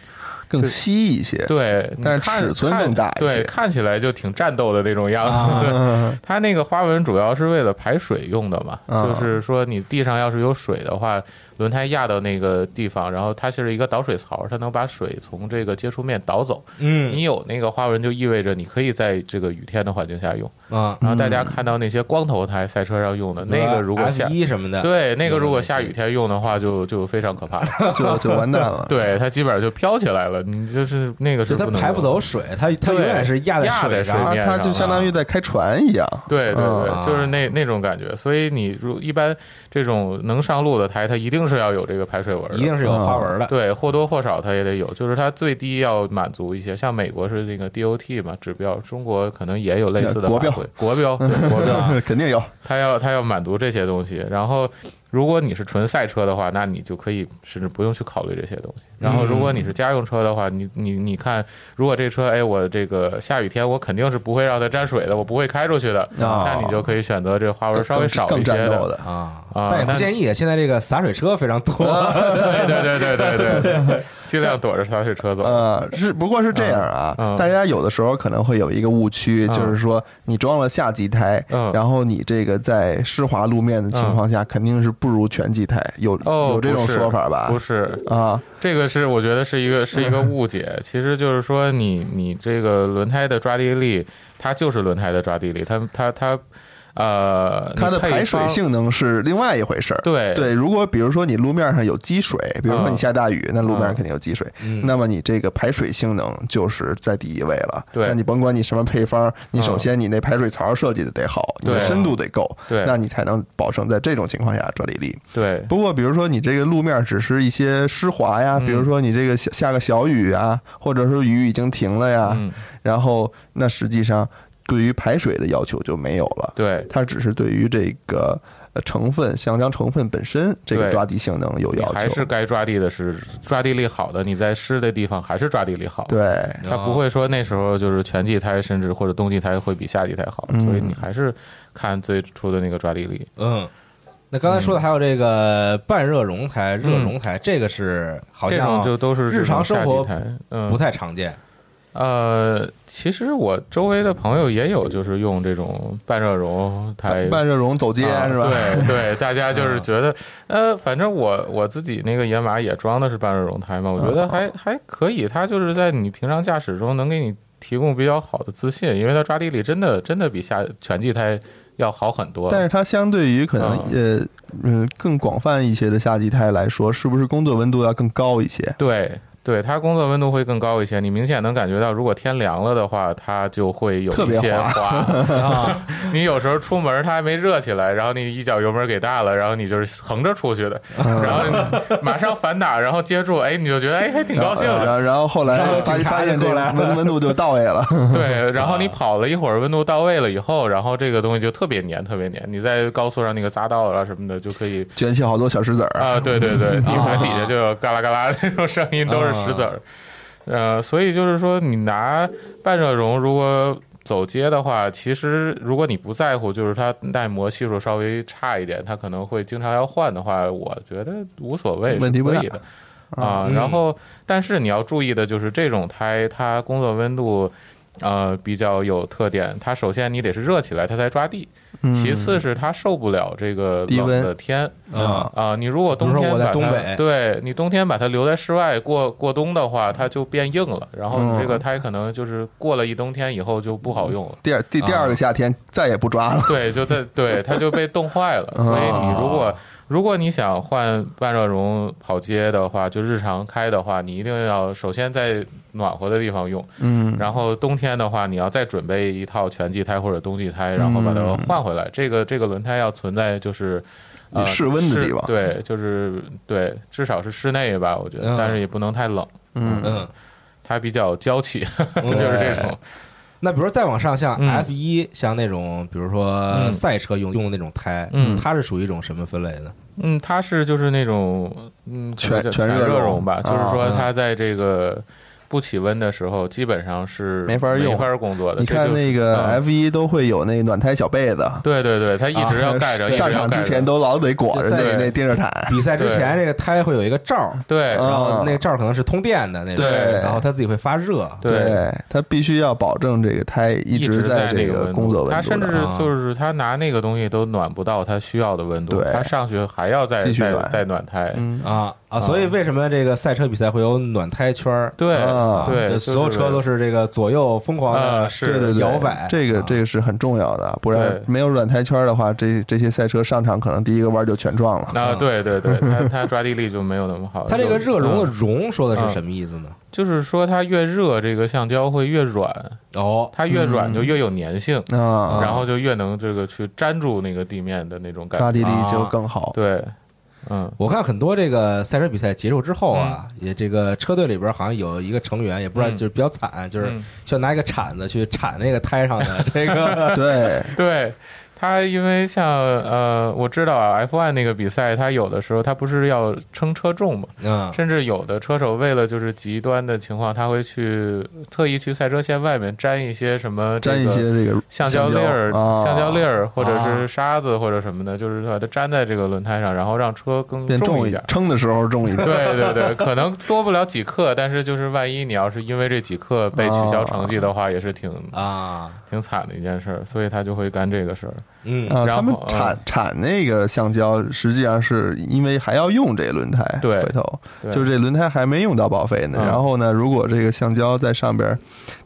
[SPEAKER 4] 更稀一些。
[SPEAKER 5] 对，你
[SPEAKER 4] 但是
[SPEAKER 5] 看
[SPEAKER 4] 尺寸更
[SPEAKER 5] 看
[SPEAKER 4] 大一些啊
[SPEAKER 5] 对，看起来就挺战斗的那种样子。对它那个花纹主要是为了排水用的嘛，
[SPEAKER 4] 啊
[SPEAKER 5] 就是说你地上要是有水的话，轮胎压到那个地方，然后它是一个导水槽，它能把水从这个接触面导走。
[SPEAKER 3] 嗯
[SPEAKER 5] 你有那个花纹，就意味着你可以在这个雨天的环境下用。
[SPEAKER 3] 啊，
[SPEAKER 5] 然后大家看到那些光头胎赛车上用的那个，如果下
[SPEAKER 3] 嗯啊一什么的，
[SPEAKER 5] 对那个如果下雨天用的话，就就非常可怕了。
[SPEAKER 4] 就就完蛋了。
[SPEAKER 5] 对，它基本上就飘起来了，你就是那个是
[SPEAKER 3] 就它
[SPEAKER 5] 不能
[SPEAKER 3] 排不
[SPEAKER 5] 用
[SPEAKER 3] 走水，它它
[SPEAKER 5] 对
[SPEAKER 3] 永远是压
[SPEAKER 5] 压
[SPEAKER 3] 水
[SPEAKER 5] 在水
[SPEAKER 3] 上
[SPEAKER 4] 啊
[SPEAKER 5] 面啊
[SPEAKER 4] 它它就相当于在开船一样。
[SPEAKER 5] 对对对，
[SPEAKER 3] 啊
[SPEAKER 5] 就是那那种感觉。所以你如一般这种能上路的胎，它一定是要有这个排水纹的，
[SPEAKER 3] 一定是有花纹的。
[SPEAKER 5] 对，或多或少它也得有，就是它最低要满足一些。像美国是那个 DOT 嘛指标，中国可能也有类似的
[SPEAKER 4] 国
[SPEAKER 5] 法
[SPEAKER 4] 标
[SPEAKER 5] 规，国标对
[SPEAKER 3] *laughs*
[SPEAKER 5] 国标，
[SPEAKER 4] 肯定有，
[SPEAKER 5] 它要它要满足这些东西。然后，如果你是纯赛车的话，那你就可以甚至不用去考虑这些东西。然后，如果你是家用车的话，你你你看，如果这车哎，我这个下雨天我肯定是不会让它沾水的，我不会开出去的，
[SPEAKER 4] 哦
[SPEAKER 5] 那你就可以选择这花纹稍微少一
[SPEAKER 4] 更
[SPEAKER 5] 些
[SPEAKER 4] 战斗
[SPEAKER 5] 的
[SPEAKER 4] 的
[SPEAKER 3] 啊，
[SPEAKER 5] 啊，
[SPEAKER 3] 但也不
[SPEAKER 5] 那嗯
[SPEAKER 3] 建议。现在这个洒水车非常多， *laughs*
[SPEAKER 5] 对对对对对对对，尽量躲着洒水车走。
[SPEAKER 4] 呃，是不过是这样啊，
[SPEAKER 5] 嗯嗯
[SPEAKER 4] 大家有的时候可能会有一个误区，
[SPEAKER 5] 嗯
[SPEAKER 4] 就是说你装了下级台，
[SPEAKER 5] 嗯
[SPEAKER 4] 然后你这个在湿滑路面的情况下，肯定是不如全机台，有、
[SPEAKER 5] 哦，
[SPEAKER 4] 有这种
[SPEAKER 5] 不是
[SPEAKER 4] 说法吧
[SPEAKER 5] 不？是，
[SPEAKER 4] 啊，
[SPEAKER 5] 这个是我觉得是一个
[SPEAKER 4] *laughs*
[SPEAKER 5] 是一个误解，其实就是说你你这个轮胎的抓地力，它就是轮胎的抓地力，它它它，呃，
[SPEAKER 4] 它的
[SPEAKER 5] 你配
[SPEAKER 4] 排水
[SPEAKER 5] 方
[SPEAKER 4] 性能是另外一回事儿。
[SPEAKER 5] 对
[SPEAKER 4] 对，如果比如说你路面上有积水，比如说你
[SPEAKER 5] 嗯
[SPEAKER 4] 下大雨，那路面
[SPEAKER 5] 嗯
[SPEAKER 4] 肯定有积水，
[SPEAKER 3] 嗯
[SPEAKER 4] 那么你这个排水性能就是在第一位了。
[SPEAKER 5] 对
[SPEAKER 4] 那你甭管你什么配方，你首
[SPEAKER 5] 嗯
[SPEAKER 4] 先你那排水槽设计的得好，你的
[SPEAKER 5] 对
[SPEAKER 4] 深度得够，
[SPEAKER 5] 对
[SPEAKER 4] 那你才能保证在这种情况下抓地力。
[SPEAKER 5] 对
[SPEAKER 4] 不过，比如说你这个路面只是一些湿滑呀，比
[SPEAKER 5] 嗯
[SPEAKER 4] 如说你这个下下个小雨啊，或者是雨已经停了呀，
[SPEAKER 5] 嗯
[SPEAKER 4] 然后那实际上对于排水的要求就没有了。
[SPEAKER 5] 对，
[SPEAKER 4] 它只是对于这个呃成分橡胶成分本身这个
[SPEAKER 5] 对
[SPEAKER 4] 抓地性能有
[SPEAKER 5] 你
[SPEAKER 4] 要求，
[SPEAKER 5] 还是该抓地的是抓地力好的，你在湿的地方还是抓地力好。，
[SPEAKER 4] 对
[SPEAKER 5] 它不会说那时候就是全季胎甚至或者冬季胎会比夏季胎好，
[SPEAKER 4] 嗯
[SPEAKER 5] 所以你还是看最初的那个抓地力。
[SPEAKER 3] 嗯。那刚才
[SPEAKER 5] 嗯
[SPEAKER 3] 说的还有这个半热熔胎、热熔胎，这个是好
[SPEAKER 5] 这种
[SPEAKER 3] 像
[SPEAKER 5] 就都是
[SPEAKER 3] 日常生活
[SPEAKER 5] 这种夏季胎，嗯，
[SPEAKER 3] 不太常见。
[SPEAKER 5] 呃，其实我周围的朋友也有，就是用这种半热熔胎
[SPEAKER 4] 半。半热熔走街、
[SPEAKER 5] 啊
[SPEAKER 4] 是吧？
[SPEAKER 5] 对对，大家就是
[SPEAKER 3] 嗯
[SPEAKER 5] 觉得，呃，反正我我自己那个野马也装的是半热熔胎嘛，我觉得还
[SPEAKER 4] 嗯
[SPEAKER 5] 还可以，它就是在你平常驾驶中能给你提供比较好的自信，因为它抓地力真的真的比下全季胎要好很多。
[SPEAKER 4] 但是它相对于可能
[SPEAKER 5] 啊
[SPEAKER 4] 呃嗯更广泛一些的夏季胎来说，是不是工作温度要更高一
[SPEAKER 5] *laughs*
[SPEAKER 4] 些？
[SPEAKER 5] 对对，它工作温度会更高一些，你明显能感觉到，如果天凉了的话，它就会有
[SPEAKER 4] 特别
[SPEAKER 5] 一些
[SPEAKER 4] 滑 *laughs*
[SPEAKER 5] 滑。
[SPEAKER 3] 啊，
[SPEAKER 5] 你有时候出门它还没热起来，然后你一脚油门给大了，然后你就是横着出去的，
[SPEAKER 4] 嗯
[SPEAKER 5] 然后你马上反打，然后接住，哎，你就觉得哎还挺高兴
[SPEAKER 4] 然
[SPEAKER 5] 的。
[SPEAKER 4] 后然后后
[SPEAKER 3] 然后
[SPEAKER 4] 来发
[SPEAKER 3] 警察
[SPEAKER 4] 发现
[SPEAKER 3] 就过
[SPEAKER 4] 这个
[SPEAKER 3] 来了
[SPEAKER 4] 温温度就到位了， *laughs*
[SPEAKER 5] 对，然后你跑了一会儿，温度到位了以后，然后这个东西就特别粘，特别粘。你在高速上那个匝道啊什么的就可以。
[SPEAKER 4] 卷起好多小石子儿。
[SPEAKER 5] 啊，对
[SPEAKER 4] *laughs*
[SPEAKER 5] 对对，底盘底下就有嘎啦嘎啦那种声音，都是石子
[SPEAKER 4] 啊
[SPEAKER 5] 儿。 *laughs* 呃，所以就是说，你拿半热熔如果走街的话，其实如果你不在乎，就是它耐磨系数稍微差一点，它可能会经常要换的话，我觉得无所谓，
[SPEAKER 4] 问题
[SPEAKER 5] 是
[SPEAKER 4] 不
[SPEAKER 5] 可
[SPEAKER 4] 大
[SPEAKER 5] 以的。啊，然后但是你要注意的就是这种胎，它工作温度。呃，比较有特点。它首先你得是热起来，它才抓地；
[SPEAKER 4] 嗯
[SPEAKER 5] 其次是它受不了这个
[SPEAKER 4] 低
[SPEAKER 5] 冷
[SPEAKER 4] 温
[SPEAKER 5] 的天，
[SPEAKER 3] 啊
[SPEAKER 5] 啊，你如果冬
[SPEAKER 3] 比如
[SPEAKER 5] 天
[SPEAKER 3] 说我在
[SPEAKER 5] 把它
[SPEAKER 3] 东北
[SPEAKER 5] 对你冬天把它留在室外过过冬的话，它就变硬了，然后你这
[SPEAKER 3] 嗯
[SPEAKER 5] 个胎可能就是过了一冬天以后就不
[SPEAKER 3] *laughs*
[SPEAKER 5] 好用了。
[SPEAKER 4] 第二第第
[SPEAKER 5] 啊
[SPEAKER 4] 二个夏天再也不抓了。
[SPEAKER 5] 对，就在对它就被冻坏了，
[SPEAKER 3] 嗯
[SPEAKER 5] 所以你如
[SPEAKER 3] 啊
[SPEAKER 5] 果如果你想换半热熔跑街的话，就日常开的话，你一定要首先在暖和的地方用，
[SPEAKER 4] 嗯，
[SPEAKER 5] 然后冬天的话，你要再准备一套全季胎或者冬季胎，然后把
[SPEAKER 4] 嗯
[SPEAKER 5] 它换回来。这个这个轮胎要存在就是。呃，
[SPEAKER 4] 你室温的地方
[SPEAKER 5] 室对，就是对，至少是室内吧，我觉得，
[SPEAKER 3] 嗯
[SPEAKER 5] 但是也不能太冷，
[SPEAKER 4] 嗯，
[SPEAKER 3] 嗯，
[SPEAKER 5] 它比较娇气， *laughs*
[SPEAKER 3] 嗯
[SPEAKER 5] 就是这种，
[SPEAKER 3] 那比如说再往上，像
[SPEAKER 5] 嗯
[SPEAKER 3] F 一，像那种比如说
[SPEAKER 5] 嗯
[SPEAKER 3] 赛车用用的那种胎，
[SPEAKER 5] 嗯
[SPEAKER 3] 它是属于一种什么分类呢？
[SPEAKER 5] 嗯，它是就是那种，嗯，
[SPEAKER 4] 全
[SPEAKER 5] 可能叫
[SPEAKER 4] 全
[SPEAKER 5] 全
[SPEAKER 4] 热
[SPEAKER 5] 热
[SPEAKER 4] 熔
[SPEAKER 5] 吧，就是
[SPEAKER 4] 啊
[SPEAKER 5] 说
[SPEAKER 4] 嗯
[SPEAKER 5] 它在这个不起温的时候，基本上是
[SPEAKER 4] 没法用
[SPEAKER 5] 没法工作的。
[SPEAKER 4] 你
[SPEAKER 5] 这
[SPEAKER 4] 看
[SPEAKER 5] 就是
[SPEAKER 4] 那个
[SPEAKER 5] 嗯
[SPEAKER 4] F 一都会有那暖胎小被子，
[SPEAKER 5] 对对对，它一直要盖着，一直要
[SPEAKER 4] 啊上场
[SPEAKER 5] 盖
[SPEAKER 4] 之
[SPEAKER 5] 着
[SPEAKER 4] 前都老得裹着
[SPEAKER 3] 就在
[SPEAKER 4] 那那电热毯。
[SPEAKER 3] 比赛之前，这个胎会有一个罩儿，
[SPEAKER 5] 对
[SPEAKER 4] 嗯
[SPEAKER 3] 然后那个罩儿可能是通电的那种，
[SPEAKER 5] 对
[SPEAKER 3] 然后它自己会发热，
[SPEAKER 5] 对。
[SPEAKER 4] 它必须要保证这个胎一
[SPEAKER 5] 一直
[SPEAKER 4] 在
[SPEAKER 5] 那
[SPEAKER 4] 这
[SPEAKER 5] 个温度
[SPEAKER 4] 工作温
[SPEAKER 5] 他
[SPEAKER 4] 度
[SPEAKER 5] 甚至
[SPEAKER 4] 的，
[SPEAKER 3] 啊
[SPEAKER 5] 就是他拿那个东西都暖不到他需要的温度，
[SPEAKER 4] 对
[SPEAKER 5] 他上去还要再
[SPEAKER 4] 继续
[SPEAKER 5] 再
[SPEAKER 4] 暖
[SPEAKER 5] 再暖胎，
[SPEAKER 4] 嗯，
[SPEAKER 3] 啊啊，所以为什么这个赛车比赛会有暖胎圈儿？
[SPEAKER 5] 对
[SPEAKER 4] 啊
[SPEAKER 5] 对，
[SPEAKER 3] 就
[SPEAKER 5] 就
[SPEAKER 3] 所有
[SPEAKER 5] 是
[SPEAKER 3] 车都是这个左右疯狂
[SPEAKER 5] 啊
[SPEAKER 3] 的
[SPEAKER 5] 是
[SPEAKER 4] 对对对，
[SPEAKER 3] 摇摆，
[SPEAKER 4] 这个
[SPEAKER 3] 啊
[SPEAKER 4] 这个是很重要的，不然
[SPEAKER 5] 对
[SPEAKER 4] 没有软胎圈的话，这这些赛车上场可能第一个弯就全撞了。
[SPEAKER 5] 啊，对对对，他他抓地力就没有那么 *laughs* 好。
[SPEAKER 3] 它这个热
[SPEAKER 5] 就
[SPEAKER 3] 熔的
[SPEAKER 5] 嗯
[SPEAKER 3] 熔说的是什么意思呢？
[SPEAKER 5] 就是说它越热，这个橡胶会越软，
[SPEAKER 3] 哦，
[SPEAKER 5] 它越软就越有粘性，
[SPEAKER 4] 啊，
[SPEAKER 5] 然后就越能这个去粘住那个地面的那种感
[SPEAKER 4] 抓
[SPEAKER 5] 觉。
[SPEAKER 4] 地力就更好。
[SPEAKER 5] 对，嗯，
[SPEAKER 3] 我看很多这个赛车比赛结束之后啊，也这个车队里边好像有一个成员，也不知道
[SPEAKER 5] 嗯
[SPEAKER 3] 就是比较惨，就是
[SPEAKER 5] 嗯 *laughs*
[SPEAKER 3] 需要拿一个铲子去铲那个胎上的这个
[SPEAKER 4] 对，
[SPEAKER 5] 对。它因为像呃，我知道啊，F1 那个比赛，它有的时候它不是要称车重嘛， *laughs*
[SPEAKER 3] 嗯
[SPEAKER 5] 甚至有的车手为了就是极端的情况，他会去特意去赛车线外面粘一些什么、这个、
[SPEAKER 4] 粘一些这个
[SPEAKER 5] 橡胶粒儿、
[SPEAKER 4] 啊
[SPEAKER 5] 橡胶粒儿或者
[SPEAKER 3] 啊
[SPEAKER 5] 是沙子或者什么的，就是把它粘在这个轮胎上，然后让车更
[SPEAKER 4] 变重
[SPEAKER 5] 重
[SPEAKER 4] 一
[SPEAKER 5] 点
[SPEAKER 4] 点，。称的时候重
[SPEAKER 5] *laughs*
[SPEAKER 4] 一点。
[SPEAKER 5] 对对对，可能多不了几克，但是就是万一你要是因为这几克被取消成绩的话，也是挺
[SPEAKER 3] 啊
[SPEAKER 5] 挺惨的一件事儿，所以他就会干这个事儿。
[SPEAKER 3] 嗯
[SPEAKER 4] 啊，
[SPEAKER 5] 然
[SPEAKER 4] 他们
[SPEAKER 5] 后
[SPEAKER 4] 产产那个橡胶，实际上是因为还要用这轮胎，
[SPEAKER 5] 对
[SPEAKER 4] 回头
[SPEAKER 5] 对
[SPEAKER 4] 就是这轮胎还没用到报废呢。
[SPEAKER 5] 嗯
[SPEAKER 4] 然后呢，如果这个橡胶在上边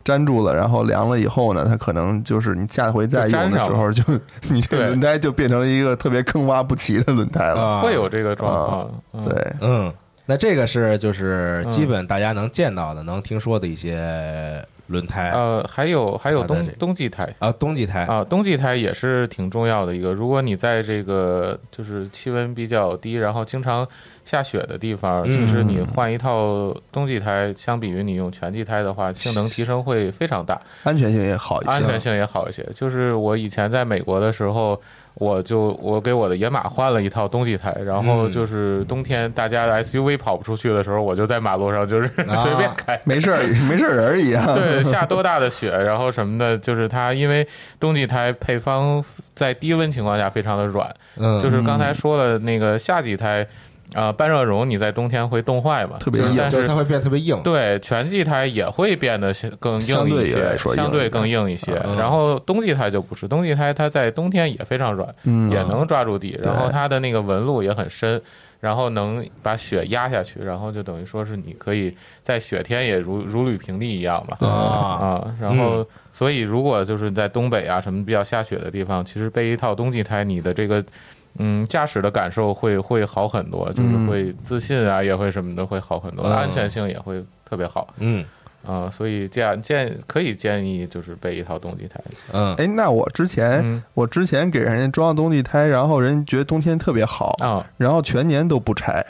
[SPEAKER 4] 粘住了，然后凉了以后呢，它可能就是你下回再用的时候，就
[SPEAKER 5] *laughs*
[SPEAKER 4] 你这
[SPEAKER 5] 对
[SPEAKER 4] 轮胎就变成了一个特别坑洼不齐的轮胎了。
[SPEAKER 3] 啊
[SPEAKER 5] 呃会有这个状况。嗯
[SPEAKER 4] 对，
[SPEAKER 3] 嗯，那这个是就是基本大家能见到的、能听说的一些轮胎
[SPEAKER 5] 呃，还有还有
[SPEAKER 3] 好的
[SPEAKER 5] 冬
[SPEAKER 3] 这个
[SPEAKER 5] 冬季胎
[SPEAKER 3] 啊，冬季胎
[SPEAKER 5] 啊，冬季胎也是挺重要的一个。如果你在这个就是气温比较低，然后经常下雪的地方，
[SPEAKER 3] 嗯
[SPEAKER 5] 其实你换一套冬季胎，相比于你用全季胎的话，性能提升会非常大，
[SPEAKER 4] 安全性也好一些。
[SPEAKER 5] 安全性也好一些。就是我以前在美国的时候。我就我给我的野马换了一套冬季胎，然后
[SPEAKER 3] 嗯
[SPEAKER 5] 就是冬天大家的 SUV 跑不出去的时候，我就在马路上就是
[SPEAKER 3] 啊
[SPEAKER 5] 随便开，
[SPEAKER 4] 没
[SPEAKER 5] *laughs*
[SPEAKER 4] 事儿，没事儿人啊儿一 *laughs* 样。
[SPEAKER 5] 对，下多大的雪，然后什么的，就是它因为冬季胎配方在低温情况下非常的软，
[SPEAKER 3] 嗯，
[SPEAKER 5] 就是刚才说了那个夏季胎，啊、半热熔你在冬天会冻坏嘛，
[SPEAKER 4] 特别硬
[SPEAKER 5] 但
[SPEAKER 3] 就是
[SPEAKER 5] 是
[SPEAKER 3] 它。会变特别硬，
[SPEAKER 5] 对，全季胎也会变得更
[SPEAKER 4] 相
[SPEAKER 5] 硬
[SPEAKER 4] 对
[SPEAKER 5] 一
[SPEAKER 4] 也来
[SPEAKER 5] 些，
[SPEAKER 4] 说硬
[SPEAKER 5] 相
[SPEAKER 4] 一
[SPEAKER 5] 对
[SPEAKER 4] 点
[SPEAKER 5] 更硬一些。
[SPEAKER 3] 嗯
[SPEAKER 5] 然后冬季胎就不是，冬季胎它在冬天也非常软，
[SPEAKER 4] 嗯
[SPEAKER 5] 也能抓住地，
[SPEAKER 4] 对
[SPEAKER 5] 然后它的那个纹路也很深，然后能把雪压下去，然后就等于说是你可以在雪天也如如履平地一样嘛。
[SPEAKER 3] 啊，
[SPEAKER 5] 啊，然后所以如果就是在东北啊什么比较下雪的地方，其实备一套冬季胎，你的这个嗯驾驶的感受会会好很多，就是
[SPEAKER 4] 嗯
[SPEAKER 5] 会自信啊，也会什么的会好很多，
[SPEAKER 3] 嗯
[SPEAKER 5] 安全性也会特别好
[SPEAKER 3] 嗯
[SPEAKER 5] 啊，所以这样建可以建议就是备一套冬季胎。
[SPEAKER 3] 嗯
[SPEAKER 4] 哎，那我之前、
[SPEAKER 5] 嗯
[SPEAKER 4] 我之前给人家装了冬季胎，然后人家觉得冬天特别好，
[SPEAKER 5] 啊，
[SPEAKER 4] 然后全年都不拆。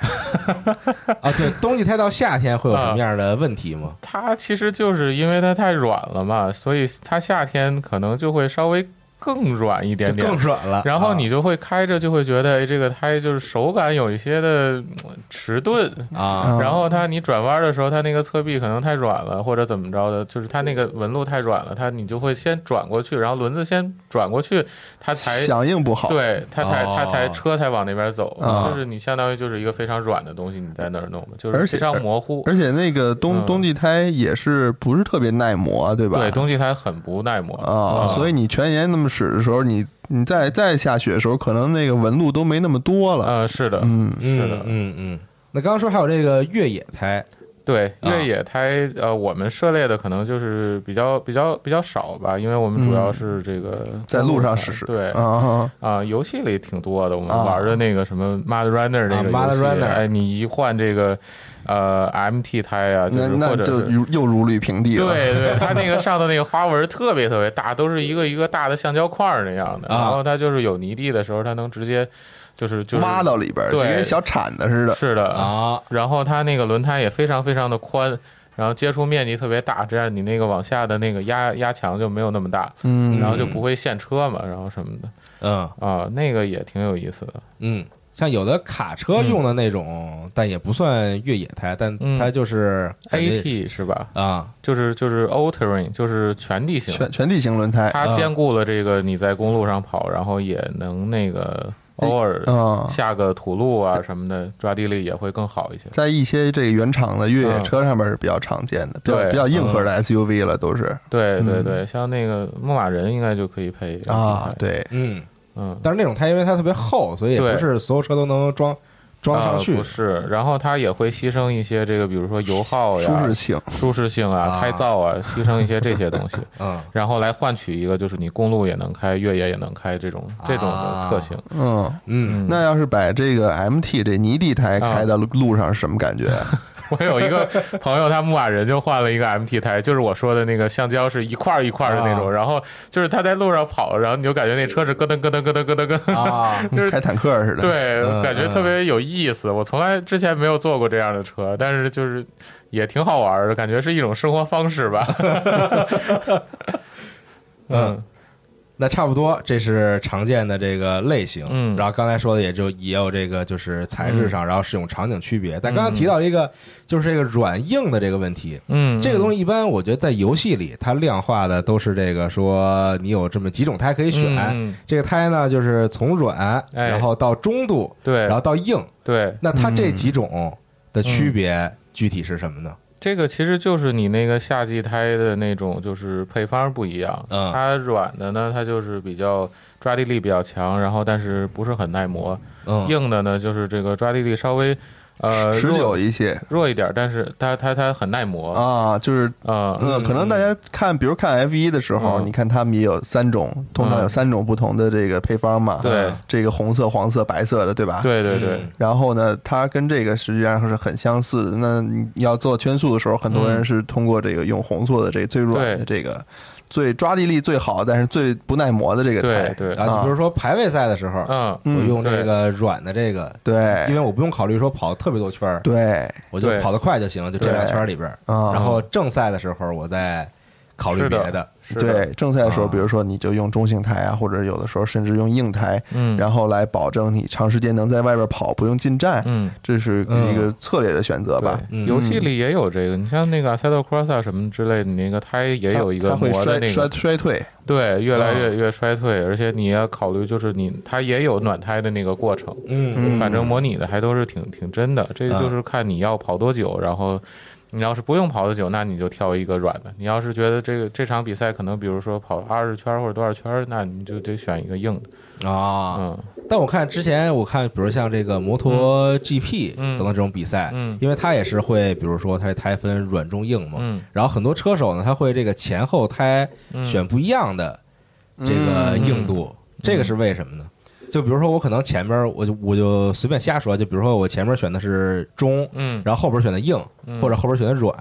[SPEAKER 3] 啊，对，冬季胎到夏天会有什么样的问题吗？
[SPEAKER 5] 它其实就是因为它太软了嘛，所以它夏天可能就会稍微更软啊一点
[SPEAKER 3] 就
[SPEAKER 5] 点，
[SPEAKER 3] 更软了，
[SPEAKER 5] 啊
[SPEAKER 3] 啊
[SPEAKER 5] 然后你就会开着就会觉得，哎，这个胎就是手感有一些的呃迟钝，
[SPEAKER 3] 啊
[SPEAKER 4] 嗯
[SPEAKER 5] 然后它你转弯的时候，它那个侧壁可能太软了，或者怎么着的，就是它那个纹路太软了，它你就会先转过去，然后轮子先转过去，它才
[SPEAKER 4] 响应不好。
[SPEAKER 5] 对，它才
[SPEAKER 3] 哦
[SPEAKER 5] 它才车才往那边走，
[SPEAKER 4] 啊
[SPEAKER 5] 就是你相当于就是一个非常软的东西，你在那儿弄嘛，就
[SPEAKER 4] 而
[SPEAKER 5] 是
[SPEAKER 4] 且
[SPEAKER 5] 非常模糊。
[SPEAKER 4] 而且那个冬
[SPEAKER 5] 嗯
[SPEAKER 4] 冬季胎也是不是特别耐磨，对吧？
[SPEAKER 5] 对，冬季胎很不耐磨
[SPEAKER 4] 啊，所以你全年那么使的时候，你你再再下雪的时候，可能那个纹路都没那么多了。
[SPEAKER 5] 呃，是的，
[SPEAKER 4] 嗯，
[SPEAKER 5] 是的
[SPEAKER 3] 嗯嗯嗯。那刚刚说还有这个越野胎，
[SPEAKER 5] 对，
[SPEAKER 4] 嗯
[SPEAKER 3] 啊
[SPEAKER 5] 越野胎，呃，我们涉猎的可能就是比较比较比较少吧，因为我们主要是这个
[SPEAKER 4] 嗯在路上
[SPEAKER 5] 实
[SPEAKER 4] 使
[SPEAKER 5] 施。
[SPEAKER 4] 使
[SPEAKER 5] 对啊、
[SPEAKER 4] 啊，
[SPEAKER 5] 游戏里挺多的，我们
[SPEAKER 4] 啊
[SPEAKER 5] 玩的那个什么 Mud Runner 那个游戏，
[SPEAKER 3] 啊，Mud Runner
[SPEAKER 5] 哎，你一换这个呃 MT 胎啊，就
[SPEAKER 4] 那
[SPEAKER 5] 是或
[SPEAKER 4] 那
[SPEAKER 5] 者
[SPEAKER 4] 就是如又如履平地了。
[SPEAKER 5] 对对，它那个上的那个花纹特别特别大，都是一个一个大的橡胶块儿那样的，
[SPEAKER 3] 啊
[SPEAKER 5] 然后它就是有泥地的时候，它能直接就是就是
[SPEAKER 4] 挖到里边儿，就
[SPEAKER 5] 对
[SPEAKER 4] 跟小铲子似的。
[SPEAKER 5] 是的
[SPEAKER 3] 啊，
[SPEAKER 5] 然后它那个轮胎也非常非常的宽，然后接触面积特别大，这样你那个往下的那个压压强就没有那么大，
[SPEAKER 4] 嗯，
[SPEAKER 5] 然后就不会陷车嘛，然后什么的
[SPEAKER 3] 嗯
[SPEAKER 5] 啊，那个也挺有意思的。
[SPEAKER 3] 嗯，像有的卡车用的那种，但也不算越野胎，但
[SPEAKER 5] 嗯
[SPEAKER 3] 它就是感觉
[SPEAKER 5] AT 是吧？
[SPEAKER 3] 啊，
[SPEAKER 5] 就是就是 all terrain，就是全地形，
[SPEAKER 4] 全全地形轮胎。
[SPEAKER 5] 它
[SPEAKER 3] 啊
[SPEAKER 5] 兼顾了这个你在公路上跑，然后也能那个偶尔
[SPEAKER 4] 啊，
[SPEAKER 5] 下个土路啊什么的，抓地力也会更好一些。
[SPEAKER 4] 在一些这个原厂的越野
[SPEAKER 5] 嗯
[SPEAKER 4] 车上面是比较常见的，比较
[SPEAKER 5] 对嗯
[SPEAKER 4] 比较硬核的 SUV 了，都是
[SPEAKER 5] 对对对，像那个牧马人应该就可以配一个
[SPEAKER 4] 啊
[SPEAKER 5] 轮胎，，
[SPEAKER 4] 对，
[SPEAKER 3] 嗯，
[SPEAKER 5] 嗯，
[SPEAKER 3] 但是那种胎因为它特别厚，所以也
[SPEAKER 5] 对
[SPEAKER 3] 不是所有车都能装装上去
[SPEAKER 5] 啊、不是，然后它也会牺牲一些这个，比如说油耗呀、
[SPEAKER 4] 舒适性。
[SPEAKER 5] 舒适性啊、
[SPEAKER 3] 啊
[SPEAKER 5] 胎噪啊，牺牲一些这些东西，
[SPEAKER 3] 嗯
[SPEAKER 5] 然后来换取一个就是你公路也能开、越野也能开这种这种的特性。
[SPEAKER 4] 嗯，
[SPEAKER 3] 嗯，
[SPEAKER 5] 嗯，啊
[SPEAKER 4] 那要是把这个 MT 这泥地胎开到路上是什么感觉？啊
[SPEAKER 5] 我有一个朋友，他牧马人就换了一个 MT 胎，就是我说的那个橡胶是一块儿一块儿的那种，
[SPEAKER 3] 啊
[SPEAKER 5] 然后就是他在路上跑，然后你就感觉那车是咯噔咯噔咯噔咯噔咯噔，
[SPEAKER 3] *laughs* 啊，
[SPEAKER 5] *laughs* 就是
[SPEAKER 4] 开坦克似的。，
[SPEAKER 5] 对，
[SPEAKER 3] 嗯
[SPEAKER 5] 感觉特别有意思。我从来之前没有坐过这样的车，但是就是也挺好玩的，感觉是一种生活方式吧。
[SPEAKER 3] 嗯，那差不多，这是常见的这个类型。
[SPEAKER 5] 嗯
[SPEAKER 3] 然后刚才说的也就也有这个就是材质上，然后使用场景区别。但刚刚提到一个就是这个软硬的这个问题，
[SPEAKER 5] *laughs* 嗯，
[SPEAKER 3] 这个东西一般我觉得在游戏里它量化的都是这个说你有这么几种胎可以选，
[SPEAKER 5] 嗯
[SPEAKER 3] 这个胎呢就是从软
[SPEAKER 5] 哎
[SPEAKER 3] 然后到中度，
[SPEAKER 5] 对，
[SPEAKER 3] 然后到硬。
[SPEAKER 5] 对，
[SPEAKER 3] 那它这几种的区别
[SPEAKER 5] 嗯
[SPEAKER 3] 具体是什么呢？
[SPEAKER 5] 这个其实就是你那个夏季胎的那种，就是配方不一样。
[SPEAKER 3] 嗯
[SPEAKER 5] 它软的呢，它就是比较抓地力比较强，然后但是不是很耐磨。
[SPEAKER 3] 嗯，
[SPEAKER 5] 硬的呢，就是这个抓地力稍微呃
[SPEAKER 4] 持久
[SPEAKER 5] 弱
[SPEAKER 4] 一些
[SPEAKER 5] 弱一点，但是它它它很耐磨。
[SPEAKER 4] 啊，就是
[SPEAKER 5] 呃，
[SPEAKER 4] 嗯，可能大家看，比如看 F 一的时候，
[SPEAKER 5] 嗯
[SPEAKER 4] 你看他们也有三种，通常有
[SPEAKER 5] 嗯
[SPEAKER 4] 三种不同的这个配方嘛。嗯
[SPEAKER 5] 对
[SPEAKER 4] 这个红色、黄色、白色的，对吧？。
[SPEAKER 5] 对对对，
[SPEAKER 4] 然后呢，它跟这个实际上是很相似的。那你要做圈速的时候，很
[SPEAKER 5] 嗯
[SPEAKER 4] 多人是通过这个用红色的这个最软的这个，最抓地力最好，但是最不耐磨嗯的这个
[SPEAKER 5] 对
[SPEAKER 4] 胎。
[SPEAKER 5] 对，
[SPEAKER 3] 啊，就比如说排位赛的时候，
[SPEAKER 5] 嗯，
[SPEAKER 3] 我
[SPEAKER 4] 嗯
[SPEAKER 3] 用这
[SPEAKER 5] 对
[SPEAKER 3] 个软的这个，因
[SPEAKER 4] 对
[SPEAKER 3] 为我不用考虑说跑特别多圈儿，
[SPEAKER 4] 对
[SPEAKER 3] 我就
[SPEAKER 5] 对
[SPEAKER 3] 跑得快就行了，就这
[SPEAKER 4] 对
[SPEAKER 3] 俩圈儿里边儿。
[SPEAKER 4] 啊
[SPEAKER 3] 然后正赛的时候，我再考虑
[SPEAKER 5] 是
[SPEAKER 3] 别
[SPEAKER 5] 的
[SPEAKER 3] 的。
[SPEAKER 5] 是的，嗯
[SPEAKER 4] 对正赛的时候，
[SPEAKER 3] 啊
[SPEAKER 4] 比如说你就用中性胎啊，或者有的时候甚至用硬胎，
[SPEAKER 5] 嗯，
[SPEAKER 4] 然后来保证你长时间能在外边跑，不用进站。
[SPEAKER 5] 嗯。
[SPEAKER 4] 这是一个策略的选择吧。
[SPEAKER 5] 对
[SPEAKER 3] 嗯
[SPEAKER 5] 游戏里也有这个，你像那个《赛道 cross》啊什么之类的，你那个胎也有一
[SPEAKER 4] 它
[SPEAKER 5] 个
[SPEAKER 4] 会
[SPEAKER 5] 磨的
[SPEAKER 4] 衰
[SPEAKER 5] 那
[SPEAKER 4] 衰
[SPEAKER 5] 个
[SPEAKER 4] 衰退，
[SPEAKER 5] 对，越来
[SPEAKER 4] 嗯
[SPEAKER 5] 越越衰退，而且你要考虑，就是你它也有暖胎的那个过程，
[SPEAKER 3] 嗯
[SPEAKER 4] 嗯
[SPEAKER 5] 反正模拟的还都是挺挺真的，这
[SPEAKER 3] 啊
[SPEAKER 5] 就是看你要跑多久，然后你要是不用跑多久，那你就挑一个软的；你要是觉得这个这场比赛可能比如说跑二十圈或者多少圈，那你就得选一个硬的，
[SPEAKER 3] 啊，
[SPEAKER 4] *laughs*
[SPEAKER 5] 嗯
[SPEAKER 3] 但我看之前我看，比如像这个摩托 GP
[SPEAKER 5] 嗯
[SPEAKER 3] 等等这种比赛，
[SPEAKER 5] 嗯
[SPEAKER 3] 因为它也是会，比如说它是胎分软中硬嘛，
[SPEAKER 5] 嗯，
[SPEAKER 3] 然后很多车手呢，他会这个前后胎
[SPEAKER 5] 嗯
[SPEAKER 3] 选不一样的这个
[SPEAKER 4] 嗯
[SPEAKER 3] 硬度，这个是为什么呢？就比如说我可能前边儿我就我就随便瞎说，就比如说我前面选的是中，
[SPEAKER 5] 嗯，
[SPEAKER 3] 然后后边选的硬，
[SPEAKER 5] 嗯
[SPEAKER 3] 或者后边选的软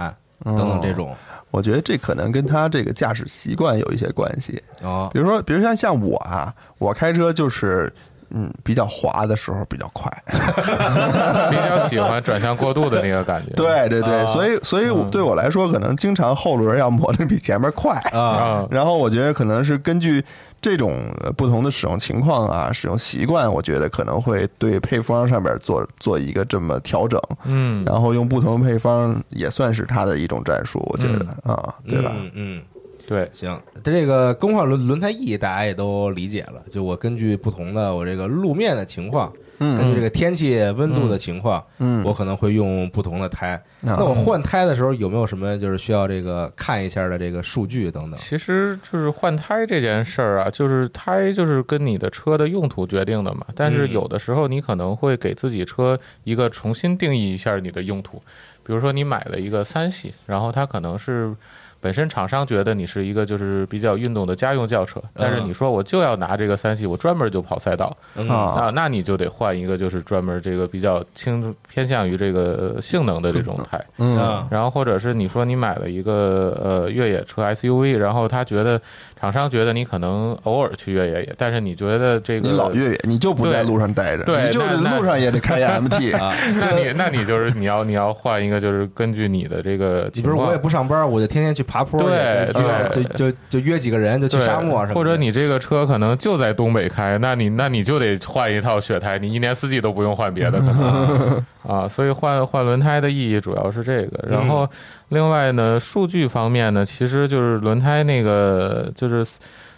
[SPEAKER 3] 等等这
[SPEAKER 4] 嗯
[SPEAKER 3] 种。
[SPEAKER 4] 我觉得这可能跟他这个驾驶习惯有一些关系。
[SPEAKER 3] 哦，
[SPEAKER 4] 比如说，比如像像我啊，我开车就是。嗯，比较滑的时候比较快，
[SPEAKER 5] 比较喜欢转向过渡的那个感觉，
[SPEAKER 4] 对对对，
[SPEAKER 3] 啊
[SPEAKER 4] 所以所以
[SPEAKER 5] 嗯
[SPEAKER 4] 我对我来说，可能经常后轮要磨得比前面快，
[SPEAKER 3] 啊，
[SPEAKER 5] 啊，
[SPEAKER 4] 然后我觉得可能是根据这种呃不同的使用情况啊，使用习惯，我觉得可能会对配方上面做做一个这么调整，
[SPEAKER 5] 嗯，
[SPEAKER 4] 然后用不同的配方也算是他的一种战术，我觉得啊，对吧？
[SPEAKER 3] 嗯嗯，
[SPEAKER 5] 对，
[SPEAKER 3] 行，这个更换轮轮胎意义大家也都理解了。就我根据不同的我这个路面的情况，根据
[SPEAKER 5] 嗯
[SPEAKER 3] 这个天气温度的情况，
[SPEAKER 4] 嗯，
[SPEAKER 3] 我可能会用不同的胎。
[SPEAKER 4] 啊
[SPEAKER 3] 那我换胎的时候有没有什么就是需要这个看一下的这个数据等等？
[SPEAKER 5] 其实就是换胎这件事儿啊，就是胎就是跟你的车的用途决定的嘛。但是
[SPEAKER 3] 嗯
[SPEAKER 5] 有的时候你可能会给自己车一个重新定义一下你的用途，比如说你买了一个三系，然后它可能是本身厂商觉得你是一个就是比较运动的家用轿车，但是你说我就要拿这个三系，我专门就跑赛道，
[SPEAKER 3] 嗯
[SPEAKER 4] 啊
[SPEAKER 5] 啊，那你就得换一个就是专门这个比较轻偏向于这个性能的这种胎。
[SPEAKER 4] 嗯
[SPEAKER 3] 啊
[SPEAKER 5] 然后或者是你说你买了一个呃越野车 SUV，然后他觉得厂商觉得你可能偶尔去越野也，但是你觉得这个
[SPEAKER 4] 你老越野，你就不在路上待着，
[SPEAKER 5] 对
[SPEAKER 4] 你就是
[SPEAKER 5] 那那
[SPEAKER 4] 路上也得
[SPEAKER 5] *laughs*
[SPEAKER 4] 开 MT
[SPEAKER 3] 啊，
[SPEAKER 5] 那你那你就是你要你要换一个就是根据你的这个
[SPEAKER 3] 你
[SPEAKER 5] 情
[SPEAKER 3] 比如
[SPEAKER 5] 况，
[SPEAKER 3] 我也不上班，我就天天去爬坡去，
[SPEAKER 5] 对
[SPEAKER 3] 就约就
[SPEAKER 5] 对
[SPEAKER 3] 就就约几个人就去
[SPEAKER 5] 对
[SPEAKER 3] 沙漠啊什么的，
[SPEAKER 5] 或者你这个车可能就在东北开，那你那你就得换一套雪胎，你一年四季都不用换别的，
[SPEAKER 3] *laughs*
[SPEAKER 5] 可能啊，所以换换轮胎的意义主要是这个。然
[SPEAKER 3] 嗯
[SPEAKER 5] 后另外呢，数据方面呢，其实就是轮胎那个就是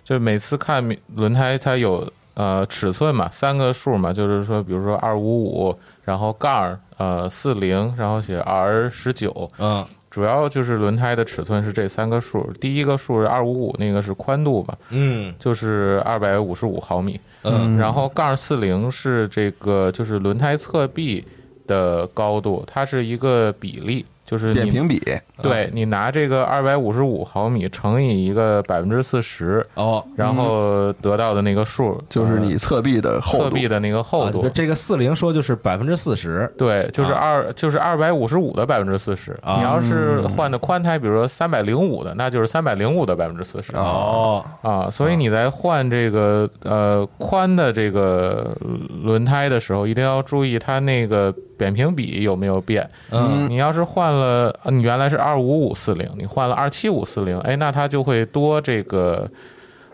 [SPEAKER 5] 就是每次看轮胎它有呃尺寸嘛，三个数嘛，就是说比如说二五五，然后杠儿呃四零，然后写 R 十九，
[SPEAKER 3] 嗯
[SPEAKER 5] 主要就是轮胎的尺寸是这三个数，第一个数是二五五，那个是宽度吧，
[SPEAKER 3] 嗯
[SPEAKER 5] 就是二百五十五毫米，
[SPEAKER 3] 嗯
[SPEAKER 5] 然后杠四零是这个就是轮胎侧壁的高度，它是一个比例，就是
[SPEAKER 4] 扁
[SPEAKER 5] 你
[SPEAKER 4] 平比，
[SPEAKER 5] 对你拿这个二百五十五毫米乘以一个百分之四十，
[SPEAKER 3] 哦。
[SPEAKER 5] 然后得到的那个数
[SPEAKER 4] 就是你侧壁的
[SPEAKER 5] 呃
[SPEAKER 4] 厚
[SPEAKER 5] 啊侧
[SPEAKER 4] 度
[SPEAKER 5] 壁。的那个厚
[SPEAKER 3] 啊，
[SPEAKER 5] 度，
[SPEAKER 3] 这个四零说就是百分之四十
[SPEAKER 5] 对，就是
[SPEAKER 3] 啊
[SPEAKER 5] 二、就是二百五十五的百分之四十。
[SPEAKER 3] 啊
[SPEAKER 5] 你要是
[SPEAKER 4] 嗯
[SPEAKER 5] 换的宽胎，比如说三百零五的，那就是三百零五的百分之四十
[SPEAKER 3] 哦，
[SPEAKER 5] 啊。所以你在换这个呃宽的这个轮胎的时候，一定要注意它那个扁平比有没有变。
[SPEAKER 3] 嗯
[SPEAKER 5] 你要是换了，呃你原来是二五五四零，你换了二七五四零，哎，那它就会多这个。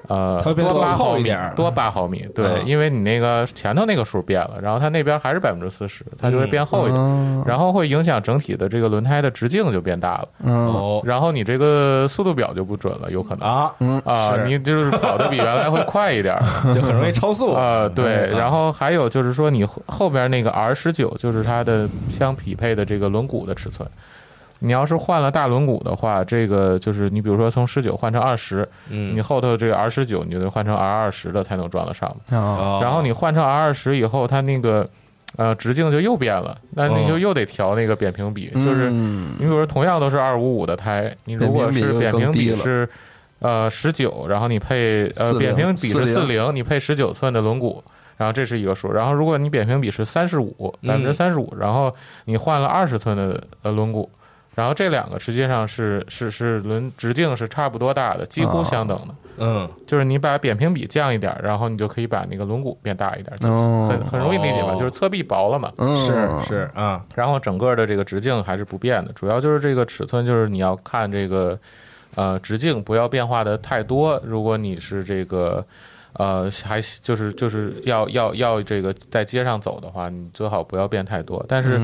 [SPEAKER 5] 呃，
[SPEAKER 3] 它会变得
[SPEAKER 5] 多八
[SPEAKER 3] 厚
[SPEAKER 5] 毫
[SPEAKER 3] 一
[SPEAKER 5] 米
[SPEAKER 3] 点儿，
[SPEAKER 5] 多八毫米，对，
[SPEAKER 3] 嗯
[SPEAKER 5] 因为你那个前头那个数变了，然后它那边还是百分之四十，它就会
[SPEAKER 3] 嗯
[SPEAKER 5] 变厚一点，然后会影响整体的这个轮胎的直径就变大了，
[SPEAKER 6] 嗯，
[SPEAKER 3] 哦
[SPEAKER 5] 然后你这个速度表就不准了，有可能
[SPEAKER 3] 啊，
[SPEAKER 5] 啊，
[SPEAKER 3] 是
[SPEAKER 5] 你就是跑的比原来会快一点儿
[SPEAKER 3] *laughs* 就很容易超速
[SPEAKER 5] 啊，对，然
[SPEAKER 3] 后
[SPEAKER 5] 后还有就是说你后后边那个 R 十九就是它的相匹配的这个轮毂的尺寸。你要是换了大轮毂的话，这个就是你比如说从十九换成二十，啊你
[SPEAKER 3] 嗯，
[SPEAKER 5] 后头这个 R 十九，你就得换成 R 二十的才能装得上嘛。
[SPEAKER 6] 啊，
[SPEAKER 5] 然
[SPEAKER 3] 然
[SPEAKER 5] 后你换成 R 二十以后，它那个呃直径就又变了，那
[SPEAKER 3] 哦
[SPEAKER 5] 你就又得调那个扁平比，就是
[SPEAKER 4] 嗯
[SPEAKER 5] 你比如说同样都是二五五的胎，你如果是
[SPEAKER 4] 扁
[SPEAKER 5] 扁
[SPEAKER 4] 平比就
[SPEAKER 5] 平
[SPEAKER 4] 更低
[SPEAKER 5] 比
[SPEAKER 4] 了
[SPEAKER 5] 是呃十九，然后你配呃
[SPEAKER 4] 40
[SPEAKER 5] 扁平比是四
[SPEAKER 4] 40
[SPEAKER 5] 零，你配十九寸的轮毂。然后这是一个数，然后如果你扁平比是三十五，百分之三十五，然后你换了二十寸的呃轮毂，然后这两个实际上是是是轮直径是差不多大的，几乎相等的。
[SPEAKER 3] 嗯，
[SPEAKER 5] 就是你把扁平比降一点儿，然后你就可以把那个轮毂变大一点儿，就是
[SPEAKER 6] 哦
[SPEAKER 5] 很很容易理解吧？
[SPEAKER 3] 哦
[SPEAKER 5] 就是侧壁薄了嘛，
[SPEAKER 6] 嗯，
[SPEAKER 3] 是是啊，
[SPEAKER 5] 然后整个的这个直径还是不变的，主要就是这个尺寸，就是你要看这个呃直径不要变化的太多。如果你是这个呃还就是就是要要要这个在街上走的话，你最好不要变太多。但是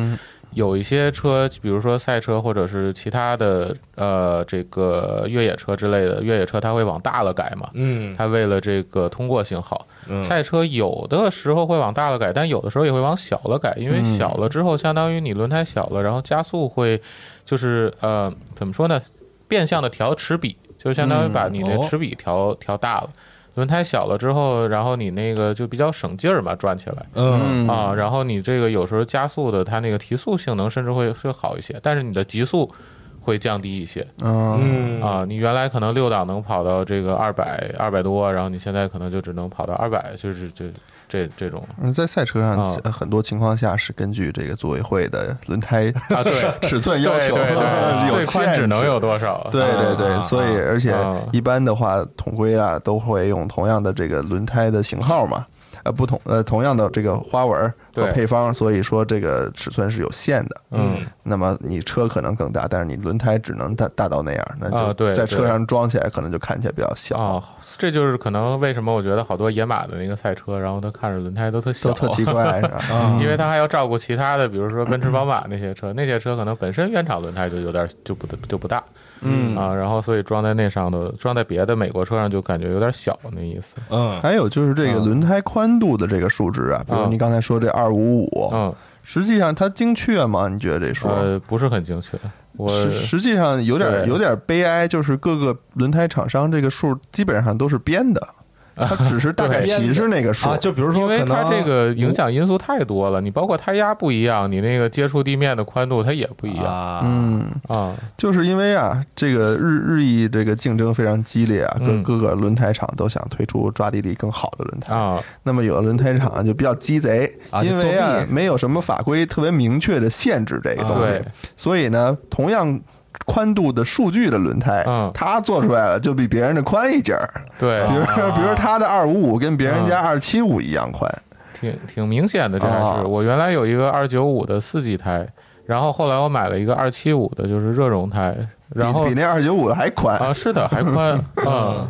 [SPEAKER 5] 有一些车，比如说赛车或者是其他的呃这个越野车之类的，越野车它会往大了改嘛，
[SPEAKER 3] 嗯
[SPEAKER 5] 它为了这个通过性好，
[SPEAKER 3] 嗯
[SPEAKER 5] 赛车有的时候会往大了改，但有的时候也会往小了改，因
[SPEAKER 3] 嗯
[SPEAKER 5] 为小了之后，相当于你轮胎小了，然后加速会就是呃怎么说呢，变相的调齿比，就相当于把你的
[SPEAKER 3] 哦
[SPEAKER 5] 齿比调、调大了。轮胎小了之后，然后你那个就比较省劲儿嘛，转起来。
[SPEAKER 3] 嗯
[SPEAKER 4] 嗯
[SPEAKER 5] 啊，然后你这个有时候加速的，它那个提速性能甚至会会好一些，但是你的极速会降低一些。
[SPEAKER 6] 嗯，
[SPEAKER 3] 嗯
[SPEAKER 5] 啊，你原来可能六档能跑到这个二百二百多，然后你现在可能就只能跑到二百，就是这这这种
[SPEAKER 4] 嗯在赛车上
[SPEAKER 5] 啊，
[SPEAKER 4] 呃很多情况下是根据这个组委会的轮
[SPEAKER 5] *laughs*
[SPEAKER 4] 胎
[SPEAKER 5] 啊，对，
[SPEAKER 4] 尺寸
[SPEAKER 5] 对
[SPEAKER 4] 要
[SPEAKER 5] 对
[SPEAKER 4] 求，
[SPEAKER 5] 对，
[SPEAKER 4] 有
[SPEAKER 5] 最宽
[SPEAKER 4] 限
[SPEAKER 5] 只能
[SPEAKER 4] 制
[SPEAKER 5] *laughs* 有多少？
[SPEAKER 4] 对对
[SPEAKER 5] 啊
[SPEAKER 4] 对，所以而且
[SPEAKER 5] 啊
[SPEAKER 4] 一般的话，统规啊都会用同样的这个轮胎的型号嘛，呃，不同呃同样的这个花纹儿和
[SPEAKER 5] 对
[SPEAKER 4] 配方，所以说这个尺寸是有限的。
[SPEAKER 5] 嗯，
[SPEAKER 4] 那么你车可能更大，但是你轮胎只能大大到那样，那
[SPEAKER 5] 啊
[SPEAKER 4] 就
[SPEAKER 5] 对
[SPEAKER 4] 在车
[SPEAKER 5] 对
[SPEAKER 4] 上装起来可能就看起来比较小，
[SPEAKER 5] 啊，这就是可能为什么我觉得好多野马的那个赛车，然后它看着轮胎都特小，嗯
[SPEAKER 4] 都特奇怪，是吧？
[SPEAKER 5] *laughs* 因为它还要照顾其他的，比如说奔驰、宝马那些车，那 *coughs* 些车可能本身原厂轮胎就有点就不就不大，嗯啊，然后所以装在那上头，装在别的美国车上就感觉有点小那意思，
[SPEAKER 3] 嗯
[SPEAKER 4] 还有就是这个轮胎宽度的这个数值啊，比如
[SPEAKER 5] 啊
[SPEAKER 4] 你刚才说这二五五，
[SPEAKER 5] 嗯，
[SPEAKER 4] 实际上它精确吗？你觉得这数？
[SPEAKER 5] 呃，不是很精确，我
[SPEAKER 4] 实实际上有点
[SPEAKER 5] 对
[SPEAKER 4] 有点悲哀，就是各个轮胎厂商这个数基本上都是编的，它只
[SPEAKER 5] *laughs*
[SPEAKER 4] 是大概
[SPEAKER 5] 对
[SPEAKER 4] 提示那个数
[SPEAKER 3] 啊，。就比如说
[SPEAKER 5] 因为
[SPEAKER 3] 可能
[SPEAKER 5] 它
[SPEAKER 3] 啊
[SPEAKER 5] 这个影响因素太多了，你包括胎压不一样，你那个接触地面的宽度它也不一样
[SPEAKER 3] 啊，
[SPEAKER 4] 嗯，
[SPEAKER 5] 啊。
[SPEAKER 4] 就是因为啊，这个日日益这个竞争非常激烈啊，各
[SPEAKER 5] 嗯
[SPEAKER 4] 各个轮胎厂都想推出抓地力更好的轮胎。
[SPEAKER 5] 啊，
[SPEAKER 4] 那么有的轮胎厂就比较鸡贼
[SPEAKER 3] 啊，就
[SPEAKER 4] 因为啊
[SPEAKER 3] 作弊
[SPEAKER 4] 没有什么法规特别明确的限制这个东西
[SPEAKER 5] 啊对，，
[SPEAKER 4] 所以呢，同样宽度的数据的轮胎
[SPEAKER 5] 嗯，啊
[SPEAKER 4] 它做出来了就比别人的宽一截儿。
[SPEAKER 5] 对
[SPEAKER 4] 比，如说，比如他的二五五跟别人家
[SPEAKER 5] 啊
[SPEAKER 4] 二七五一样宽，
[SPEAKER 5] 挺挺明显的，这还
[SPEAKER 4] 啊
[SPEAKER 5] 是我原来有一个二九五的四季胎，然后后来我买了一个二七五的，就是热熔胎，然后
[SPEAKER 4] 比比那二九五还宽。
[SPEAKER 5] 啊，是的，还宽，嗯，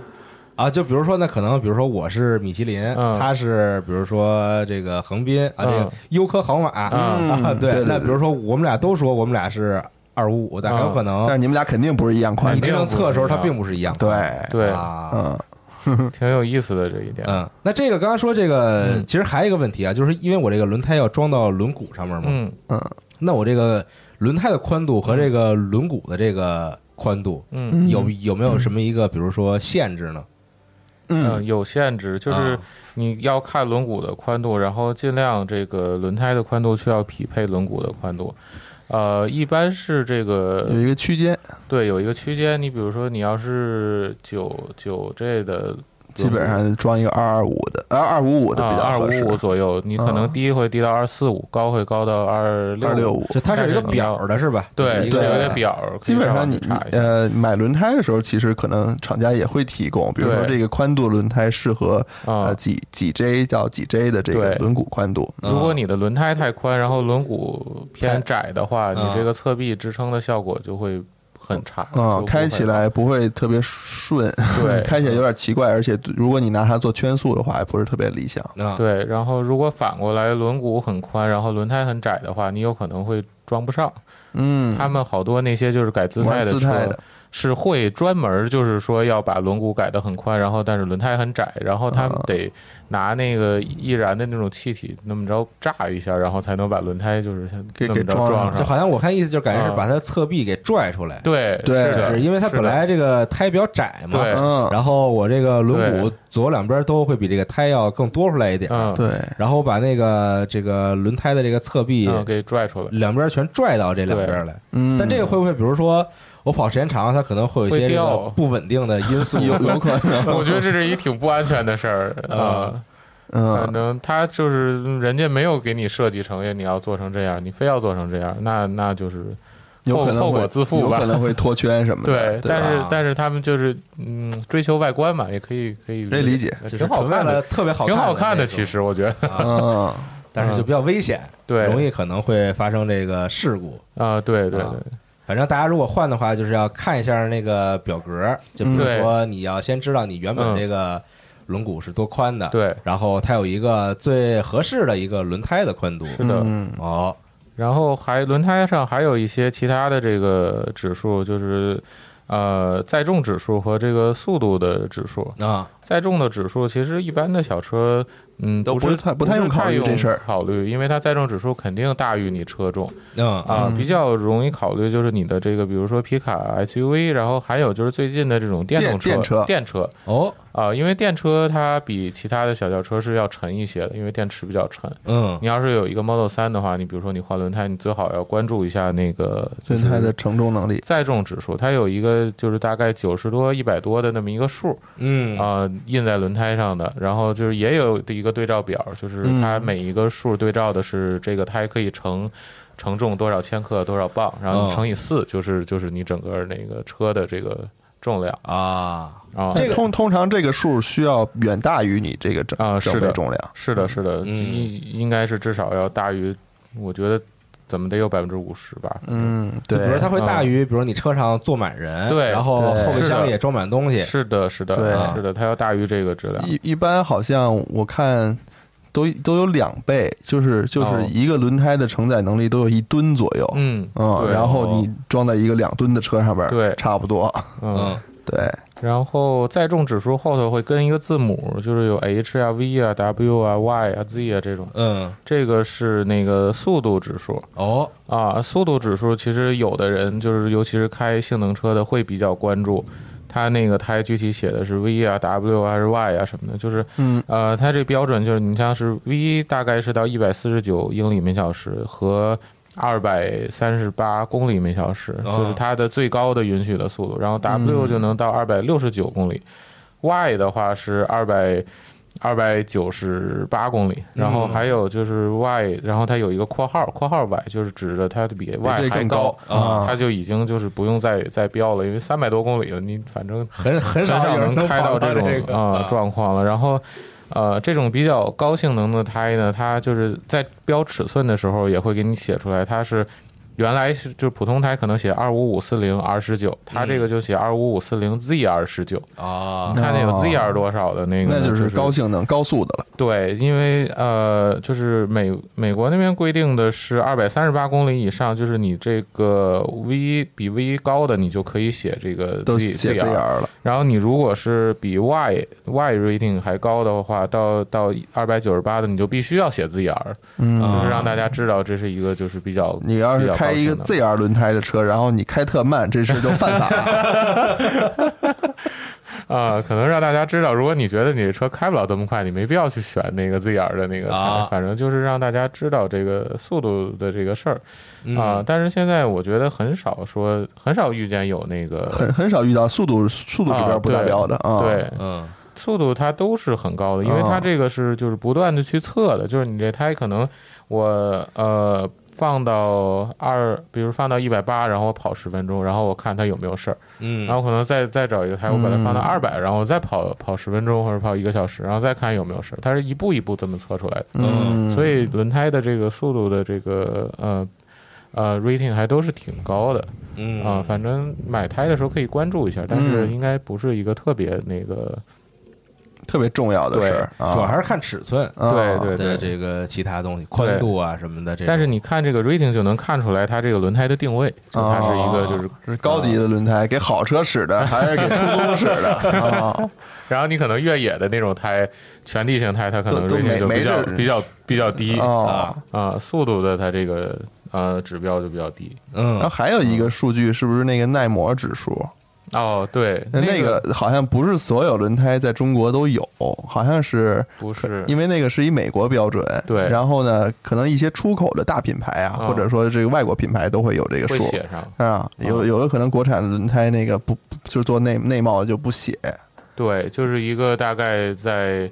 [SPEAKER 3] 啊，就比如说，那可能比如说我是米其林，
[SPEAKER 5] 嗯
[SPEAKER 3] 他是比如说这个横滨啊，这个
[SPEAKER 5] 嗯
[SPEAKER 3] 优科豪马
[SPEAKER 5] 嗯
[SPEAKER 3] 啊，
[SPEAKER 4] 对对
[SPEAKER 3] 那
[SPEAKER 4] 对
[SPEAKER 3] 比如说我们俩都说我们俩是二五五，但很有可能
[SPEAKER 4] 但是你们俩肯定不是一样宽
[SPEAKER 3] 你
[SPEAKER 5] 一
[SPEAKER 4] 的，
[SPEAKER 3] 真正
[SPEAKER 5] 定嗯不
[SPEAKER 3] 测的时候
[SPEAKER 5] 一
[SPEAKER 3] 它
[SPEAKER 5] 样
[SPEAKER 3] 并不是一样，
[SPEAKER 4] 对，
[SPEAKER 5] 对，
[SPEAKER 3] 啊，
[SPEAKER 4] 嗯，
[SPEAKER 5] 挺有意思的这一点，
[SPEAKER 3] 嗯，那这个刚才说这个，
[SPEAKER 5] 嗯
[SPEAKER 3] 其实还有一个问题啊，就是因为我这个轮胎要装到轮毂上面嘛，
[SPEAKER 5] 嗯
[SPEAKER 3] 那我这个轮胎的宽度和这个轮毂的这个宽度
[SPEAKER 5] 嗯
[SPEAKER 3] 有有没有什么一个比如说限制呢？
[SPEAKER 5] 嗯，有限制，
[SPEAKER 3] 啊
[SPEAKER 5] 就是你要看轮毂的宽度，然后尽量这个轮胎的宽度需要匹配轮毂的宽度。呃，一般是这个
[SPEAKER 4] 有一个区间，
[SPEAKER 5] 对有一个区间，你比如说你要是九九 G 的，
[SPEAKER 4] 基本上装一个二二五的，呃，二五五的比较
[SPEAKER 5] 啊二五
[SPEAKER 4] 合适，
[SPEAKER 5] 五左右，你可能
[SPEAKER 4] 嗯
[SPEAKER 5] 低会低到二四五，高会高到二
[SPEAKER 4] 二
[SPEAKER 5] 六
[SPEAKER 4] 六。五。
[SPEAKER 3] 就它是有一个
[SPEAKER 5] 但是你要
[SPEAKER 3] 表儿的是吧？就是
[SPEAKER 5] 对，
[SPEAKER 3] 一
[SPEAKER 5] 是
[SPEAKER 3] 个
[SPEAKER 5] 有一个表儿，可
[SPEAKER 4] 基
[SPEAKER 5] 以
[SPEAKER 4] 本
[SPEAKER 5] 上
[SPEAKER 4] 上
[SPEAKER 5] 网
[SPEAKER 4] 你
[SPEAKER 5] 去查一
[SPEAKER 4] 你
[SPEAKER 5] 下。
[SPEAKER 4] 呃买轮胎的时候，其实可能厂家也会提供，比如说
[SPEAKER 5] 对
[SPEAKER 4] 这个宽度轮胎适合呃
[SPEAKER 5] 啊，
[SPEAKER 4] 几几 J 到几 J 的这个
[SPEAKER 5] 对
[SPEAKER 4] 轮毂宽度，
[SPEAKER 5] 如果你的轮胎太宽，然后轮毂偏窄的话，
[SPEAKER 3] 太
[SPEAKER 4] 嗯
[SPEAKER 5] 你这个侧壁支撑的效果就会很差
[SPEAKER 4] 啊，
[SPEAKER 5] 舒服
[SPEAKER 4] 开
[SPEAKER 5] 很
[SPEAKER 4] 起
[SPEAKER 5] 差
[SPEAKER 4] 来不会特别顺，
[SPEAKER 5] *laughs* 对
[SPEAKER 4] 开起来有点奇怪，而且如果你拿它做圈速的话，也不是特别理想。
[SPEAKER 3] 啊，
[SPEAKER 5] 对，然后如果反过来轮毂很宽，然后轮胎很窄的话，你有可能会装不上。
[SPEAKER 4] 嗯，
[SPEAKER 5] 他们好多那些就是改姿态
[SPEAKER 4] 玩
[SPEAKER 5] 的
[SPEAKER 4] 姿
[SPEAKER 5] 车，
[SPEAKER 4] 态的
[SPEAKER 5] 是会专门就是说要把轮毂改得很宽，然后但是轮胎很窄，然后他们
[SPEAKER 4] 啊
[SPEAKER 5] 得拿那个易燃的那种气体那么着炸一下，然后才能把轮胎就是像
[SPEAKER 4] 给
[SPEAKER 5] 那么
[SPEAKER 4] 给
[SPEAKER 5] 着
[SPEAKER 4] 装
[SPEAKER 5] 撞
[SPEAKER 3] 就
[SPEAKER 5] 上。
[SPEAKER 3] 好像我看意思就是感觉是
[SPEAKER 5] 啊
[SPEAKER 3] 把它侧壁给拽出来，
[SPEAKER 5] 对
[SPEAKER 4] 对
[SPEAKER 5] 是
[SPEAKER 3] 就
[SPEAKER 5] 的，
[SPEAKER 3] 是因为它
[SPEAKER 5] 是
[SPEAKER 3] 本
[SPEAKER 5] 的
[SPEAKER 3] 来这个胎比较窄嘛，
[SPEAKER 5] 对
[SPEAKER 4] 嗯，
[SPEAKER 3] 然后我这个轮毂
[SPEAKER 5] 对
[SPEAKER 3] 左右两边都会比这个胎要更多出来一点，
[SPEAKER 5] 嗯
[SPEAKER 4] 对，
[SPEAKER 3] 然后把那个这个轮胎的这个侧壁
[SPEAKER 5] 嗯给
[SPEAKER 4] *laughs*
[SPEAKER 5] 拽出来，
[SPEAKER 3] 两边全拽到这两边来。
[SPEAKER 4] 嗯，，
[SPEAKER 3] 但这个会不会，比如说我跑时间长了，它可能会有一些
[SPEAKER 5] 会
[SPEAKER 3] 这
[SPEAKER 5] 掉
[SPEAKER 3] 个不稳定的因素
[SPEAKER 4] 有有可
[SPEAKER 5] *laughs*
[SPEAKER 4] 能，
[SPEAKER 5] 我觉得这是一挺不安全的事儿啊。反
[SPEAKER 4] 嗯，
[SPEAKER 5] 正他就是人家没有给你设计成，你要做成这样，你非要做成这样，那那就是
[SPEAKER 4] 有可
[SPEAKER 5] 后
[SPEAKER 4] 能
[SPEAKER 5] 后
[SPEAKER 4] 会
[SPEAKER 5] 果自负
[SPEAKER 4] 有
[SPEAKER 5] 吧
[SPEAKER 4] 可能会脱圈什么
[SPEAKER 5] 对
[SPEAKER 4] 的，，
[SPEAKER 5] 但
[SPEAKER 4] 吧
[SPEAKER 5] 是
[SPEAKER 3] 吧
[SPEAKER 5] 但是他们就是嗯追求外观嘛，也可以可以呃
[SPEAKER 4] 可以理解
[SPEAKER 3] 就是
[SPEAKER 5] 挺好
[SPEAKER 3] 纯为
[SPEAKER 5] 看
[SPEAKER 3] 了
[SPEAKER 5] 的，
[SPEAKER 3] 特别好看
[SPEAKER 5] 挺
[SPEAKER 3] 的
[SPEAKER 5] 好看
[SPEAKER 3] 那
[SPEAKER 5] 的，
[SPEAKER 3] 种
[SPEAKER 5] 其，实我觉得
[SPEAKER 4] 嗯，
[SPEAKER 3] 但是就比较危险，*laughs*
[SPEAKER 5] 对，
[SPEAKER 3] 容易可能会发生这个事故。
[SPEAKER 5] 啊，对对
[SPEAKER 3] 啊
[SPEAKER 5] 对，
[SPEAKER 3] 反正大家如果换的话，就是要看一下那个表格，就比如
[SPEAKER 5] 嗯
[SPEAKER 3] 说你要先知道你原本
[SPEAKER 5] 嗯
[SPEAKER 3] 这个轮毂是多宽的，
[SPEAKER 5] 对
[SPEAKER 3] 然后它有一个最合适的一个轮胎的宽度。
[SPEAKER 5] *laughs* 是的。
[SPEAKER 4] 嗯
[SPEAKER 3] 哦，
[SPEAKER 5] 然后还轮胎上还有一些其他的这个指数，就是呃载重指数和这个速度的指数。
[SPEAKER 3] 啊，
[SPEAKER 5] 载重的指数，其实一般的小车，嗯，
[SPEAKER 4] 都
[SPEAKER 5] 不
[SPEAKER 4] 不
[SPEAKER 5] 是
[SPEAKER 4] 是太不
[SPEAKER 5] 不
[SPEAKER 4] 太
[SPEAKER 5] 是
[SPEAKER 4] 用考虑这事儿
[SPEAKER 5] 考虑，因为它载重指数肯定大于你车重
[SPEAKER 3] 嗯
[SPEAKER 5] 啊、
[SPEAKER 4] 嗯
[SPEAKER 5] 比较容易考虑就是你的这个，比如说皮卡、SUV，然后还有就是最近的这种电动车、
[SPEAKER 4] 电电车
[SPEAKER 3] 哦，
[SPEAKER 5] 啊、因为电车它比其他的小轿车是要沉一些的，因为电池比较沉。
[SPEAKER 3] 嗯
[SPEAKER 5] 你要是有一个 Model 3的话，你比如说你换轮胎，你最好要关注一下那个就
[SPEAKER 4] 轮
[SPEAKER 5] 是
[SPEAKER 4] 胎的承重能力，
[SPEAKER 5] 载重指数，它有一个就是大概九十多、一百多的那么一个数。
[SPEAKER 3] 嗯
[SPEAKER 5] 啊、印在轮胎上的，然后就是也有一个对照表，就是
[SPEAKER 4] 嗯
[SPEAKER 5] 它每一个数对照的是这个胎可以承承重多少千克多少磅，然后
[SPEAKER 4] 哦
[SPEAKER 3] 嗯
[SPEAKER 5] 你乘以四、就是就是你整个那个车的这个重量
[SPEAKER 3] 啊，
[SPEAKER 5] 啊。
[SPEAKER 4] 但通通常这个数需要远大于你这个整
[SPEAKER 5] 啊
[SPEAKER 4] 整
[SPEAKER 5] 是的
[SPEAKER 4] 备重量，
[SPEAKER 5] 是的，是的，
[SPEAKER 3] 嗯
[SPEAKER 5] 应应该是至少要大于，我觉得怎么得有百分之五十吧。
[SPEAKER 4] 嗯，
[SPEAKER 3] 就
[SPEAKER 4] 对，
[SPEAKER 3] 比如它会大于，比如你车上坐满人，
[SPEAKER 5] 对
[SPEAKER 3] 然后
[SPEAKER 4] 对
[SPEAKER 3] 后备
[SPEAKER 5] 是
[SPEAKER 3] 箱
[SPEAKER 5] 的
[SPEAKER 3] 也装满东西，
[SPEAKER 5] 是的，是
[SPEAKER 4] 对
[SPEAKER 5] 的，是的，它要大于这个质量。
[SPEAKER 4] 一一般好像我看都都有两倍，就是就是
[SPEAKER 5] 哦
[SPEAKER 4] 一个轮胎的承载能力都有一吨左右。
[SPEAKER 5] 嗯
[SPEAKER 4] 嗯，
[SPEAKER 5] 对
[SPEAKER 4] 然后你装在一个两吨的车上边，
[SPEAKER 5] 对
[SPEAKER 4] 差不多， *laughs*
[SPEAKER 5] 嗯
[SPEAKER 3] 嗯，
[SPEAKER 4] 对，
[SPEAKER 5] 然后载重指数后头会跟一个字母，就是有 H 啊、V 啊、W 啊、Y 啊、Z 啊这种。
[SPEAKER 3] 嗯，
[SPEAKER 5] 这个是那个速度指数
[SPEAKER 3] 哦，
[SPEAKER 5] 啊，速度指数其实有的人就是尤其是开性能车的会比较关注，它那个胎具体写的是 V 啊、W 啊还是 Y 啊什么的，就是
[SPEAKER 4] 嗯
[SPEAKER 5] 呃，它这标准就是你像是 V E 大概是到一百四十九英里每小时和。二百三十八公里每小时，
[SPEAKER 3] 哦
[SPEAKER 5] 就是它的最高的允许的速度。然后 W
[SPEAKER 4] 嗯
[SPEAKER 5] 就能到二百六十九公里、y 的话是二百二百九十八公里。然后还有就是 Y，然后它有一个括号，括号 Y 就是指着它比 Y
[SPEAKER 4] 这
[SPEAKER 5] 还
[SPEAKER 4] 更高
[SPEAKER 5] 啊
[SPEAKER 4] 啊，
[SPEAKER 5] 它就已经就是不用再再标了，因为三百多公里了，你反正
[SPEAKER 3] 很很
[SPEAKER 5] 很少
[SPEAKER 3] 有人
[SPEAKER 5] 能开
[SPEAKER 3] 跑
[SPEAKER 5] 到这种
[SPEAKER 3] 个嗯
[SPEAKER 5] 啊状况了。然后，呃，这种比较高性能的胎呢，它就是在标尺寸的时候也会给你写出来，它是原来是就是普通胎可能写二五五四零 R 十九，它这个就写二五五四零 ZR 十九，
[SPEAKER 3] 啊
[SPEAKER 5] 你，看那个
[SPEAKER 4] 哦
[SPEAKER 5] ZR 多少的那个，
[SPEAKER 4] 那就
[SPEAKER 5] 就是
[SPEAKER 4] 高性能、高速的了。
[SPEAKER 5] 对，因为呃，就是美美国那边规定的是二百三十八公里以上，就是你这个 V 比 V 高的，你就可以写这个
[SPEAKER 4] 都
[SPEAKER 5] Z
[SPEAKER 4] 写 ZR 了，
[SPEAKER 5] 然后你如果是比 Y Y rating 还高的话，到到二百九十八的，你就必须要写 ZR，、
[SPEAKER 4] 嗯，
[SPEAKER 5] 就是让大家知道这是一个就是比较
[SPEAKER 4] 你要
[SPEAKER 5] 啊比
[SPEAKER 4] 是
[SPEAKER 5] 较
[SPEAKER 4] 开一个
[SPEAKER 5] 高性
[SPEAKER 4] ZR 轮胎的车，然后你开特慢，这事就犯法了。
[SPEAKER 5] *laughs* 能啊、可能让大家知道，如果你觉得你的车开不了这么快，你没必要去选那个 ZR 的那个台，
[SPEAKER 3] 啊
[SPEAKER 5] 反正就是让大家知道这个速度的这个事儿
[SPEAKER 3] 嗯
[SPEAKER 5] 啊、但是现在我觉得很少说，很少遇见有那个
[SPEAKER 4] 很很少遇到速度速度指标
[SPEAKER 5] 啊
[SPEAKER 4] 不达
[SPEAKER 5] 对
[SPEAKER 4] 标的啊。
[SPEAKER 5] 对，
[SPEAKER 3] 嗯
[SPEAKER 5] 速度它都是很高的，因为
[SPEAKER 4] 啊
[SPEAKER 5] 它这个是就是不断的去测的，就是你这胎可能我呃放到二，比如放到一百八，然后我跑十分钟，然后我看它有没有事儿，
[SPEAKER 3] 嗯，
[SPEAKER 5] 然后可能再再找一个胎，我把它
[SPEAKER 4] 嗯
[SPEAKER 5] 放到二百、然后再跑跑十分钟或者跑一个小时，然后再看有没有事儿，它是一步一步这么测出来的，
[SPEAKER 4] 嗯，
[SPEAKER 5] 所以轮胎的这个速度的这个呃。呃 rating 还都是挺高的
[SPEAKER 3] 嗯
[SPEAKER 5] 啊、反正买胎的时候可以关注一下，但是
[SPEAKER 4] 嗯
[SPEAKER 5] 应该不是一个特别那个，
[SPEAKER 4] 特别重要的事儿啊，
[SPEAKER 3] 主要还是看尺寸
[SPEAKER 4] 啊
[SPEAKER 5] 对
[SPEAKER 3] 的
[SPEAKER 5] 对
[SPEAKER 3] 这个其他东西，宽度啊什么的这种。
[SPEAKER 5] 但是你看这个 rating 就能看出来它这个轮胎的定位，就它是一个就是
[SPEAKER 4] 哦是高级
[SPEAKER 5] 嗯
[SPEAKER 4] 的轮胎，给好车使的还是给出租使
[SPEAKER 5] *laughs*
[SPEAKER 4] 的啊？
[SPEAKER 5] 然后你可能越野的那种胎，全地形胎，它可能
[SPEAKER 4] 都都
[SPEAKER 5] rating 就
[SPEAKER 4] 没
[SPEAKER 5] 比较
[SPEAKER 4] 没这
[SPEAKER 5] 比较比较低啊、
[SPEAKER 4] 哦，
[SPEAKER 5] 速度的它这个呃指标就比较低。
[SPEAKER 4] 然后
[SPEAKER 3] 嗯，
[SPEAKER 4] 还有一个数据是不是那个耐磨指数？
[SPEAKER 5] 哦，对，
[SPEAKER 4] 那
[SPEAKER 5] 那
[SPEAKER 4] 个好像不是所有轮胎在中国都有，好像是
[SPEAKER 5] 不是
[SPEAKER 4] 因为那个是以美国标准，
[SPEAKER 5] 对
[SPEAKER 4] 然后呢，可能一些出口的大品牌啊，
[SPEAKER 5] 啊
[SPEAKER 4] 或者说这个外国品牌都会有这个
[SPEAKER 5] 会
[SPEAKER 4] 数
[SPEAKER 5] 写哦上，
[SPEAKER 4] 啊，有有的可能国产轮胎那个不就是做内内贸的就不写，
[SPEAKER 5] 对，就是一个大概在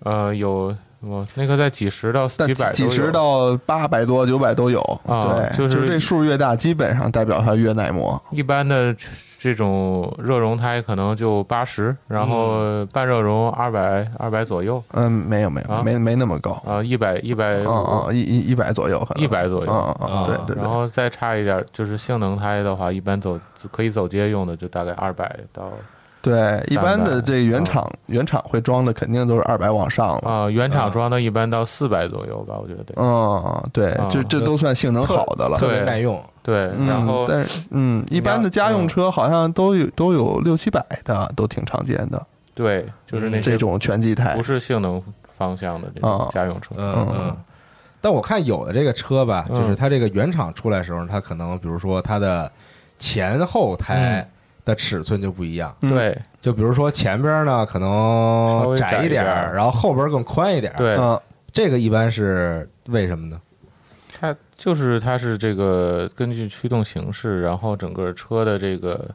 [SPEAKER 5] 呃有我那个在几十到
[SPEAKER 4] 但
[SPEAKER 5] 几百
[SPEAKER 4] 几
[SPEAKER 5] 都
[SPEAKER 4] 十
[SPEAKER 5] 有
[SPEAKER 4] 到八百多九百都有，
[SPEAKER 5] 啊
[SPEAKER 4] 对，
[SPEAKER 5] 就是
[SPEAKER 4] 这数越大，基本上代表它越耐磨。
[SPEAKER 5] 一般的这种热熔胎可能就八十，然后半热熔二百二百左右
[SPEAKER 4] 嗯，没有没有
[SPEAKER 5] 啊
[SPEAKER 4] 没没那么高，
[SPEAKER 5] 啊，一百一百
[SPEAKER 4] 嗯嗯，一一一百左右可能，
[SPEAKER 5] 100左右
[SPEAKER 4] 嗯嗯嗯，
[SPEAKER 5] 啊
[SPEAKER 4] 对对对
[SPEAKER 5] 然。后再差一点，就是性能胎的话，一般走可以走街用的就大概二百到
[SPEAKER 4] 对，一般的
[SPEAKER 5] 300
[SPEAKER 4] 这原厂、原厂会装的肯定都是二百往上了。
[SPEAKER 5] 啊、原厂装的一般到四百左右吧，我觉得。
[SPEAKER 4] 嗯，对，
[SPEAKER 5] 啊
[SPEAKER 4] 这这都算性能好的了。
[SPEAKER 3] 特别
[SPEAKER 5] 对
[SPEAKER 3] 耐用。
[SPEAKER 5] 对，
[SPEAKER 4] 嗯，
[SPEAKER 5] 然后、
[SPEAKER 4] 但是嗯，一般的家用车好像都有都有六七百的，都挺常见的
[SPEAKER 5] 对，就是那
[SPEAKER 4] 嗯这
[SPEAKER 5] 些
[SPEAKER 4] 种全机胎
[SPEAKER 5] 不。是性能方向的这
[SPEAKER 4] 啊
[SPEAKER 5] 种家用车。
[SPEAKER 3] 嗯嗯。但我看有的这个车吧，
[SPEAKER 5] 嗯
[SPEAKER 3] 就是它这个原厂出来的时候，它可能比如说它的前后
[SPEAKER 5] 嗯
[SPEAKER 3] 胎的尺寸就不一样。
[SPEAKER 4] 嗯
[SPEAKER 5] 对
[SPEAKER 3] 就比如说前边呢可
[SPEAKER 5] 稍
[SPEAKER 3] 能
[SPEAKER 5] 微
[SPEAKER 3] 窄
[SPEAKER 5] 窄一
[SPEAKER 3] 点
[SPEAKER 5] 点
[SPEAKER 3] 儿，
[SPEAKER 5] 儿
[SPEAKER 3] 然后后边更宽一点。，
[SPEAKER 5] 对，
[SPEAKER 4] 嗯，
[SPEAKER 3] 这个一般是为什么呢？
[SPEAKER 5] 它就是它是这个根据驱动形式，然后整个车的这个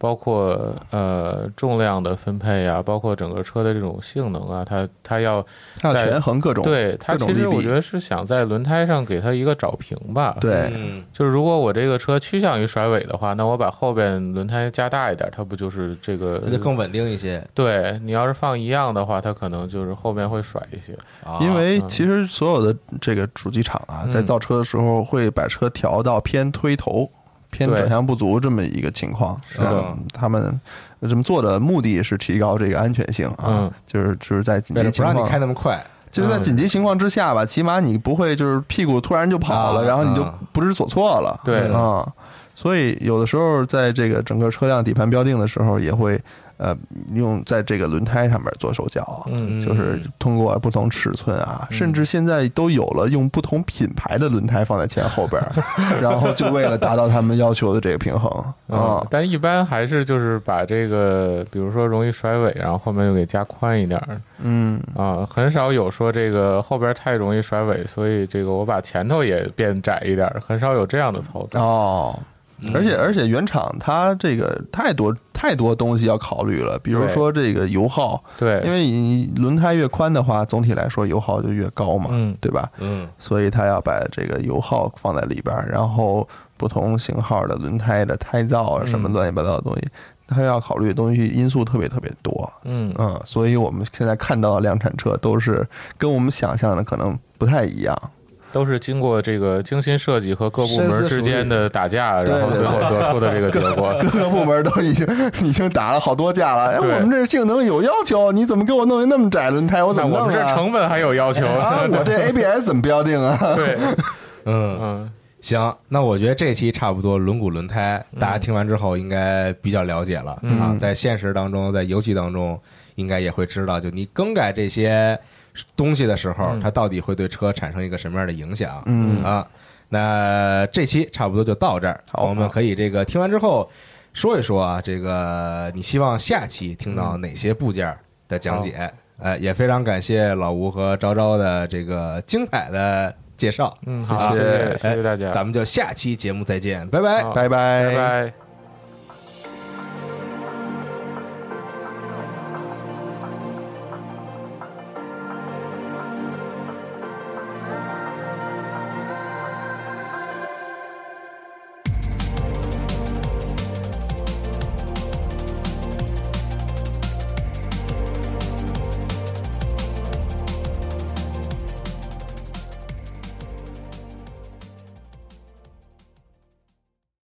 [SPEAKER 5] 包括呃重量的分配啊，包括整个车的这种性能啊，它它要
[SPEAKER 4] 它要
[SPEAKER 5] 在
[SPEAKER 4] 权衡各种
[SPEAKER 5] 对它
[SPEAKER 4] 各种
[SPEAKER 5] 其实
[SPEAKER 4] 利弊
[SPEAKER 5] 我觉得是想在轮胎上给它一个找平吧。
[SPEAKER 4] 对
[SPEAKER 3] 嗯
[SPEAKER 5] 就是如果我这个车趋向于甩尾的话，那我把后边轮胎加大一点，它不就是这个
[SPEAKER 3] 那就更稳定一些。
[SPEAKER 5] 对？你要是放一样的话，它可能就是后边会甩一些。
[SPEAKER 3] 啊
[SPEAKER 4] 因为其实所有的这个主机厂啊，
[SPEAKER 5] 嗯
[SPEAKER 4] 在造车的时候会把车调到偏推头、偏
[SPEAKER 5] 对
[SPEAKER 4] 转向不足这么一个情况。是
[SPEAKER 3] 的
[SPEAKER 4] 他们这么做的目的是提高这个安全性啊
[SPEAKER 5] 嗯，
[SPEAKER 4] 就是就是在紧
[SPEAKER 3] 为
[SPEAKER 4] 急
[SPEAKER 3] 了不
[SPEAKER 4] 情
[SPEAKER 3] 让你开
[SPEAKER 4] 况，
[SPEAKER 3] 那么快，
[SPEAKER 4] 就是在紧急情况之下吧，起码你不会就是屁股突然就跑了，
[SPEAKER 3] 啊
[SPEAKER 4] 然后你就
[SPEAKER 3] 啊
[SPEAKER 4] 不知所措了。
[SPEAKER 5] 对
[SPEAKER 4] 啊，所以有的时候在这个整个车辆底盘标定的时候，也会呃用在这个轮胎上面做手脚。啊
[SPEAKER 5] 嗯，
[SPEAKER 4] 就是通过不同尺寸啊，甚至现在都有了用不同品牌的轮胎放在前后边儿，
[SPEAKER 5] *laughs*
[SPEAKER 4] 然后就为了达到他们要求的这个平衡啊
[SPEAKER 5] 嗯，。但一般还是就是把这个，比如说容易甩尾，然后后面又给加宽一点儿
[SPEAKER 4] 嗯，
[SPEAKER 5] 啊，很少有说这个后边太容易甩尾，所以这个我把前头也变窄一点儿，很少有这样的操作。
[SPEAKER 4] 哦，
[SPEAKER 5] 嗯
[SPEAKER 4] 而且而且原厂它这个太多太多东西要考虑了，比如
[SPEAKER 5] 对
[SPEAKER 4] 说这个油耗，
[SPEAKER 5] 对，
[SPEAKER 4] 因为你轮胎越宽的话，总体来说油耗就越高嘛，
[SPEAKER 5] 嗯，
[SPEAKER 4] 对吧？
[SPEAKER 3] 嗯
[SPEAKER 4] 所以它要把这个油耗放在里边儿，然后不同型号的轮胎的胎噪啊什么乱七八糟的东西，它要考虑的东西因素特别特别多。
[SPEAKER 5] 嗯
[SPEAKER 4] 嗯，所以我们现在看到的量产车都是跟我们想象的可能不太一
[SPEAKER 5] *laughs*
[SPEAKER 4] 样。
[SPEAKER 5] 都是经过这个精心设计和各部
[SPEAKER 3] 深思熟
[SPEAKER 5] 门
[SPEAKER 3] 虑
[SPEAKER 5] 之间的打架，
[SPEAKER 4] 对
[SPEAKER 5] 然后最后得出的这个结果。 *laughs*
[SPEAKER 4] 各个部门都已经 *laughs* 已经打了好多架了。哎，
[SPEAKER 5] 对
[SPEAKER 4] 我们这性能有要求，你怎么给我弄一那么窄轮胎？我
[SPEAKER 5] 那
[SPEAKER 4] 怎么
[SPEAKER 5] 我
[SPEAKER 4] 弄
[SPEAKER 5] 们这
[SPEAKER 4] 啊？
[SPEAKER 5] 成本还有要求，
[SPEAKER 4] 啊，我这 ABS 怎么标定啊？
[SPEAKER 5] *laughs* 对，
[SPEAKER 3] 嗯，
[SPEAKER 5] 嗯，
[SPEAKER 3] 行，那我觉得这期差不多轮毂轮胎，大
[SPEAKER 4] 嗯
[SPEAKER 3] 家听完之后应该比较了解了、啊，在现实当中，在游戏当中，应该也会知道，就你更改这些东西的时候，它到底会对车产生一个什么样的影响？
[SPEAKER 4] 嗯
[SPEAKER 3] 啊，那这期差不多就到这儿，
[SPEAKER 4] 好
[SPEAKER 3] 我们可以这个听完之后说一说啊，这个你希望下期听到
[SPEAKER 4] 嗯
[SPEAKER 3] 哪些部件的讲解？哎，也非常感谢老吴和昭昭的这个精彩的介绍。
[SPEAKER 5] 嗯，好，
[SPEAKER 4] 谢哎
[SPEAKER 5] 谢
[SPEAKER 4] 谢
[SPEAKER 3] 哎
[SPEAKER 5] 谢谢谢大家，
[SPEAKER 3] 咱们就下期节目再见，拜拜。
[SPEAKER 5] 好
[SPEAKER 4] 拜
[SPEAKER 5] *laughs* 拜拜。